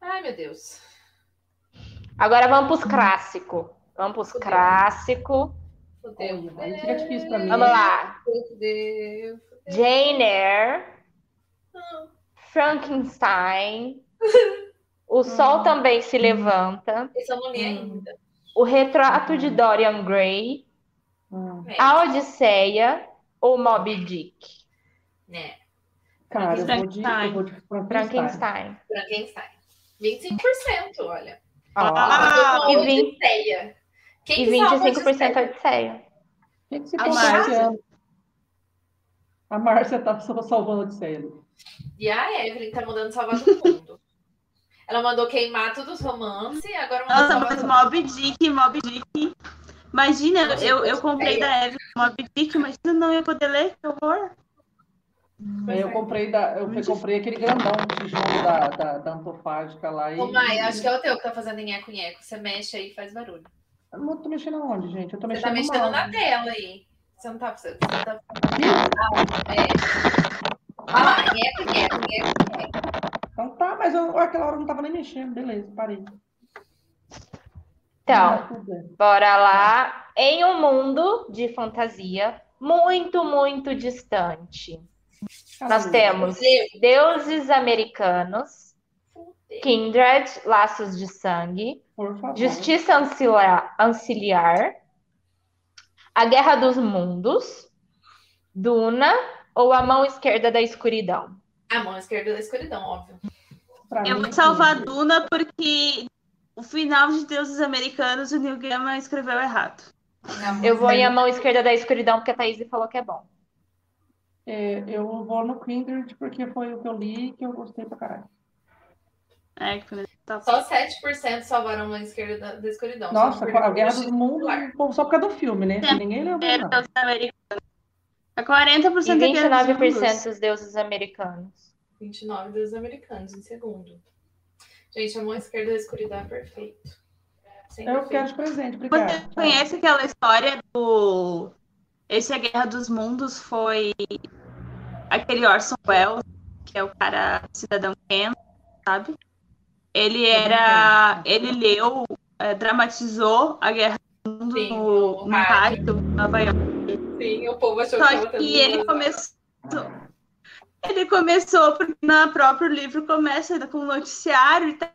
Speaker 4: Ai, meu Deus.
Speaker 2: Agora vamos pros clássicos. Vamos pros
Speaker 4: Fudeu.
Speaker 2: clássicos.
Speaker 4: Fudeu.
Speaker 5: Olha, aí
Speaker 4: É,
Speaker 5: fica difícil pra mim.
Speaker 2: Vamos lá.
Speaker 4: Fudeu.
Speaker 2: Jane Eyre. Frankenstein. O Sol
Speaker 4: Hum.
Speaker 2: Também Se Levanta.
Speaker 4: Esse é eu não li ainda.
Speaker 2: O Retrato de Dorian Gray.
Speaker 5: Ah,
Speaker 4: É,
Speaker 2: A Odisseia. Ou Moby Dick.
Speaker 4: né?
Speaker 5: Cara, eu vou de, eu vou de Frankenstein.
Speaker 2: Frankenstein.
Speaker 4: Frankenstein. 25%, olha.
Speaker 2: Ó.
Speaker 6: Ah,
Speaker 4: Eu tô com
Speaker 2: e vinte-
Speaker 4: Odisseia. Quem
Speaker 2: E
Speaker 4: que salva a Odisseia?
Speaker 2: 25% Odisseia.
Speaker 5: Quem que você
Speaker 6: A
Speaker 5: tá
Speaker 6: Márcia.
Speaker 5: salvando? A Márcia tá só salvando a Odisseia.
Speaker 4: E a Evelyn tá mandando salvar todo mundo. Ela mandou queimar todos os romances, agora mandou
Speaker 6: Nossa,
Speaker 4: salvar
Speaker 6: mas
Speaker 4: todo
Speaker 6: Mob Dick, Mob Dick. Imagina, eu, eu comprei da Eve Mob Dick, imagina não ia poder ler, que horror.
Speaker 5: Aí eu comprei, da, eu comprei aquele grandão de tijolo da, da, da antofágica lá. E...
Speaker 4: Ô, Mai, acho que é o teu que tá fazendo nheco nheco. Você mexe aí e faz barulho.
Speaker 5: Eu não tô mexendo aonde, gente? Eu tô
Speaker 4: Você
Speaker 5: mexendo,
Speaker 4: tá mexendo
Speaker 5: mal.
Speaker 4: na tela aí. Você não tá. Você você tá... Ah, é. Olha lá, nheco nheco nheco.
Speaker 5: Então tá, mas eu, aquela hora eu não tava nem mexendo. Beleza, parei.
Speaker 2: Então,
Speaker 5: Tá tudo bem.
Speaker 2: Bora lá. Em um mundo de fantasia muito, muito distante, nós
Speaker 5: Caramba.
Speaker 2: temos deuses americanos, Kindred, laços de sangue,
Speaker 5: Por favor.
Speaker 2: justiça ancila- anciliar, a guerra dos mundos, Duna ou a mão esquerda da escuridão.
Speaker 4: A mão esquerda da escuridão, óbvio.
Speaker 5: Pra
Speaker 4: Ah,
Speaker 6: Eu
Speaker 5: mim,
Speaker 6: vou salvar a
Speaker 5: assim,
Speaker 6: Duna porque o final de Deuses Americanos o Neil Gaiman escreveu errado.
Speaker 4: Na mão
Speaker 2: Eu vou em
Speaker 4: esquerda.
Speaker 2: a mão esquerda da escuridão porque a Thaís falou que é bom.
Speaker 5: é, eu vou no Kindred porque foi o que eu li que eu gostei pra caralho.
Speaker 6: É, que foi- tá.
Speaker 4: Só 7% salvaram a mão esquerda da, da escuridão.
Speaker 5: Nossa,
Speaker 4: Só
Speaker 5: a Guerra
Speaker 4: por-
Speaker 5: dos Mundos, bom, só por causa do filme, né? Que Ninguém leu.
Speaker 6: Era
Speaker 5: não.
Speaker 6: É, Deuses Americanos. A
Speaker 2: E
Speaker 6: 40% é Guerra dos
Speaker 2: 29%
Speaker 6: Mundos.
Speaker 2: os deuses americanos.
Speaker 4: 29 dos americanos em segundo. Gente, a mão esquerda da escuridão é perfeito. Sem
Speaker 5: Eu
Speaker 4: defeito.
Speaker 5: quero de presente, obrigada.
Speaker 6: Você conhece aquela história do. Esse é A Guerra dos Mundos foi aquele Orson Welles, que é o cara cidadão Ken, sabe? Ele era. Ele leu, eh, dramatizou a Guerra dos Mundos
Speaker 4: Sim,
Speaker 6: no,
Speaker 4: no
Speaker 6: no rádio, em Nova York.
Speaker 4: Sim, o povo achou
Speaker 6: Só
Speaker 4: tava tendo
Speaker 6: que ele
Speaker 4: razão.
Speaker 6: começou. Ele começou porque no próprio livro começa com um noticiário e tal.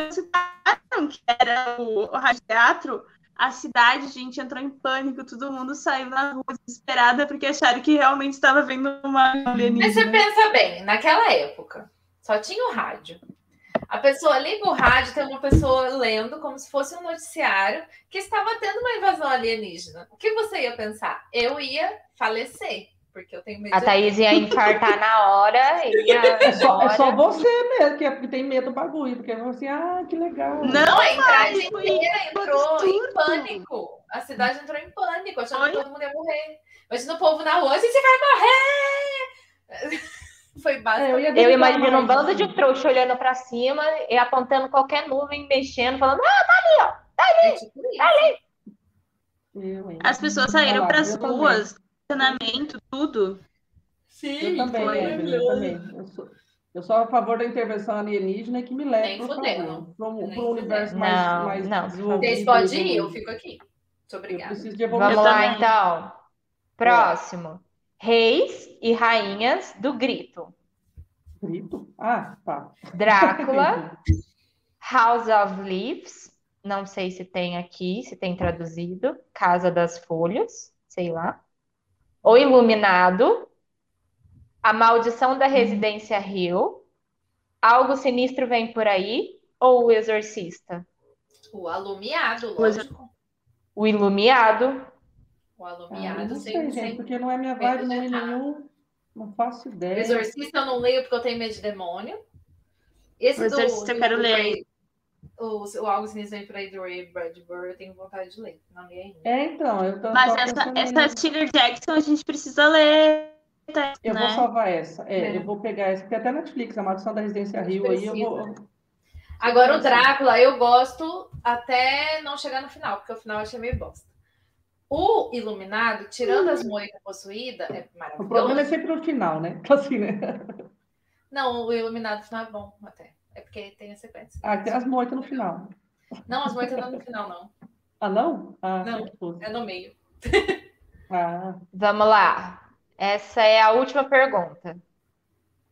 Speaker 6: E citaram que era o, o rádio teatro. A cidade, gente, entrou em pânico, todo mundo saiu na rua desesperada porque acharam que realmente estava vendo uma
Speaker 4: Mas você
Speaker 6: alienígena.
Speaker 4: pensa bem, naquela época, só tinha o rádio. A pessoa liga o rádio, tem uma pessoa lendo como se fosse um noticiário que estava tendo uma invasão alienígena. O que você ia pensar? Eu ia falecer, porque eu tenho medo
Speaker 2: A
Speaker 4: de-
Speaker 2: Thaís ia infartar na hora e ia
Speaker 5: É só, é só
Speaker 2: embora.
Speaker 5: você mesmo que, é- que tem medo do bagulho, porque fala assim, ah, que legal.
Speaker 6: Não, é
Speaker 4: Não, a entrada
Speaker 6: Mário, foi
Speaker 4: inteira entrou em
Speaker 6: absurdo.
Speaker 4: pânico. A cidade entrou em pânico, achando que
Speaker 6: Olha.
Speaker 4: todo mundo ia morrer. Imagina o povo na rua, "Gente, você vai morrer! Foi
Speaker 5: É,
Speaker 4: basicamente.
Speaker 5: ia
Speaker 2: Eu
Speaker 5: duvidar
Speaker 2: imagino um
Speaker 5: mais,
Speaker 2: bando de
Speaker 5: assim.
Speaker 2: trouxa olhando pra cima e apontando qualquer nuvem, mexendo, falando, ah,
Speaker 4: É tipo isso.
Speaker 5: Eu, hein.
Speaker 6: As pessoas
Speaker 5: Olha
Speaker 6: saíram
Speaker 5: lá,
Speaker 6: para
Speaker 5: Ah, eu
Speaker 6: as
Speaker 5: também.
Speaker 6: ruas, estacionamento, tudo.
Speaker 5: Eu
Speaker 4: Sim,
Speaker 5: também,
Speaker 4: foi
Speaker 5: Evelyn, eu também. Eu sou, eu sou a favor da intervenção alienígena que me
Speaker 4: Nem
Speaker 5: leve, por
Speaker 4: fudendo.
Speaker 5: favor, para
Speaker 4: Nem
Speaker 5: um
Speaker 4: fudendo.
Speaker 5: universo mais,
Speaker 2: Não,
Speaker 5: mais
Speaker 2: não.
Speaker 5: desenvolvido,
Speaker 4: Vocês podem ir, eu
Speaker 5: evoluído.
Speaker 4: fico aqui. Muito
Speaker 5: Eu
Speaker 4: obrigada.
Speaker 5: preciso de
Speaker 2: vamos
Speaker 5: evolução.
Speaker 2: lá
Speaker 6: também.
Speaker 2: então. Próximo. Reis e rainhas do grito.
Speaker 5: Grito? Ah, tá.
Speaker 2: Drácula, House of Leaves, não sei se tem aqui, se tem traduzido, Casa das Folhas, sei lá. O Iluminado, A Maldição da Residência Rio, Algo Sinistro Vem Por Aí ou O Exorcista?
Speaker 4: O alumiado,
Speaker 6: Mas-
Speaker 4: lógico.
Speaker 2: O Ilumiado,
Speaker 4: O
Speaker 5: é. Ah,
Speaker 4: alumiado,
Speaker 5: não sei,
Speaker 4: sempre,
Speaker 5: gente,
Speaker 4: sempre.
Speaker 5: porque não é minha vibe, não é
Speaker 4: Medo de errar.
Speaker 5: nenhum. Não faço ideia.
Speaker 4: Exorcista eu não leio porque eu tenho medo de demônio.
Speaker 6: O
Speaker 4: Esse do,
Speaker 6: Exorcista eu
Speaker 4: do-
Speaker 6: quero
Speaker 4: do
Speaker 6: ler.
Speaker 4: Ray- O, o Algo Sinistro Vem Por Aí do Ray Bradbury, eu tenho vontade de ler. Não li ainda.
Speaker 5: É, então, eu tô,
Speaker 6: Mas
Speaker 5: tô
Speaker 6: essa,
Speaker 5: pensando
Speaker 6: essa
Speaker 5: nisso.
Speaker 6: Tiller Jackson a gente precisa ler. tá,
Speaker 5: Eu
Speaker 6: né?
Speaker 5: vou salvar essa. É,
Speaker 4: É.
Speaker 5: eu vou pegar essa, porque até Netflix, a maldição da Residência Rio aí, eu vou.
Speaker 4: Agora o
Speaker 5: é.
Speaker 4: Drácula, eu gosto até não chegar no final, porque o final eu achei meio bosta. O Iluminado, tirando as moitas possuídas, é
Speaker 5: O problema é
Speaker 4: maravilhoso.
Speaker 5: sempre no final, né? Então, assim, né?
Speaker 4: Não, o Iluminado no final é bom até. É porque tem a sequência.
Speaker 5: Ah, tem as moitas no final.
Speaker 4: Não, as moitas não é no final, não.
Speaker 5: Ah, não? Ah,
Speaker 4: Não.
Speaker 5: que foda.
Speaker 4: É no meio.
Speaker 5: Ah,
Speaker 2: Vamos lá. Essa é a última pergunta.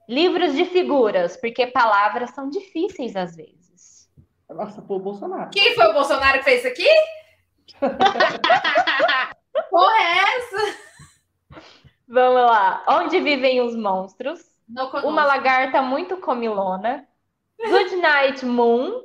Speaker 2: Livros de figuras, porque palavras são difíceis às vezes.
Speaker 5: nossa, pô, Bolsonaro.
Speaker 4: Quem foi o Bolsonaro que fez isso aqui? Porra, é essa?
Speaker 2: Vamos lá. Onde vivem os monstros?
Speaker 4: No
Speaker 2: Uma lagarta muito comilona. Good Night Moon.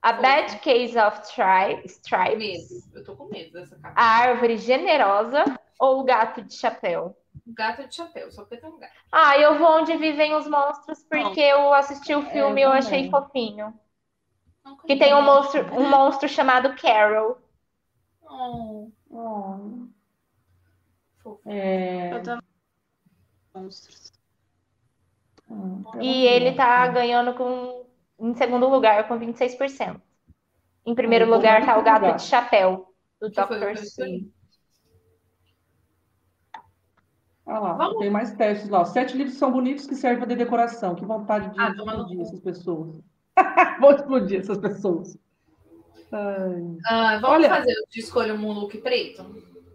Speaker 2: A Bad Case of Tri Stripes.
Speaker 4: medo. Eu tô com medo dessa
Speaker 2: A
Speaker 4: capa.
Speaker 2: Árvore Generosa ou o Gato de Chapéu?
Speaker 4: Um gato de chapéu, só porque tem um gato.
Speaker 2: Ah, eu vou onde vivem os monstros porque eu assisti o filme e eu
Speaker 5: também.
Speaker 2: achei fofinho.
Speaker 4: Não
Speaker 2: Que tem
Speaker 4: conheço.
Speaker 2: um monstro, um monstro chamado Carol.
Speaker 4: Oh,
Speaker 5: Ah,
Speaker 4: fofo.
Speaker 5: é,
Speaker 6: Eu tô- Monstros.
Speaker 5: hum, eu
Speaker 2: E
Speaker 5: não
Speaker 2: ele
Speaker 5: sei.
Speaker 2: tá ganhando com, em segundo lugar com 26%. Em primeiro
Speaker 5: Em
Speaker 2: lugar tá o
Speaker 5: segundo
Speaker 2: Gato
Speaker 5: lugar.
Speaker 2: de Chapéu, do
Speaker 4: Que foi o que eu
Speaker 2: Dr.
Speaker 4: escolhi.
Speaker 2: Seuss.
Speaker 5: Ah lá,
Speaker 4: Vamos.
Speaker 5: tem mais testes lá. ó. Sete livros são bonitos que servem para decoração. Que vontade de
Speaker 4: Ah, toma no
Speaker 5: explodir
Speaker 4: cu.
Speaker 5: essas pessoas. Vou explodir essas pessoas. Ai.
Speaker 4: Ah, vamos
Speaker 5: Olha-
Speaker 4: fazer o de escolha um look preto?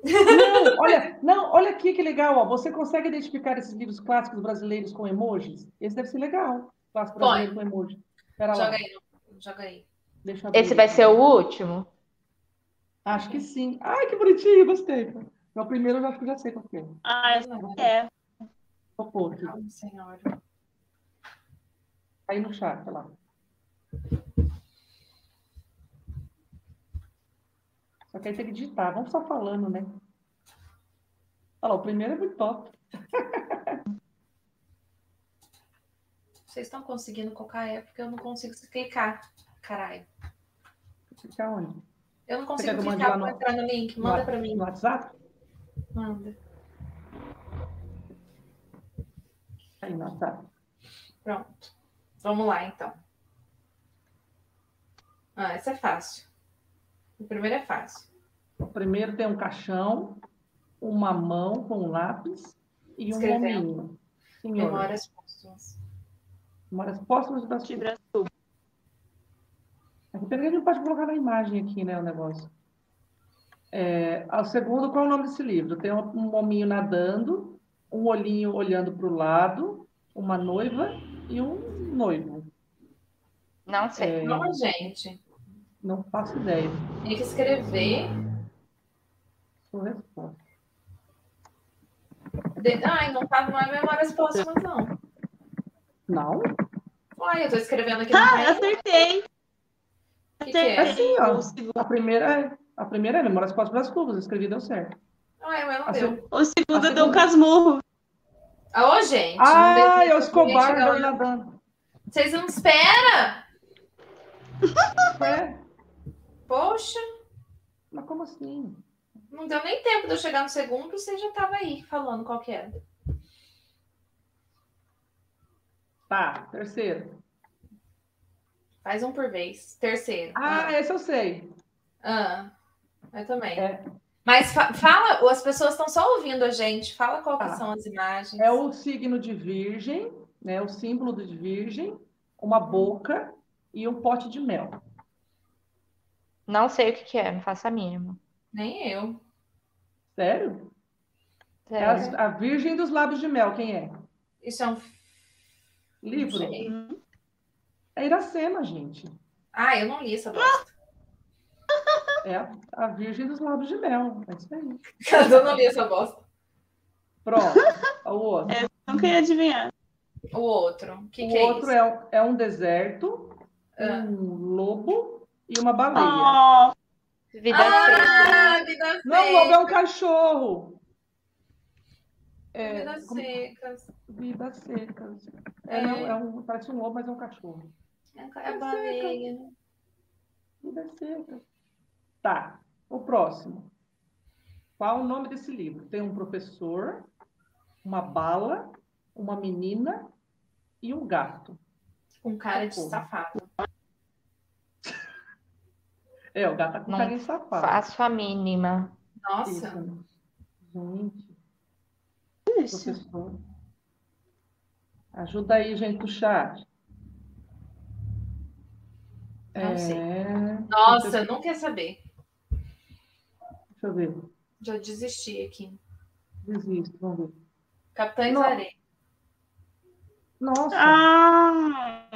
Speaker 5: Não, olha, não, olha aqui que legal, ó. Você consegue identificar esses livros clássicos brasileiros com emojis? Esse deve ser legal. Clássico
Speaker 4: Põe.
Speaker 5: brasileiro com emoji. Pera lá,
Speaker 4: Joga aí, não. joga aí.
Speaker 5: deixa eu abrir.
Speaker 2: Esse vai ser o último?
Speaker 5: Acho que sim. Ai, que bonitinho, gostei. Meu primeiro eu acho que eu já sei qual que é.
Speaker 6: Ah, é.
Speaker 5: Vou pôr aqui.
Speaker 4: Calma, senhora.
Speaker 5: Aí no chat, olha lá. Só que aí tem que digitar. Vamos só falando, né? Olha lá, o primeiro é muito top.
Speaker 4: Vocês estão conseguindo colocar é porque eu não consigo clicar. Caralho.
Speaker 5: Fica onde?
Speaker 4: Eu não
Speaker 5: Você quer
Speaker 4: consigo
Speaker 5: que eu mande
Speaker 4: clicar
Speaker 5: lá
Speaker 4: pra
Speaker 5: no-
Speaker 4: entrar no link.
Speaker 5: no
Speaker 4: Manda
Speaker 5: wa-
Speaker 4: pra mim.
Speaker 5: No WhatsApp?
Speaker 4: Manda.
Speaker 5: Tá Aí no WhatsApp.
Speaker 4: Pronto. Vamos lá, então. Ah, essa é fácil. O primeiro é fácil.
Speaker 5: O primeiro tem um caixão, uma mão com um lápis e um
Speaker 4: Escrevendo.
Speaker 5: hominho. Senhor,
Speaker 4: Memórias póstumas.
Speaker 5: memórias póstumas da
Speaker 6: De
Speaker 5: Chibra.
Speaker 6: braço.
Speaker 5: Pelo menos não pode colocar na imagem aqui, né, o negócio. É, ao segundo, qual é o nome desse livro? Tem um, um hominho nadando, um olhinho olhando para o lado, uma noiva e um noivo.
Speaker 2: Não sei.
Speaker 5: É,
Speaker 4: Não, gente.
Speaker 5: não faço ideia.
Speaker 4: Tem que escrever.
Speaker 5: Sua resposta.
Speaker 4: De... Ai, não tá não é memórias póstumas, não.
Speaker 5: Não?
Speaker 4: Uai, eu tô escrevendo aqui
Speaker 6: Ah,
Speaker 4: no painel.
Speaker 6: acertei.
Speaker 4: O que, que é?
Speaker 5: Assim, ó.
Speaker 6: O segundo,
Speaker 5: A primeira é, a primeira é Memórias Póstumas das Cubas. Escrevi, deu certo.
Speaker 4: Ai, mas
Speaker 5: A
Speaker 4: não deu.
Speaker 6: o segundo
Speaker 5: Acertou.
Speaker 6: deu um casmurro.
Speaker 4: Ah, Ô, gente. não
Speaker 5: Ah,
Speaker 4: deixa-
Speaker 5: é o Escobar
Speaker 4: Gente, não.
Speaker 5: nadando.
Speaker 4: Vocês não esperam?
Speaker 5: É.
Speaker 4: Poxa.
Speaker 5: Mas como assim?
Speaker 4: Não deu nem tempo de eu chegar no segundo, você já tava aí falando qual que é. era.
Speaker 5: Tá, terceiro.
Speaker 4: Faz um por vez. Terceiro.
Speaker 5: Ah, esse eu sei.
Speaker 4: Ah, eu também.
Speaker 5: É.
Speaker 4: Mas fa- fala, as pessoas estão só ouvindo a gente. Fala qual que
Speaker 5: Ah.
Speaker 4: são as imagens.
Speaker 5: É o signo de virgem, né? O símbolo de virgem, uma boca e um pote de mel.
Speaker 2: Não sei o que que é, não faço a mínima.
Speaker 4: Nem eu.
Speaker 5: Sério? É,
Speaker 2: É.
Speaker 5: as- a, virgem dos lábios de mel, quem é?
Speaker 4: Isso é um
Speaker 5: Livro.
Speaker 4: sei.
Speaker 5: É Iracema, gente.
Speaker 4: Ah, eu não li essa bosta.
Speaker 5: É a, a Virgem dos Lábios de Mel. É isso aí.
Speaker 4: Cadu não li essa um bosta.
Speaker 5: Pronto. O outro,
Speaker 6: Nunca ia adivinhar.
Speaker 4: O outro. O É, que,
Speaker 5: o
Speaker 4: que é
Speaker 5: outro
Speaker 4: isso?
Speaker 5: é, um- é um deserto,
Speaker 4: Ah.
Speaker 5: um lobo e uma baleia.
Speaker 6: Oh,
Speaker 2: Vida
Speaker 4: Ah, vida seca.
Speaker 5: é Não, o lobo é um cachorro. É,
Speaker 4: Vidas
Speaker 5: como-
Speaker 4: secas.
Speaker 5: Vidas secas. É, não, é um, parece um lobo, mas é um cachorro.
Speaker 4: É a baleia.
Speaker 5: Vidas secas. Tá. O próximo. Qual o nome desse livro? Tem um professor, uma bala, uma menina e um gato.
Speaker 4: Com cara de
Speaker 5: Socorro.
Speaker 4: safado.
Speaker 5: É, o gato tá com
Speaker 2: Não
Speaker 5: carinha de safado.
Speaker 2: Faço a mínima.
Speaker 4: Nossa.
Speaker 5: Isso. né? Gente,
Speaker 6: isso.
Speaker 5: professor. Ajuda aí, gente, do chat.
Speaker 4: Não sei.
Speaker 5: É,
Speaker 4: Nossa, eu não quer saber.
Speaker 5: Deixa eu ver.
Speaker 4: Já desisti aqui.
Speaker 5: Desisto, vamos ver.
Speaker 4: Capitães
Speaker 5: Não.
Speaker 4: Areia.
Speaker 5: Nossa,
Speaker 6: Ah,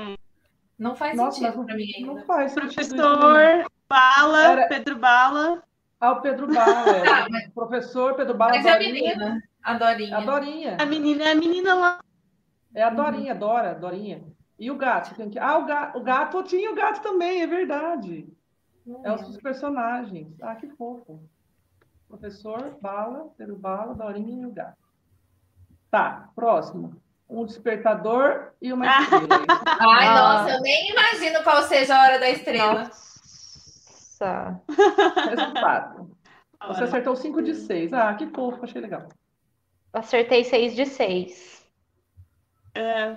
Speaker 4: Não faz
Speaker 5: nossa, mas
Speaker 4: sentido
Speaker 5: não,
Speaker 4: pra mim ainda.
Speaker 5: não faz sentido isso nenhum.
Speaker 6: professor, Bala,
Speaker 5: Era-
Speaker 6: Pedro Bala.
Speaker 5: Ah, o Pedro Bala.
Speaker 4: Tá,
Speaker 5: é. Professor Pedro Bala.
Speaker 4: Mas é a
Speaker 5: Dorinha. É
Speaker 4: menina. A Dorinha.
Speaker 5: A Dorinha.
Speaker 6: A menina é a menina lá.
Speaker 5: É a Dorinha, Dora, Dorinha. E o gato? Tem que- Ah, o gato, o gato tinha o gato também, é verdade.
Speaker 4: Não
Speaker 5: É
Speaker 4: lembro.
Speaker 5: os personagens. Ah, que fofo. Professor, Bala, Pedro Bala, Dorinha e o gato. Tá, próximo. Um despertador e uma
Speaker 6: Ah.
Speaker 5: estrela.
Speaker 4: Ai,
Speaker 2: Ah.
Speaker 4: nossa, eu nem imagino qual seja a hora da estrela.
Speaker 2: Nossa.
Speaker 5: Resultado. é Você acertou 5 de 6. Ah, que fofo, achei legal.
Speaker 2: Acertei seis de seis.
Speaker 6: É,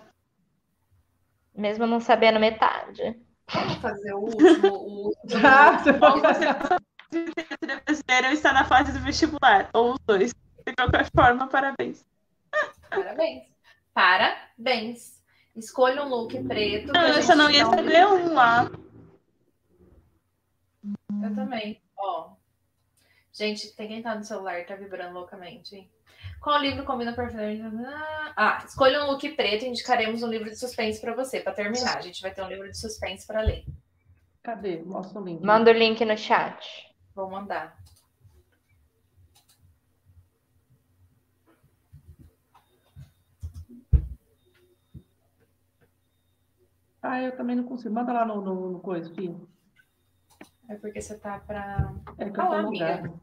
Speaker 2: Mesmo não sabendo metade.
Speaker 4: Vamos fazer o último. o último.
Speaker 5: Ah, você falou.
Speaker 6: literatura brasileira está na fase do vestibular, ou os dois. De qualquer forma, parabéns.
Speaker 4: Parabéns. Parabéns. Escolha um look preto.
Speaker 6: Não,
Speaker 4: pra
Speaker 6: Ah, eu
Speaker 4: gente
Speaker 6: só não ia
Speaker 4: dar um-
Speaker 6: saber um lá.
Speaker 4: Eu também. Ó. Gente, tem quem tá no celular, tá vibrando loucamente, hein? Qual livro combina perfeitamente? Ah, escolha um look preto e indicaremos um livro de suspense pra você. Pra terminar, a gente vai ter um livro de suspense pra ler.
Speaker 5: Cadê? Mostra o link.
Speaker 2: Manda o link no chat.
Speaker 4: Vou mandar.
Speaker 5: Ah, eu também não consigo. Manda lá no, no, no coisa, filho.
Speaker 4: É porque você tá pra.
Speaker 5: É que eu
Speaker 4: Fala,
Speaker 5: tô
Speaker 4: amiga.
Speaker 5: logado.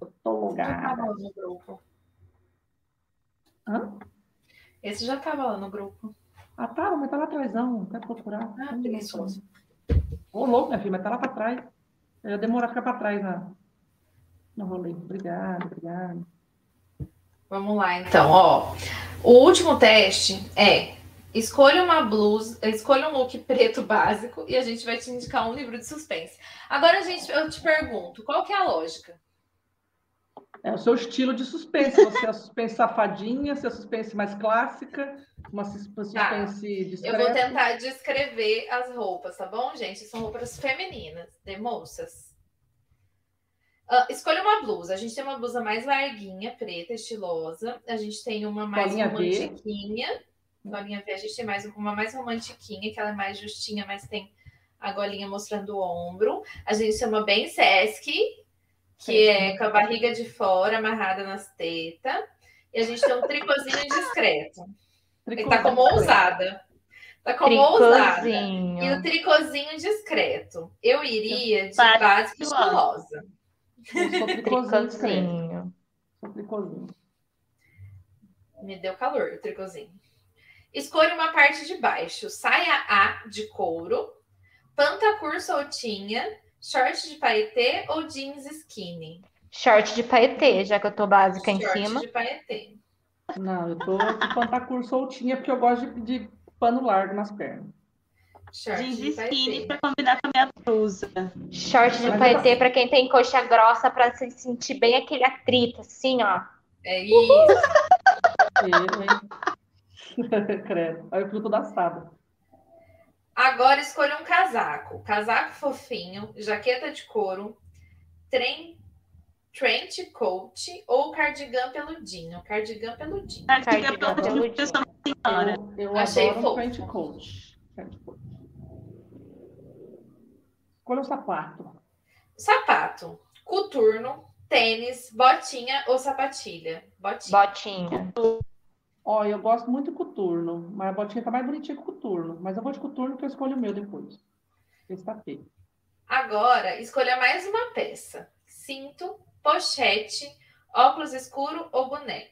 Speaker 5: Eu tô
Speaker 4: Já tava
Speaker 5: logado.
Speaker 4: lá no grupo.
Speaker 5: Hã?
Speaker 4: Esse já tava lá no grupo.
Speaker 5: Ah, tá, mas tá lá atrás, não. Quer procurar? é
Speaker 4: Ah, preguiçoso.
Speaker 5: Ô, louco, minha filha, mas tá lá pra trás. Eu ia demorar a ficar pra trás na, no rolê. Obrigada, obrigada.
Speaker 4: Vamos lá, então, ó. O último teste é escolha uma blusa, escolha um look preto básico e a gente vai te indicar um livro de suspense. Agora, gente, eu te pergunto, qual que é a lógica?
Speaker 5: É o seu estilo de suspense. Você é a suspense safadinha, você é a suspense mais clássica, uma sus- suspense
Speaker 4: Tá. Eu vou
Speaker 5: discreta.
Speaker 4: tentar descrever as roupas, tá bom, gente? São roupas femininas, de moças. Ah, escolha uma blusa. A gente tem uma blusa mais larguinha, preta, estilosa. A gente tem uma mais
Speaker 5: Bolinha V.
Speaker 4: romantiquinha. Golinha V, a gente tem mais um, uma mais romantiquinha, que ela é mais justinha, mas tem a golinha mostrando o ombro. A gente tem uma bem sesc, que é com a barriga de fora, amarrada nas tetas. E a gente tem um tricôzinho discreto. Ele tá como ousada. Tá como ousada.
Speaker 2: Tricôzinho.
Speaker 4: E o tricôzinho discreto. Eu iria de
Speaker 6: Básico.
Speaker 4: básico estilosa.
Speaker 5: Eu sou tricôzinho discreto.
Speaker 2: Tricôzinho.
Speaker 5: Sou tricôzinho.
Speaker 4: Me deu calor o tricôzinho. Escolha uma parte de baixo. Saia A de couro, pantacur soltinha, short de paetê ou jeans skinny.
Speaker 2: Short de paetê, já que eu tô básica em
Speaker 4: short
Speaker 2: cima.
Speaker 4: de paetê.
Speaker 5: Não, eu tô de pantacur soltinha, porque eu gosto de, de pano largo nas pernas.
Speaker 4: Short
Speaker 6: Jeans
Speaker 4: de
Speaker 6: skinny
Speaker 4: paetê.
Speaker 6: pra combinar com a minha blusa.
Speaker 2: Short de
Speaker 5: Mas
Speaker 2: paetê pra quem tem coxa grossa, pra se sentir bem aquele atrito, assim, ó.
Speaker 4: É isso.
Speaker 5: Eu, hein? Credo. Aí eu fico toda assada.
Speaker 4: Agora escolha um casaco. Casaco fofinho, jaqueta de couro, trem, trench coat ou cardigan peludinho. Cardigan peludinho.
Speaker 6: Cardigan
Speaker 2: Cardigan
Speaker 6: pelo
Speaker 2: peludinho.
Speaker 6: eu sou uma senhora.
Speaker 5: Eu, eu
Speaker 4: Achei
Speaker 5: adoro
Speaker 4: fofo.
Speaker 5: um trench coat. Trench coat. Escolha um sapato.
Speaker 4: Sapato, coturno, tênis, botinha ou sapatilha? Botinha.
Speaker 2: Botinha.
Speaker 5: Ó, eu gosto muito de coturno, mas a botinha tá mais bonitinha que coturno. Mas eu vou de coturno porque eu escolho o meu depois. Esse tá feio.
Speaker 4: Agora, escolha mais uma peça. Cinto, pochete, óculos escuro ou boné.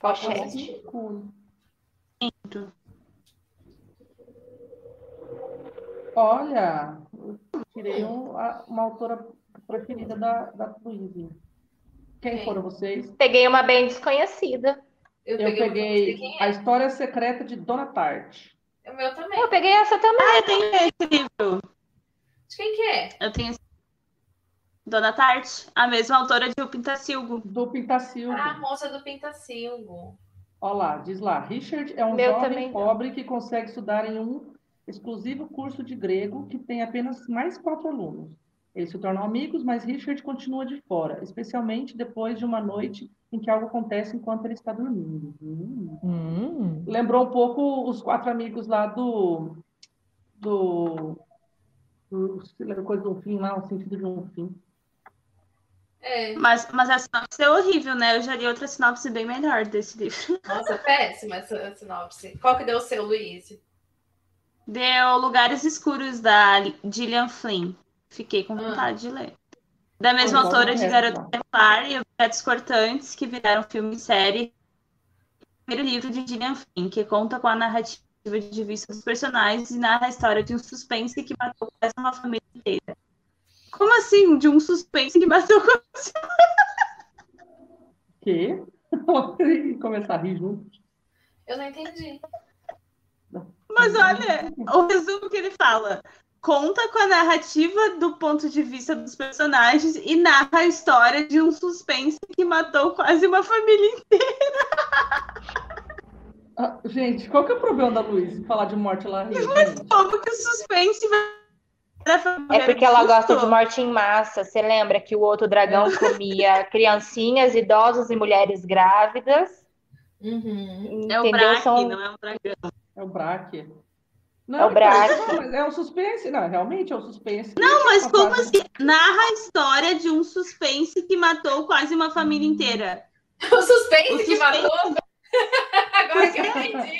Speaker 2: Pochete.
Speaker 5: Escuro. Olha, eu tirei um- a- uma autora preferida da, da Luísa. Quem
Speaker 4: Quem?
Speaker 5: foram vocês?
Speaker 2: Peguei uma bem desconhecida.
Speaker 4: Eu
Speaker 5: Eu
Speaker 4: peguei, um o-
Speaker 5: peguei
Speaker 4: quem
Speaker 5: A História Secreta de Dona Tarte.
Speaker 4: é? o meu também.
Speaker 2: Eu peguei essa também.
Speaker 6: Ah, eu tenho esse livro.
Speaker 4: De quem que é?
Speaker 6: Eu tenho esse. Dona Tarte, a mesma autora de O Pintacilgo.
Speaker 5: Do Pintacilgo.
Speaker 4: Ah, a moça do Pintacilgo.
Speaker 5: Olha lá, diz lá. Richard é um
Speaker 2: Meu
Speaker 5: jovem
Speaker 2: também não.
Speaker 5: pobre que consegue estudar em um exclusivo curso de grego que tem apenas mais quatro alunos. Eles se tornam amigos, mas Richard continua de fora, especialmente depois de uma noite em que algo acontece enquanto ele está dormindo. Hum. Lembrou um pouco os quatro amigos lá do. do. do sei lá, coisa de um fim lá, o sentido de um fim.
Speaker 4: É.
Speaker 6: Mas, mas a sinopse é horrível, né? Eu já li outra sinopse bem melhor desse livro.
Speaker 4: Nossa, péssima essa sinopse. Qual que deu o seu, Luiz?
Speaker 6: Deu Lugares Escuros, da Gillian Flynn. Fiquei com
Speaker 4: Ah.
Speaker 6: vontade de ler. Da mesma
Speaker 5: Agora
Speaker 6: autora de
Speaker 5: é,
Speaker 6: Garoto
Speaker 5: não.
Speaker 6: Templar e Objetos Cortantes, que viraram filme e série. Primeiro livro de Gillian Flynn, que conta com a narrativa de vista dos personagens e narra a história de um suspense que matou quase uma família inteira. Como assim? De um suspense que matou quase
Speaker 5: Que? Começar a rir junto.
Speaker 4: Eu não entendi.
Speaker 6: Mas olha, o resumo que ele fala. Conta com a narrativa do ponto de vista dos personagens e narra a história de um suspense que matou quase uma família.
Speaker 5: Ah, gente, qual que é o problema da Luiz falar de morte lá? rindo?
Speaker 6: Como que o suspense vai. Era a família
Speaker 2: É porque ela
Speaker 6: do
Speaker 2: gosta de
Speaker 6: susto.
Speaker 2: morte em massa. Você lembra que o outro dragão comia criancinhas, idosos e mulheres grávidas?
Speaker 4: Uhum.
Speaker 6: É o
Speaker 2: Entendeu?
Speaker 6: Braque,
Speaker 2: São-
Speaker 6: não é um dragão.
Speaker 5: É o Braque. Não,
Speaker 2: É o Braque.
Speaker 5: então, mas é um suspense. Não, realmente é um suspense.
Speaker 6: Não, mas como assim? Narra a história de um suspense que matou quase uma família inteira.
Speaker 4: O suspense,
Speaker 6: O
Speaker 4: que
Speaker 6: suspense.
Speaker 4: matou. Agora que eu entendi.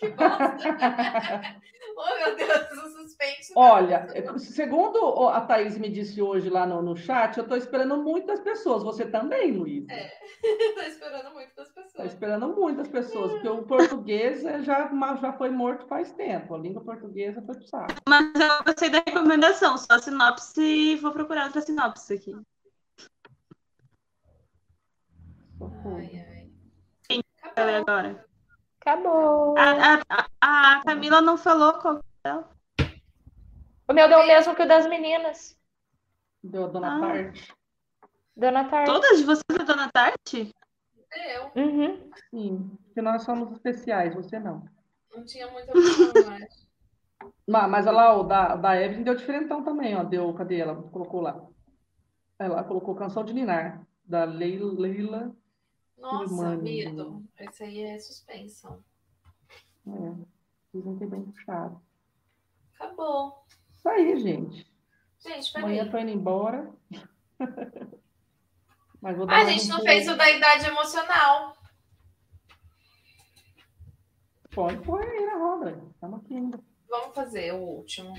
Speaker 4: que bosta. Oh, meu Deus, o suspense. tá
Speaker 5: Olha, segundo o- a Thaís me disse hoje lá no, no chat, eu estou esperando muito das pessoas. Você também, Luiz.
Speaker 4: Tô esperando muito das
Speaker 5: Tá
Speaker 4: pessoas.
Speaker 5: esperando muitas pessoas, porque o português é já, ma- já foi morto faz tempo. A língua portuguesa foi pro saco.
Speaker 6: Mas eu gostei da recomendação, só a sinopse. Vou procurar outra sinopse aqui.
Speaker 5: Socorro.
Speaker 4: Ai, ai.
Speaker 6: Sim. Qual é
Speaker 4: Acabou.
Speaker 6: agora?
Speaker 2: Acabou.
Speaker 6: A, a- a- a Camila não falou qual
Speaker 2: O meu deu o mesmo que o das meninas.
Speaker 5: Deu a dona
Speaker 6: Ah.
Speaker 5: parte?
Speaker 2: Dona Tarde.
Speaker 6: Todas de vocês é Dona Tarte?
Speaker 4: né? Eu
Speaker 2: Uhum.
Speaker 5: Sim, porque nós somos especiais, você não.
Speaker 4: não tinha muita opção, eu acho.
Speaker 5: Ma- Mas olha lá, o da, da Evelyn deu diferentão também, ó. Deu, cadê ela? Colocou lá. Ela colocou Canção de Ninar, da Leila. Leila
Speaker 4: Nossa,
Speaker 5: Mano.
Speaker 4: medo. Esse aí é suspensão.
Speaker 5: é, dizem que é bem puxado.
Speaker 4: Acabou.
Speaker 5: Isso aí, gente.
Speaker 4: Gente,
Speaker 5: Amanhã
Speaker 4: peraí.
Speaker 5: tô indo embora. Mas vou dar
Speaker 4: Ah, a
Speaker 5: mais
Speaker 4: gente
Speaker 5: um
Speaker 4: não
Speaker 5: pulo.
Speaker 4: fez o da idade emocional.
Speaker 5: Pode pôr aí na roda. Estamos aqui ainda.
Speaker 4: Vamos fazer o último.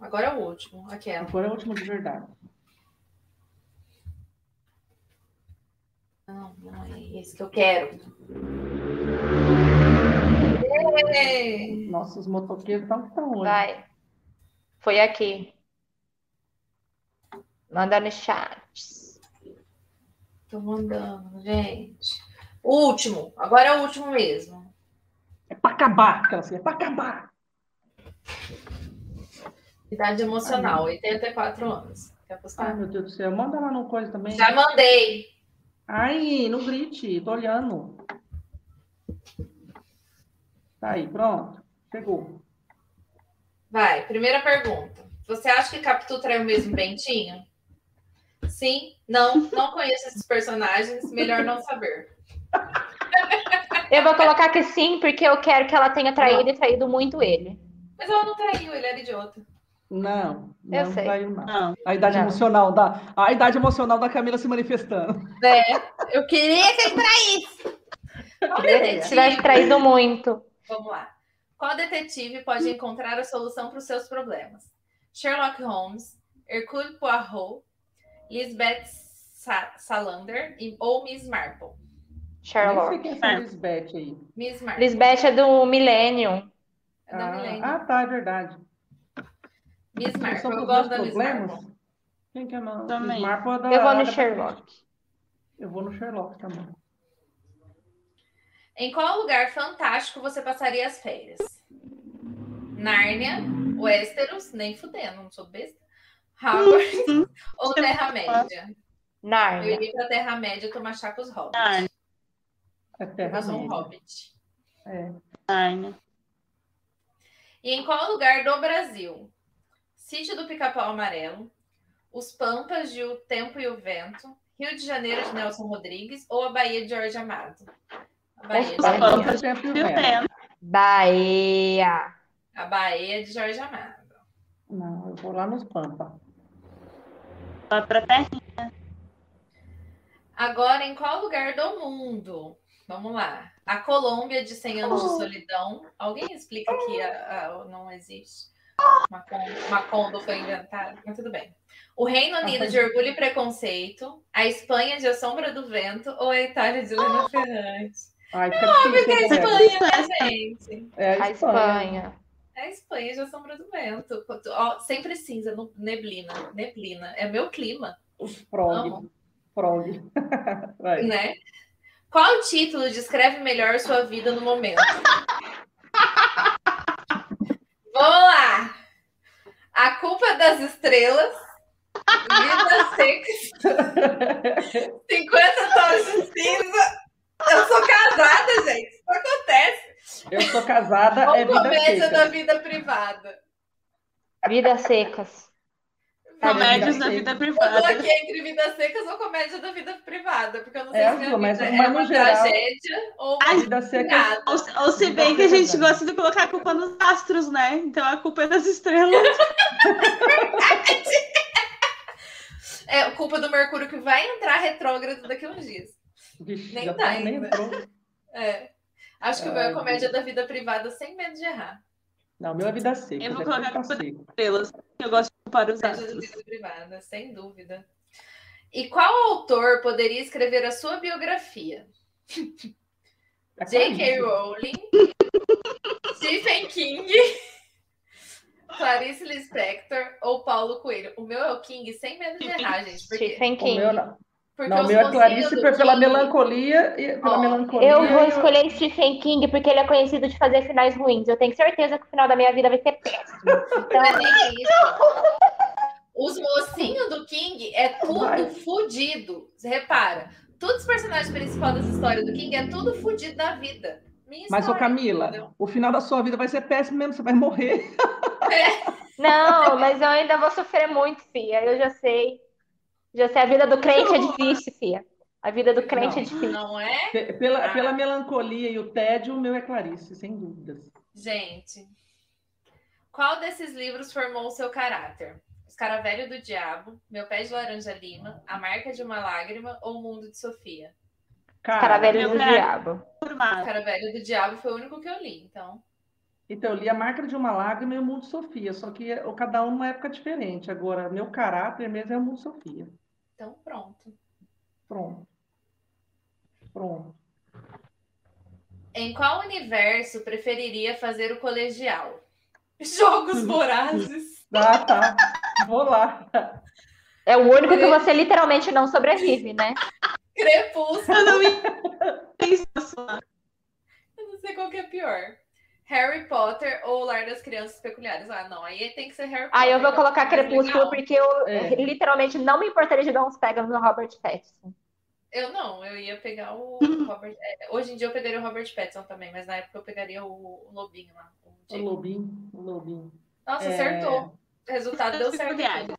Speaker 4: Agora é o último. Aquela.
Speaker 5: Agora é o último de verdade.
Speaker 4: Não, não é esse que eu quero. Ei!
Speaker 5: Nossa, os motoqueiros estão que estão hoje.
Speaker 2: Vai. Foi aqui. Manda no chat.
Speaker 4: Tô mandando, gente. O último. Agora é o último mesmo.
Speaker 5: É pra acabar, aquela assim, é pra acabar.
Speaker 4: Idade emocional, 84 anos. Quer
Speaker 5: Ai,
Speaker 4: apostar?
Speaker 5: meu Deus do céu. Manda lá no coisa também.
Speaker 4: Já mandei.
Speaker 5: Ai, não grite, tô olhando. Tá aí, pronto. Chegou.
Speaker 4: Vai, primeira pergunta. Você acha que Capitu traiu mesmo Bentinho? Sim, não, não conheço esses personagens, melhor não saber.
Speaker 2: Eu vou colocar que sim, porque eu quero que ela tenha traído e traído muito ele.
Speaker 4: Mas ela não traiu, ele era idiota.
Speaker 5: Não,
Speaker 2: Eu
Speaker 5: não
Speaker 2: sei.
Speaker 5: caiu não.
Speaker 6: Não.
Speaker 5: A idade
Speaker 2: Não.
Speaker 5: emocional da a idade emocional da Camila se manifestando.
Speaker 4: É, eu queria que ele traísse. Qual detetive?
Speaker 2: Tivesse traído muito.
Speaker 4: Vamos lá. Qual detetive pode encontrar a solução para os seus problemas? Sherlock Holmes, Hercule Poirot, Lisbeth Sa- Salander e- ou Miss Marple?
Speaker 5: Nem sei
Speaker 2: Sherlock.
Speaker 5: quem é essa Lisbeth aí.
Speaker 4: Miss Marple.
Speaker 2: Lisbeth é do Millennium.
Speaker 4: Eu não me lembro.
Speaker 5: Ah, tá, é verdade.
Speaker 4: Miss Marple.
Speaker 5: São
Speaker 4: Eu
Speaker 5: os
Speaker 4: gosto
Speaker 5: dois
Speaker 4: da Miss
Speaker 5: problemas.
Speaker 4: Marple.
Speaker 5: Quem que é mais?
Speaker 6: Também.
Speaker 5: Miss Marple é da-
Speaker 2: Eu vou
Speaker 6: Ah,
Speaker 2: no
Speaker 5: da-
Speaker 2: Sherlock.
Speaker 5: Eu vou no Sherlock também.
Speaker 4: Em qual lugar fantástico você passaria as férias? Nárnia, Westeros, nem fudendo, não sou besta.
Speaker 5: Uhum.
Speaker 4: Hogwarts
Speaker 5: é
Speaker 4: ou Terra-média? Eu
Speaker 2: Narnia.
Speaker 4: iria pra Terra-média tomar chá com os hobbits.
Speaker 6: Narnia.
Speaker 5: É
Speaker 4: Eu sou um
Speaker 5: Terra-média.
Speaker 4: hobbit.
Speaker 5: É.
Speaker 6: Narnia.
Speaker 4: E em qual lugar do Brasil? Sítio do Pica-Pau Amarelo, Os Pampas de O Tempo e o Vento, Rio de Janeiro de Nelson Rodrigues ou a Bahia de Jorge Amado? A Bahia de,
Speaker 2: Bahia.
Speaker 5: Só
Speaker 6: Pampas.
Speaker 5: pra sempre
Speaker 6: Viu,
Speaker 5: ver.
Speaker 6: Tena?
Speaker 2: Bahia.
Speaker 4: a Bahia de Jorge Amado.
Speaker 5: Não, eu vou lá nos Pampa.
Speaker 6: Lá pra terra.
Speaker 4: Agora, em qual lugar do mundo? Vamos lá. A Colômbia de 100 anos de solidão. Alguém explica que a- a- não existe? Macondo, Macondo foi inventado, mas tudo bem. O Reino Unido de Orgulho e Preconceito, a Espanha de A Sombra do Vento ou a Itália de Helena Ferrante?
Speaker 5: Ai, fica difícil,
Speaker 4: Porque a
Speaker 5: né?
Speaker 4: é Espanha, né, gente?
Speaker 5: É
Speaker 2: A Espanha.
Speaker 4: É a Espanha de A Sombra do Vento. Ó, sempre cinza, nu- neblina, neblina. É meu clima.
Speaker 5: Os prog.
Speaker 4: Amo.
Speaker 5: Prog. Vai.
Speaker 4: né? Qual título descreve melhor sua vida no momento? Vamos lá! A culpa das estrelas, vida seca, 50 tons de cinza. Eu sou casada, gente. Isso acontece.
Speaker 5: Eu sou casada, é
Speaker 4: Ou
Speaker 5: vida
Speaker 4: comédia da
Speaker 5: seca.
Speaker 4: vida privada.
Speaker 2: Vidas secas.
Speaker 5: É
Speaker 2: Tá
Speaker 6: Comédias
Speaker 5: bem,
Speaker 6: da
Speaker 5: bem.
Speaker 6: vida
Speaker 4: Eu tô
Speaker 6: privada.
Speaker 4: aqui entre vidas secas ou comédia da vida privada, porque eu não sei
Speaker 5: É
Speaker 4: se minha
Speaker 5: azul, mas-
Speaker 4: vida
Speaker 5: mas
Speaker 4: é
Speaker 5: no
Speaker 4: uma
Speaker 5: geral-
Speaker 4: tragédia ou
Speaker 5: A É vida seca.
Speaker 4: nada.
Speaker 6: Ou, se- ou se bem que a gente gosta de colocar a culpa nos astros, né? Então a culpa é das estrelas.
Speaker 4: É culpa do Mercúrio que vai entrar retrógrado daqui a uns dias.
Speaker 5: Vixe,
Speaker 4: Nem
Speaker 5: já
Speaker 4: tá
Speaker 5: nem
Speaker 4: ainda.
Speaker 5: entrou.
Speaker 4: É. Acho que o meu
Speaker 5: Ai,
Speaker 4: é comédia da vida privada sem medo de errar.
Speaker 5: Não, meu é vida seca.
Speaker 6: Eu vou
Speaker 5: já
Speaker 6: colocar
Speaker 5: tá
Speaker 6: a culpa-
Speaker 5: seco.
Speaker 6: Estrelas. Eu gosto de culpar
Speaker 5: Tá.
Speaker 6: os
Speaker 4: Comédia da
Speaker 6: astros.
Speaker 4: vida privada, sem dúvida. E qual autor poderia escrever a sua biografia?
Speaker 5: Tá
Speaker 4: J.K.
Speaker 5: claríssimo.
Speaker 4: Rowling, Stephen King, Clarice Lispector ou Paulo Coelho? O meu é o King sem medo de errar, gente. Porque,
Speaker 2: Stephen
Speaker 5: O meu
Speaker 2: King.
Speaker 5: não.
Speaker 4: porque
Speaker 5: Não, o
Speaker 4: os
Speaker 5: meu é
Speaker 4: mocinhos
Speaker 5: Clarice
Speaker 4: do
Speaker 5: pela
Speaker 4: King-
Speaker 5: melancolia e pela
Speaker 4: Ó,
Speaker 5: melancolia.
Speaker 2: Eu vou
Speaker 5: e-
Speaker 2: escolher Stephen King porque ele é conhecido de fazer finais ruins. Eu tenho certeza que o final da minha vida vai ser péssimo. Então,
Speaker 4: Não é nem isso. Os mocinhos do King é tudo
Speaker 5: Vai.
Speaker 4: fudido. Você Repara, todos os personagens principais das histórias do King é tudo fudido da vida. Minha
Speaker 5: Mas, ô
Speaker 4: história,
Speaker 5: Camila,
Speaker 4: entendeu?
Speaker 5: o final da sua vida vai ser péssimo mesmo, você vai morrer.
Speaker 2: Não, mas eu ainda vou sofrer muito, Fia. Eu já sei. Já sei, a vida do crente é difícil, Fia. A vida do crente é difícil.
Speaker 4: Não é,
Speaker 5: Pe- Pela,
Speaker 4: Ah.
Speaker 5: pela melancolia e o tédio, o meu é Clarice, sem dúvidas.
Speaker 4: gente? Qual desses livros formou o seu caráter? Escaravelho do Diabo, Meu Pé de Laranja Lima, A Marca de uma Lágrima ou O Mundo de Sofia?
Speaker 5: Cara,
Speaker 2: Caravelho
Speaker 6: meu
Speaker 2: do
Speaker 6: cara.
Speaker 2: Diabo.
Speaker 6: Formado.
Speaker 4: Escaravelho do Diabo foi o único que eu li, então.
Speaker 5: então eu li A Marca de uma Lágrima e O Mundo Sofia, só que o cada um numa época diferente. Agora, meu caráter mesmo é O Mundo Sofia.
Speaker 4: Então, pronto.
Speaker 5: Pronto. Pronto.
Speaker 4: Em qual universo preferiria fazer o colegial? Jogos Vorazes.
Speaker 5: Ah, tá. Vou lá.
Speaker 2: É o único que você literalmente não sobrevive, né?
Speaker 4: Crepúsculo.
Speaker 6: Eu não me penso lá.
Speaker 4: Eu não sei qual que é pior. Harry Potter ou O Lar das Crianças Peculiares? Ah, não. Aí tem que ser Harry Potter.
Speaker 2: Aí Ah, eu vou
Speaker 4: que é
Speaker 2: colocar
Speaker 4: mais
Speaker 2: Crepúsculo
Speaker 4: legal.
Speaker 2: porque eu
Speaker 5: É.
Speaker 2: literalmente não me importaria de dar uns pegas no Robert Pattinson.
Speaker 4: Eu não. Eu ia pegar o Robert... é, Hoje em dia eu pegaria o Robert Pattinson também, mas na época eu pegaria o Lobinho lá. o
Speaker 5: O
Speaker 4: Jacob.
Speaker 5: Lobinho, o Lobinho.
Speaker 4: Nossa,
Speaker 5: É.
Speaker 4: acertou. O resultado deu certo.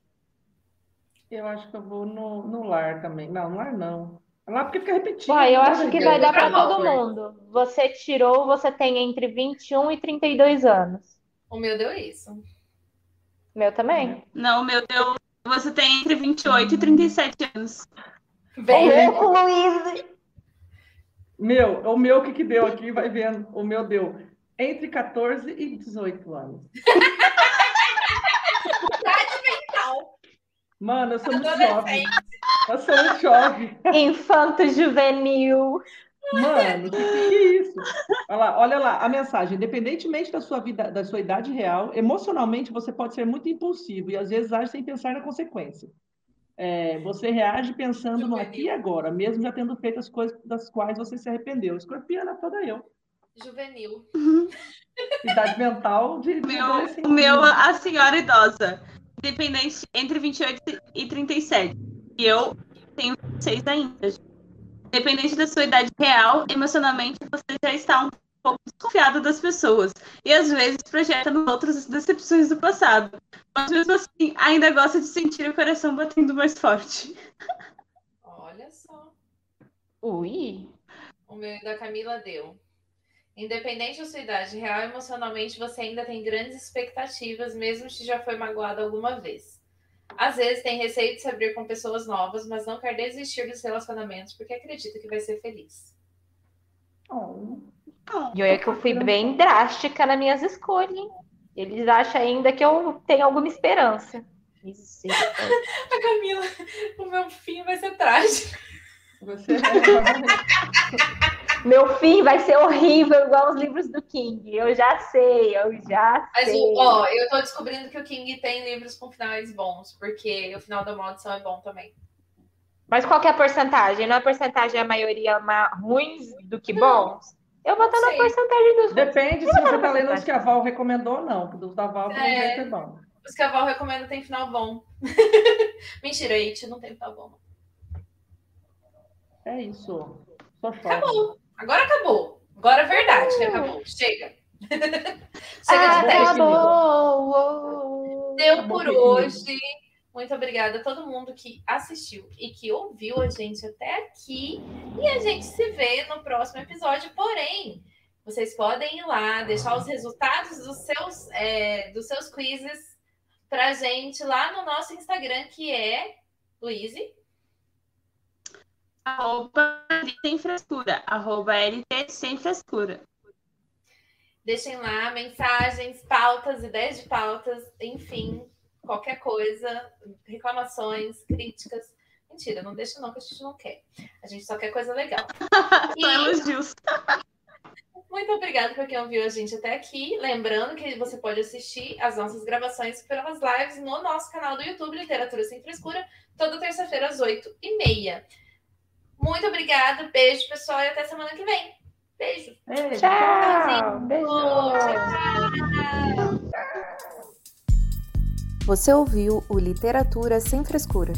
Speaker 5: Eu acho que eu vou no, no lar também. Não, no lar não. É Lá porque fica repetindo.
Speaker 2: Uai, eu
Speaker 5: pelo
Speaker 2: acho
Speaker 5: amor
Speaker 2: que
Speaker 5: de
Speaker 2: vai
Speaker 5: Deus.
Speaker 2: dar pra
Speaker 4: Pra
Speaker 2: todo mundo. Você tirou, um você tem entre 21 e 32 anos.
Speaker 4: O meu deu isso.
Speaker 2: Meu também.
Speaker 6: Não, meu Deus. Você tem entre 28 e 37 anos.
Speaker 4: Bem,
Speaker 2: O Luiz.
Speaker 5: Meu, o meu que que deu aqui, vai vendo. O meu deu entre 14 e 18 anos.
Speaker 4: mental.
Speaker 5: Mano, eu sou muito jovem.
Speaker 4: Adolescente.
Speaker 5: Eu sou muito jovem.
Speaker 4: É.
Speaker 2: Infanto juvenil.
Speaker 5: Mano, o que, que é isso? Olha lá, olha lá, a mensagem. Independentemente da sua vida, da sua idade real, emocionalmente você pode ser muito impulsivo e às vezes age sem pensar na consequência. É, você reage pensando no aqui e agora, mesmo já tendo feito as coisas das quais você se arrependeu. Escorpiana toda eu.
Speaker 4: Juvenil.
Speaker 5: Idade mental de, de
Speaker 6: Meu-
Speaker 5: adolescente. né?
Speaker 6: O meu, a senhora idosa. Independente entre 28 e 37. E eu tenho 26 ainda. Independente da sua idade real, emocionalmente você já está um pouco desconfiado das pessoas. E às vezes projeta nos outros as decepções do passado. Mas mesmo assim, ainda gosta de sentir o coração batendo mais forte.
Speaker 4: Olha só.
Speaker 2: Ui.
Speaker 4: O meu e da Camila deu. Independente da sua idade real, emocionalmente você ainda tem grandes expectativas, mesmo se já foi magoada alguma vez. Às vezes tem receio de se abrir com pessoas novas, mas não quer desistir dos relacionamentos porque acredita que vai ser feliz.
Speaker 2: E olha que eu fui bem drástica nas minhas escolhas, hein? Eles acham ainda que eu tenho alguma esperança. Misericórdia.
Speaker 4: A Camila, o meu fim vai ser trágico.
Speaker 5: Você é
Speaker 2: Meu fim vai ser horrível, igual os livros do King. Eu já sei, eu já
Speaker 4: Mas,
Speaker 2: sei.
Speaker 4: o- ó, eu tô descobrindo que o King tem livros com finais bons, porque o final da maldição é bom também.
Speaker 2: Mas qual que é a porcentagem? Não é a porcentagem a maioria ma- ruins do que bons? Eu vou estar na
Speaker 4: Sim.
Speaker 2: porcentagem dos ruins.
Speaker 5: Depende se você tá lendo os que a Val recomendou ou não. Dos da Val também
Speaker 4: É.
Speaker 5: vai ser bom.
Speaker 4: Os que a Val recomenda tem final bom. Mentira, It não tem final bom.
Speaker 5: É isso. Só chove.
Speaker 4: Acabou. Agora acabou. Agora é verdade que acabou. Chega. Chega de
Speaker 5: tá
Speaker 2: Ah,
Speaker 4: teste.
Speaker 5: bom. Tá
Speaker 2: Acabou.
Speaker 4: Deu
Speaker 5: Acabou,
Speaker 4: por
Speaker 5: querido.
Speaker 4: hoje. Muito obrigada a todo mundo que assistiu e que ouviu a gente até aqui. E a gente se vê no próximo episódio. Porém, vocês podem ir lá, deixar os resultados dos seus, é, dos seus quizzes pra gente lá no nosso Instagram, que é Luíse.
Speaker 6: Arroba LT sem frescura. Arroba LT sem frescura.
Speaker 4: Deixem lá mensagens, pautas, ideias de pautas, enfim, qualquer coisa, reclamações, críticas. Mentira, não deixa não, que a gente não quer. A gente só quer coisa legal.
Speaker 6: Só
Speaker 4: E-
Speaker 6: elogios.
Speaker 4: Muito obrigada por quem ouviu a gente até aqui. Lembrando que você pode assistir as nossas gravações pelas lives no nosso canal do YouTube, Literatura Sem Frescura, toda terça-feira às 8h30. Muito obrigada, beijo, pessoal, e até semana que vem. Beijo!
Speaker 5: Ei,
Speaker 2: Tchau. Beijo.
Speaker 7: Você ouviu o Literatura Sem Frescura.